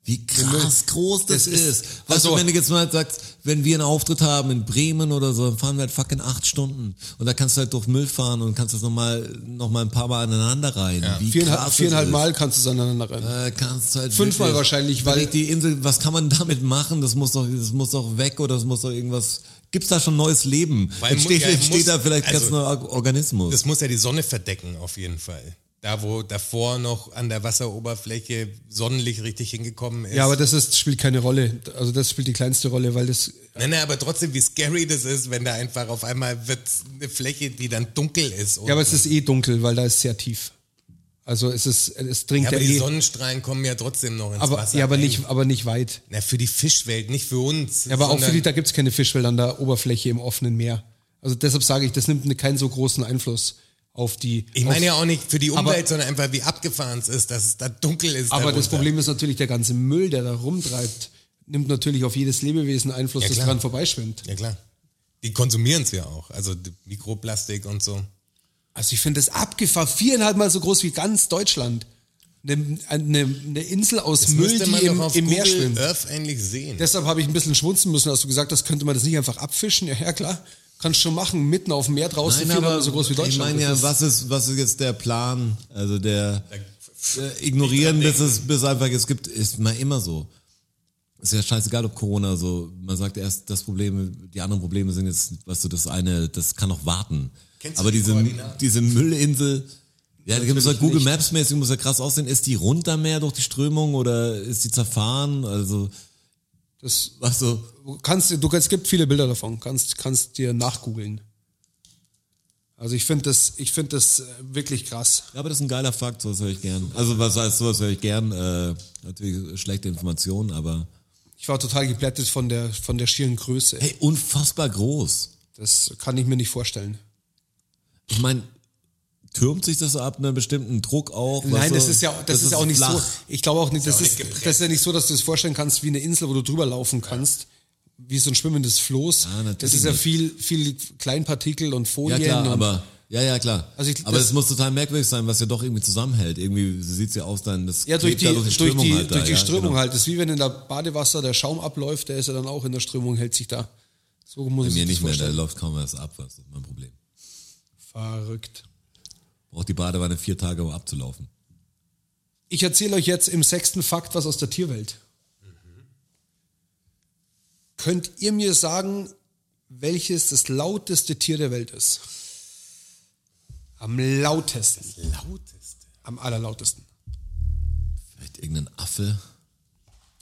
Wie krass groß das, das ist. ist- Weißt also- du, wenn du jetzt mal sagst, wenn wir einen Auftritt haben in Bremen oder so, dann fahren wir halt fucking acht Stunden. Und da kannst du halt durch Müll fahren und kannst das nochmal noch mal ein paar Mal aneinander rein. Wie krass Viereinhalb, das viereinhalb ist. Mal kannst du es aneinander rein. Äh, kannst du halt Fünfmal wirklich- wahrscheinlich, wenn weil- ich die Insel, was kann man damit machen? Das muss doch, das muss doch weg oder das muss doch irgendwas. Gibt's da schon neues Leben? Weil Dann mu- steht, ja, muss- steht da vielleicht ganz also- neuer Organismus. Das muss ja die Sonne verdecken, auf jeden Fall. Da, wo davor noch an der Wasseroberfläche Sonnenlicht richtig hingekommen ist. Ja, aber das ist, spielt keine Rolle. Also das spielt die kleinste Rolle, weil das nein, nein, aber trotzdem, wie scary das ist, wenn da einfach auf einmal wird eine Fläche, die dann dunkel ist. Ja, aber es ist eh dunkel, weil da ist sehr tief. Also es ist, es dringt ja, aber ja, die eh. Sonnenstrahlen kommen ja trotzdem noch ins Aber, Wasser. ja, aber rein. nicht, aber nicht weit. Na, für die Fischwelt, nicht für uns. Ja, aber auch für die, sondern- da gibt's keine Fischwälder an der Oberfläche im offenen Meer. Also deshalb sage ich, das nimmt ne- keinen so großen Einfluss auf die. Ich meine ja auf, auch nicht für die Aber- Umwelt, sondern einfach, wie abgefahren es ist, dass es da dunkel ist. Aber das darunter. Problem ist natürlich, der ganze Müll, der da rumtreibt, nimmt natürlich auf jedes Lebewesen Einfluss, Ja, das klar. dran vorbeischwimmt. Ja, klar. Die konsumieren es ja auch. Also die Mikroplastik und so. Also ich finde das abgefahren, viereinhalb Mal so groß wie ganz Deutschland. Eine, eine, eine Insel aus Das Müll, müsste man die im, doch auf im Meer Google äh, schwimmt. Earth ähnlich sehen. Deshalb habe ich ein bisschen schmunzen müssen, als du gesagt hast, könnte man das nicht einfach abfischen? Ja, ja klar. Kannst schon machen, mitten auf dem Meer draußen, Nein, viermal aber so groß wie Ich Deutschland. meine ja, Das ist- was ist, was ist jetzt der Plan? Also der äh, ignorieren, bis es bis einfach es gibt, ist mal immer so. Ist ja scheißegal, ob Corona so. Man sagt erst, das Problem, die anderen Probleme sind jetzt, weißt du, das eine, das kann noch warten. Kennst du Aber die diese Koordinaten? diese Müllinsel, ja, da gibt's halt Google Maps mäßig, muss ja krass aussehen. Ist die runter mehr durch die Strömung oder ist die zerfahren? Also das was so. du kannst, du, es gibt viele Bilder davon, kannst, kannst dir nachgoogeln. Also ich finde das, ich finde das äh, wirklich krass. Ja, aber das ist ein geiler Fakt, sowas höre ich gern. Also was heißt, sowas höre ich gern. Äh, natürlich schlechte Informationen, aber Ich war total geplättet von der, von der schieren Größe. hey, unfassbar groß. Das kann ich mir nicht vorstellen. Ich meine, türmt sich das ab einem bestimmten Druck auch? Nein, weißt das du? ist ja, das, ist ja auch nicht so. flach. Ich glaube auch nicht, das auch ist, nicht geprägt. das ist ja nicht so, dass du es vorstellen kannst wie eine Insel, wo du drüber laufen kannst, wie so ein schwimmendes Floß. Ja, natürlich das ist ja nicht. viel, viel Kleinpartikel und Ja Folien. klar, und aber ja, ja klar. Also ich- aber das- es muss total merkwürdig sein, was ja doch irgendwie zusammenhält. Irgendwie sieht's ja aus, dann das ja, durch klebt die, da durch die, durch die, halt da, durch die ja, Strömung genau. halt. Das ist wie wenn in der Badewasser der Schaum abläuft, der ist ja dann auch in der Strömung, hält sich da. So muss ich mir Mir das nicht mehr, da vorstellen. läuft kaum was ab, das ist mein Problem. Verrückt. Braucht die Badewanne vier Tage, um abzulaufen. Ich erzähle euch jetzt im sechsten Fakt was aus der Tierwelt. Könnt ihr mir sagen, welches das lauteste Tier der Welt ist? Am lautesten. Lauteste. Am allerlautesten. Vielleicht irgendein Affe.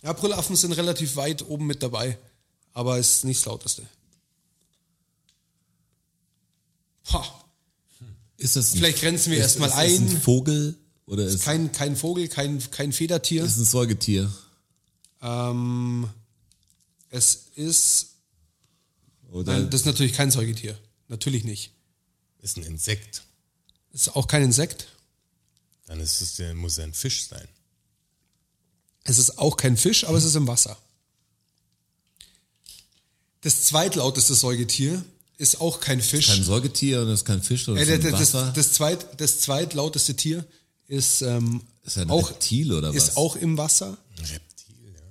Ja, Brüllaffen sind relativ weit oben mit dabei, aber ist nicht das lauteste. Ha, Ist das ein, Vielleicht grenzen wir ist- erst mal ist das ein. ein. Vogel oder ist, kein, kein Vogel, kein, kein Federtier. ist ein Säugetier? Ähm, es ist. Oder Nein, das ist natürlich kein Säugetier. Natürlich nicht. Ist ein Insekt. Ist auch kein Insekt. Dann ist es, ja- muss ja ein Fisch sein. Es ist auch kein Fisch, aber es ist im Wasser. Das zweitlauteste Säugetier ist auch kein Fisch. kein Säugetier und ist kein Fisch oder Äh, ist ein das, das, Wasser? das, zweit, das zweitlauteste Tier ist, ähm, ist ja ein auch, Reptil oder was? ist auch im Wasser, Ein Reptil, ja.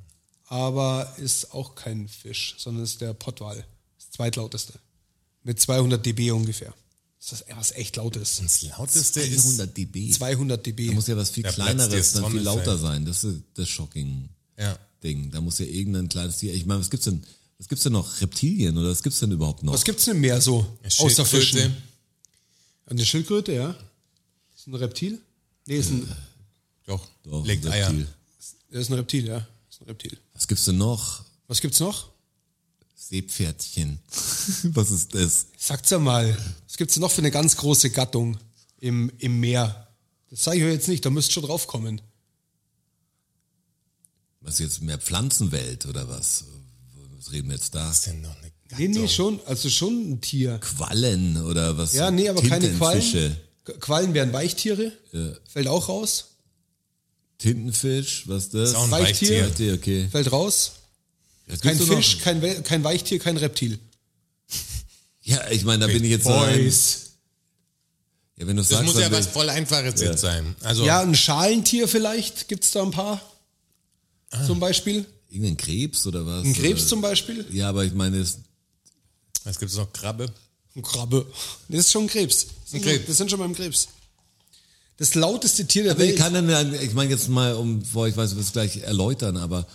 aber ist auch kein Fisch, sondern ist der Pottwal. Das zweitlauteste. Mit 200 dB ungefähr. Das ist was echt Lautes. Das lauteste ist. 100 dB. 200 dB. Da muss ja was viel Da platzt dir das kleineres, dann viel Trommelfell. lauter sein. Das ist das shocking Ja. Ding. Da muss ja irgendein kleines Tier. Ich meine, was gibt's denn? Was gibt's denn noch? Reptilien oder was gibt's denn überhaupt noch? Was gibt's denn mehr so? Außer Schildkröte. Fischen. Eine Schildkröte, ja. Ist ein Reptil? Nee, ist ein, Doch. Doch, Legt ein Eier. Reptil. ist ein Reptil, ja. Ist ein Reptil. Was gibt's denn noch? Was gibt's noch? Seepferdchen. [laughs] was ist das? Sagt's ja mal. Was gibt's denn noch für eine ganz große Gattung im, im Meer? Das zeige ich euch jetzt nicht, da müsst ihr schon drauf kommen. Was jetzt mehr Pflanzenwelt oder was? Was reden wir jetzt da? Ist denn noch eine Nee, nee, Gattung? schon, also schon ein Tier. Quallen oder was? Ja, nee, aber keine Quallen. Tintenfische. Qu- Quallen wären Weichtiere. Fällt auch raus. Tintenfisch, was ist das? Ist auch ein Weichtier. Weichtier. Weichtier, okay. Fällt raus. Was Kein gibt's denn noch? Fisch, kein, We- kein Weichtier, kein Reptil. Ja, ich meine, da bin ich jetzt Boys. Ja, wenn du Das sagst, muss ja dann was bin- voll Einfaches jetzt sein. Also, Ja, ein Schalentier vielleicht. Gibt's da ein paar? zum Beispiel. Irgendein Krebs oder was? äh, Ein Krebs oder? zum Beispiel. Ja, aber ich meine, es, Was gibt es noch? Krabbe? Ein Krabbe. Das ist schon ein Krebs. Ein Krebs. Wir sind schon beim Krebs. Das lauteste Tier der wie Welt. kann denn, ein- ich meine jetzt mal, um, bevor ich weiß, wir es gleich erläutern, aber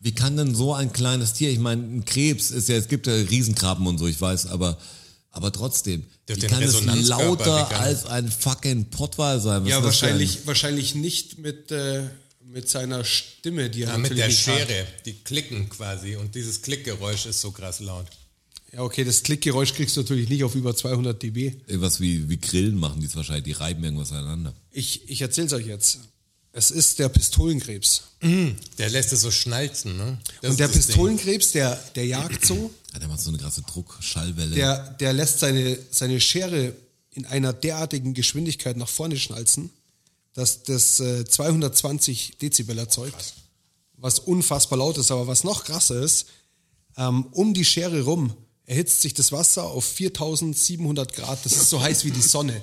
wie kann denn so ein kleines Tier, ich meine, ein Krebs ist ja, es gibt ja Riesenkrabben und so, ich weiß, aber, aber trotzdem, Der hat wie den kann es Resonanzkörper, lauter wie kann- als ein fucking Pottwal sein? Was ja, ist das wahrscheinlich, wahrscheinlich nicht mit, äh, mit seiner Stimme, die er Ja, mit natürlich der nicht hat. Schere. Die klicken quasi. Und dieses Klickgeräusch ist so krass laut. Ja, okay, das Klickgeräusch kriegst du natürlich nicht auf über 200 dB. Denn? Irgendwas wie, wie Grillen machen die es wahrscheinlich, die reiben irgendwas aneinander. Ich, ich erzähl's euch jetzt. Es ist der Pistolenkrebs. Der lässt es so schnalzen, ne? Das Hm. Und der ist das Ding. Pistolenkrebs, der, der jagt so, Ja, der macht so eine krasse Druckschallwelle. der, der lässt seine, seine Schere in einer derartigen Geschwindigkeit nach vorne schnalzen, dass das äh, 220 Dezibel erzeugt, was unfassbar laut ist. Aber was noch krasser ist, ähm, um die Schere rum erhitzt sich das Wasser auf 4700 Grad. Das ist so heiß wie die Sonne.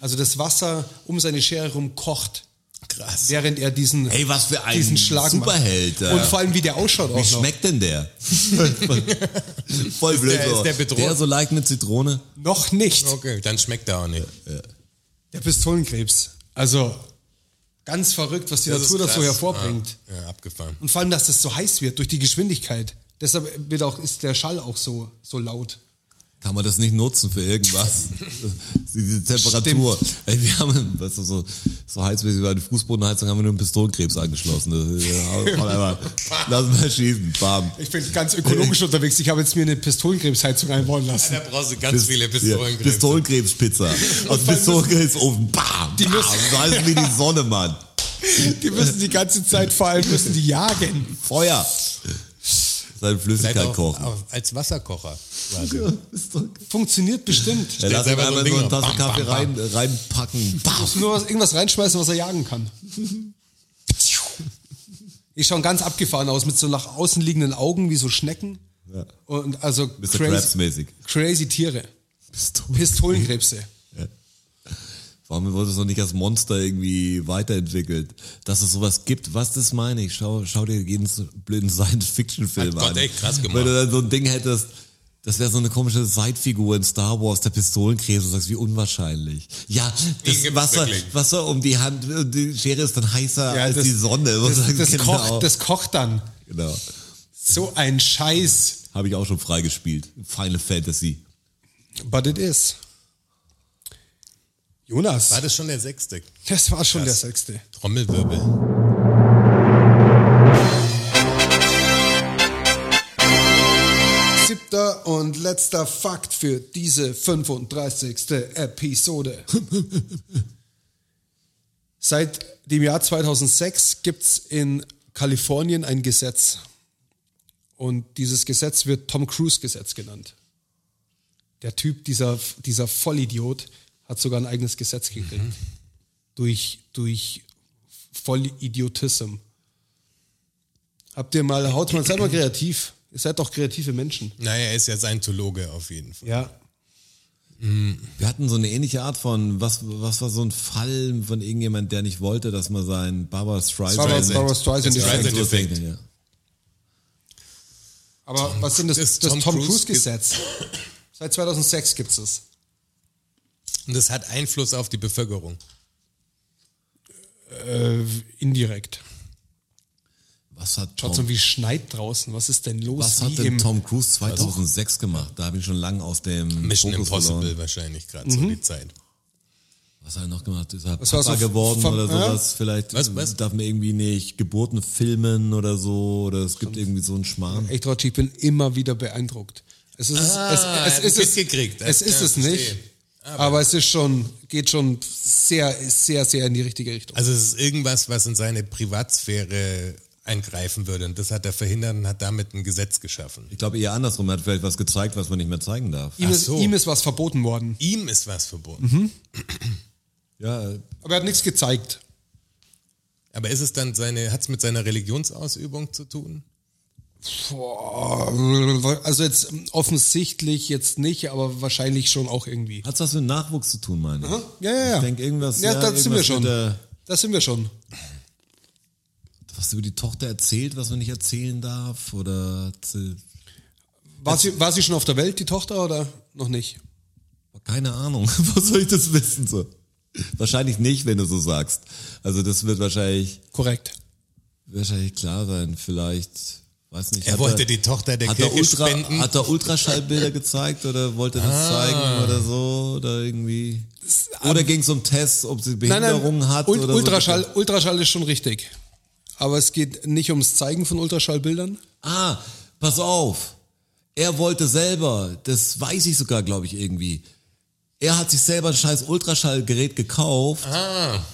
Also das Wasser um seine Schere rum kocht. krass. während er diesen, Ey, was für ein diesen Schlag Superheld, macht. ja. Und vor allem, wie der ausschaut Wie auch noch. schmeckt denn [laughs] der? Voll blöd. der- ist so. der bedroht? so leicht eine Zitrone. Noch nicht. Okay, dann schmeckt er auch nicht. Der Pistolenkrebs. Also, ganz verrückt, was die Das ist Natur dazu krass. hervorbringt. Hm. Ah, ja, abgefahren. Und vor allem, dass es so heiß wird durch die Geschwindigkeit. Deshalb wird auch, ist der Schall auch so, so laut. Kann man das nicht nutzen für irgendwas? [laughs] Diese Temperatur. Ey, wir haben, weißt du, so, so heiß wie bei der Fußbodenheizung haben wir nur einen Pistolenkrebs angeschlossen. Das, ist- ja, hau- hau einmal. [laughs] Lass mal schießen. Bam. Ich bin ganz [laughs] ökologisch unterwegs. Ich habe jetzt mir eine Pistolenkrebsheizung einbauen lassen. Da brauchst du ganz viele Ja, Pistolenkrebs. Pistolenkrebs-Pizza. Aus Pistolenkrebsofen. Bam. Die bam. müssen- So heiß wie die Sonne, Mann. [laughs] Die müssen die ganze Zeit vor allem müssen die jagen. Feuer. Seine Vielleicht Flüssigkeit Halt auch, kochen. auch als Wasserkocher. quasi. Funktioniert bestimmt. Ja, lass ihm selber so einmal ein so Ding eine drauf. Bam, Tasse bam, Kaffee rein, reinpacken. Bam. Muss nur was, irgendwas reinschmeißen, was er jagen [laughs] kann. Die schauen ganz abgefahren aus, mit so nach außen liegenden Augen wie so Schnecken. Und also Mr. crazy, Krabs-mäßig. crazy Tiere. Pistole. Pistolenkrebse. Warum wurde es noch nicht als Monster irgendwie weiterentwickelt? Dass es sowas gibt, was das meine ich. Schau, schau dir jeden so blöden Science-Fiction-Film Hat Gott an. echt krass gemacht. Wenn du dann so ein Ding hättest, das wäre so eine komische Sidefigur in Star Wars, der Pistolenkrebs, und sagst, wie unwahrscheinlich. Ja, Ihn das gibt's Wasser, wirklich. Wasser um die Hand, die Schere ist dann heißer als das- die [laughs] Sonne. Und Das, [laughs] sagst, das, genau, kocht, das kocht dann. genau. So ein Scheiß. Habe ich auch schon freigespielt. Final Fantasy. But it is. Jonas, War das schon der sechste? das war schon der sechste. Trommelwirbel. Siebter und letzter Fakt für diese 35. Episode. [laughs] Seit dem Jahr 2006 gibt es in Kalifornien ein Gesetz. Und dieses Gesetz wird Tom Cruise Gesetz genannt. Der Typ, dieser, dieser Vollidiot, hat sogar ein eigenes Gesetz gekriegt. Durch, durch Vollidiotism. Habt ihr mal, haut mal [clears throat] selber kreativ. Ihr seid doch kreative Menschen. Naja, er ist ja Scientologe auf jeden Fall. Ja. Wir hatten so eine ähnliche Art von, was, was war so ein Fall von irgendjemand, der nicht wollte, dass man seinen Barbara Streisand... Barbara- Barbara Streisand Ja, Streisand so Effekt. denken, ja. Aber was sind das? Das das Tom, Tom Cruise Cruise-Gesetz. Seit 2006 gibt es das. Und das hat Einfluss auf die Bevölkerung. Äh, Indirekt. Was hat Schaut Tom, so wie schneit draußen. Was ist denn los? was wie hat denn im- Also- Tom Cruise 2006 gemacht? Da bin ich schon lange aus dem Mission Fokus Impossible verloren. wahrscheinlich gerade Mhm. so die Zeit. Was hat er noch gemacht? Ist er Was war Papa so geworden ver- oder ja? sowas? Vielleicht Was, was? darf man irgendwie nicht Geburten filmen oder so. Oder es gibt irgendwie so einen Schmarrn. Echt, Rotschi, ich bin immer wieder beeindruckt. Es ist, Ah, es, es ist es, mitgekriegt. es, ist Ja, es verstehe. nicht. Ah, Aber, es ist schon, geht schon sehr, sehr, sehr in die richtige Richtung. Also es ist irgendwas, was in seine Privatsphäre eingreifen würde. Und das hat er verhindert und hat damit ein Gesetz geschaffen. Ich glaube eher andersrum. Er hat vielleicht was gezeigt, was man nicht mehr zeigen darf. ihm, ist, so. ihm ist was verboten worden. Ihm ist was verboten. Ja, äh, Aber er hat nichts gezeigt. Aber ist es dann seine, hat es mit seiner Religionsausübung zu tun? Boah, Also jetzt offensichtlich jetzt nicht, aber wahrscheinlich schon auch irgendwie. Hat's was mit Nachwuchs zu tun, meine ich. Ja, ja, ja. Ich denke, irgendwas. Ja, da sind wir irgendwas schon. mit der- Da sind wir schon. was über die Tochter erzählt, was man nicht erzählen darf? Oder hat sie- War sie, war sie schon auf der Welt, die Tochter, oder noch nicht? keine Ahnung, [laughs] was soll ich das wissen? So? Wahrscheinlich nicht, wenn du so sagst. Also das wird wahrscheinlich, Korrekt. wahrscheinlich klar sein. Vielleicht, weiß nicht. Er hat wollte die Tochter der hat er, Kirche Ultra, spenden. Ah. hat er Ultraschallbilder gezeigt oder wollte das zeigen oder so? Oder irgendwie. Oder ging es um Tests, ob sie Behinderungen hat? Ult oder Ultraschall, So. Ultraschall ist schon richtig. Aber es geht nicht ums Zeigen von Ultraschallbildern. Ah, pass auf. Er wollte selber, das weiß ich sogar, glaube ich, irgendwie. Er hat sich selber ein scheiß Ultraschallgerät gekauft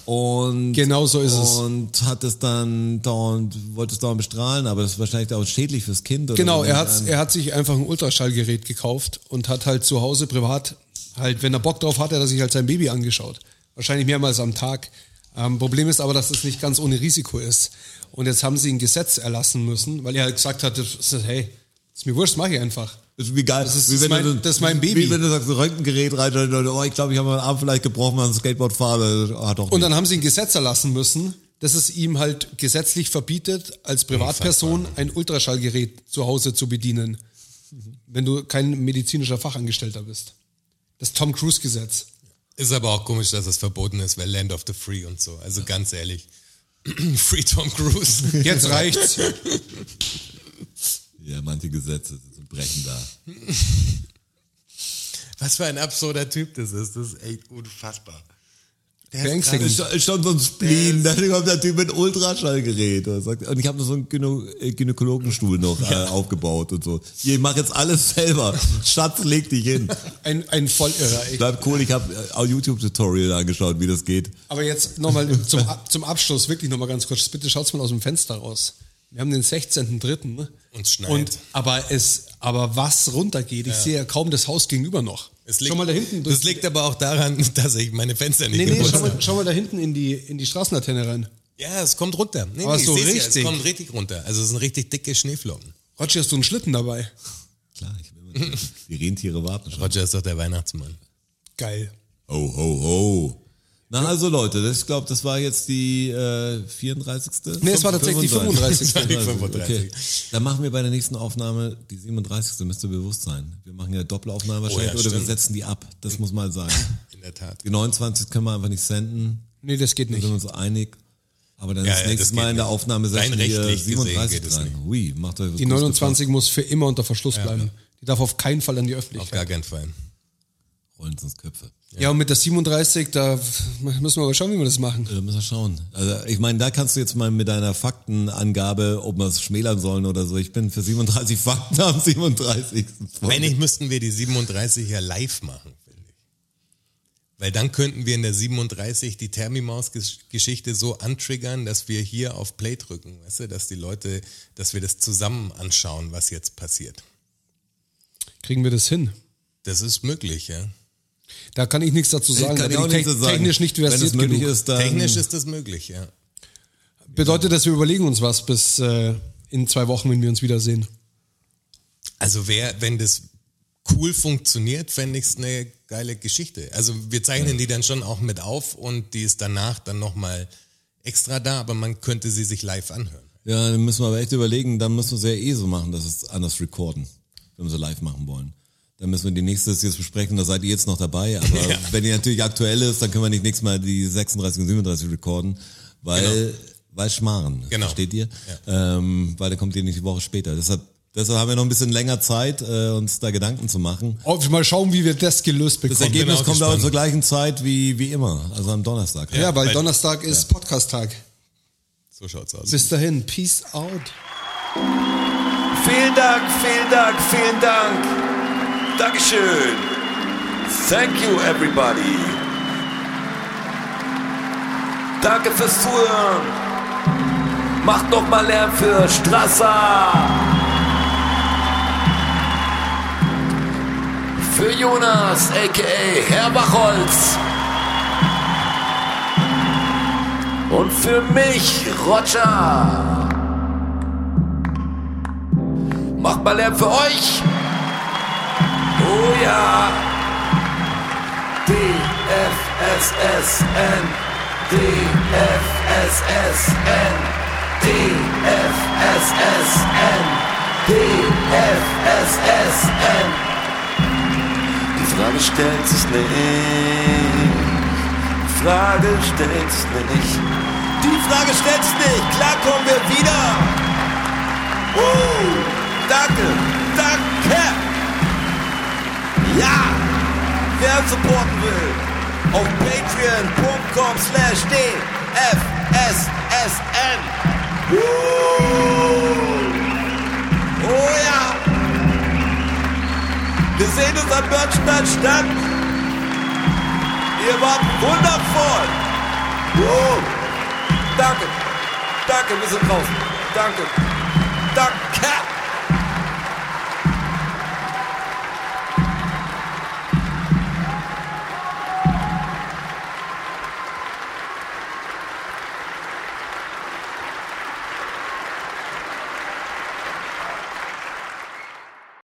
und Ah. Genau so ist es. und hat es dann dauernd, wollte es dauernd bestrahlen, aber das ist wahrscheinlich auch schädlich fürs Kind. Oder Genau, so. er hat, er hat sich einfach ein Ultraschallgerät gekauft und hat halt zu Hause privat, halt, wenn er Bock drauf hat, hat er sich halt sein Baby angeschaut. Wahrscheinlich mehrmals am Tag. Ähm, Problem ist aber, dass es nicht ganz ohne Risiko ist. Und jetzt haben sie ein Gesetz erlassen müssen, weil er halt gesagt hat, das ist, hey, ist mir wurscht, mach ich einfach. Das ist wie geil. Das ist- wie das ist mein- du, das ist mein Baby. Wie wenn du sagst, Röntgengerät rein, und, dann, oh, ich glaube, ich habe meinen Arm vielleicht gebrochen, wenn ich Skateboard fahre. Ah, doch Und nicht. dann haben sie ein Gesetz erlassen müssen, dass es ihm halt gesetzlich verbietet, als Privatperson ein Ultraschallgerät zu Hause zu bedienen, wenn du kein medizinischer Fachangestellter bist. Das Tom Cruise Gesetz. Ist aber auch komisch, dass es verboten ist, weil Land of the Free und so. Also ganz ehrlich. [clears throat] Free Tom Cruise. [laughs] [laughs] Jetzt reicht's. ja, manche Gesetze sind brechen da. Was für ein absurder Typ das ist. Das ist echt unfassbar. Der ist Beängstigend. Ist schon- ist schon so ein Spleen, dann kommt der Typ mit Ultraschallgerät und sagt, und ich habe noch so einen Gynä äh, Gynäkologenstuhl noch äh, aufgebaut und so. Hier, ich mach jetzt alles selber. Schatz, leg dich hin. Ein, ein Vollirrer. ey. Bleib cool, ich habe ein YouTube-Tutorial angeschaut, wie das geht. Aber jetzt nochmal zum, Ab- zum Abschluss, wirklich nochmal ganz kurz. Bitte schaut's mal aus dem Fenster raus. Wir haben den 16.3. Und schneit. Und, aber es, aber was runtergeht, ich sehe ja kaum das Haus gegenüber noch. Es liegt, schau mal da hinten. durch- Das liegt aber auch daran, [laughs] dass ich meine Fenster nicht nee, nee, geputzt schau habe. mal, schau mal da hinten in die, in die Straßenlaterne rein. Ja, es kommt runter. Nee, Aber nee, ich so seh's Ja, richtig. es kommt richtig runter. Also es sind richtig dicke Schneeflocken. Roger, hast du einen Schlitten dabei? Klar, ich will immer, die Rentiere warten schon. Roger ist doch der Weihnachtsmann. Geil. Ho, ho, ho. Na also Leute, das- ich glaube, das war jetzt die äh, 34. Nee, es war tatsächlich die 35.. Das war [laughs] die 35.. Okay. Dann machen wir bei der nächsten Aufnahme die 37. Müsst ihr bewusst sein. Wir machen ja Doppelaufnahmen wahrscheinlich Oh ja, oder wir stimmt. setzen die ab. Das muss mal sein. In der Tat. Die 29 können wir einfach nicht senden. Nee, das geht Wir nicht. sind uns einig. Aber dann Ja, das ja, nächste das Mal geht in der nicht. Aufnahme setzen Rein wir rechtlich gesehen 37 geht es dran. nicht. Ui, macht euch was Die Gutes 29 muss für immer unter Verschluss bleiben. Die darf auf keinen Fall an die Auf Öffentlichkeit. gar keinen Fall. bevor. Rollen sie uns Köpfe. Ja. und mit der 37, da müssen wir aber schauen, wie wir das machen. Da Äh, müssen wir schauen. Also ich meine, da kannst du jetzt mal mit deiner Faktenangabe, ob wir es schmälern sollen oder so. Ich bin für 37 [laughs] Fakten am 37. Wenn nicht, müssten wir die 37 ja live machen, finde ich. Weil dann könnten wir in der 37 die Thermimaus-Geschichte so antriggern, dass wir hier auf Play drücken, weißt du, dass die Leute, dass wir das zusammen anschauen, was jetzt passiert. Kriegen wir das hin? Das ist möglich, ja. Da kann ich nichts dazu sagen. da Kann bin ich auch ich nicht te- so sagen. Technisch nicht versiert Wenn es möglich genug. ist, dann Technisch ist das möglich, ja. Bedeutet, dass wir überlegen uns was bis äh, in zwei Wochen, wenn wir uns wiedersehen. Also wer, wenn das cool funktioniert, fände ich es eine geile Geschichte. Also wir zeichnen die dann schon auch mit auf und die ist danach dann nochmal extra da, aber man könnte sie sich live anhören. Ja, dann müssen wir aber echt überlegen, dann müssen wir es ja eh so machen, dass wir es anders recorden, wenn wir es live machen wollen. Dann müssen wir die nächste jetzt besprechen, da seid ihr jetzt noch dabei. [laughs] Aber wenn die natürlich aktuell ist, dann können wir nicht nächstes Mal die 36 und 37 recorden, weil, weil Schmarren, Genau. versteht ihr? Ähm, weil dann kommt ihr nicht die Woche später. Deshalb, deshalb haben wir noch ein bisschen länger Zeit, äh, uns da Gedanken zu machen. Oh, mal schauen, wie wir das gelöst Das bekommen. Ergebnis auch kommt aber gespannt. zur gleichen Zeit wie, wie immer, also am Donnerstag. ja, weil weil- Donnerstag ist Podcast-Tag. So schaut's aus. Bis dahin, peace out. Vielen Dank, vielen Dank, vielen Dank. Dankeschön. Thank you, everybody. Danke fürs Zuhören. Macht noch mal Lärm für Strasser. Für Jonas, a.k.a. Herr Bachholz. Und für mich, Roger. Macht mal Lärm für euch. Oh ja. DFSSN. DFSSN. DFSSN. DFSSN. Die Frage stellt sich nicht. Die Frage stellt sich nicht. Die Frage stellt sich nicht. Klar kommen wir wieder. Uh, danke, danke. Ja, wer uns supporten will, auf patreon.com slash dfssn. Uh, oh ja. Wir sehen uns am Börnstein statt. Ihr wart wundervoll. Uh, danke. Danke, wir sind draußen. Danke. Danke.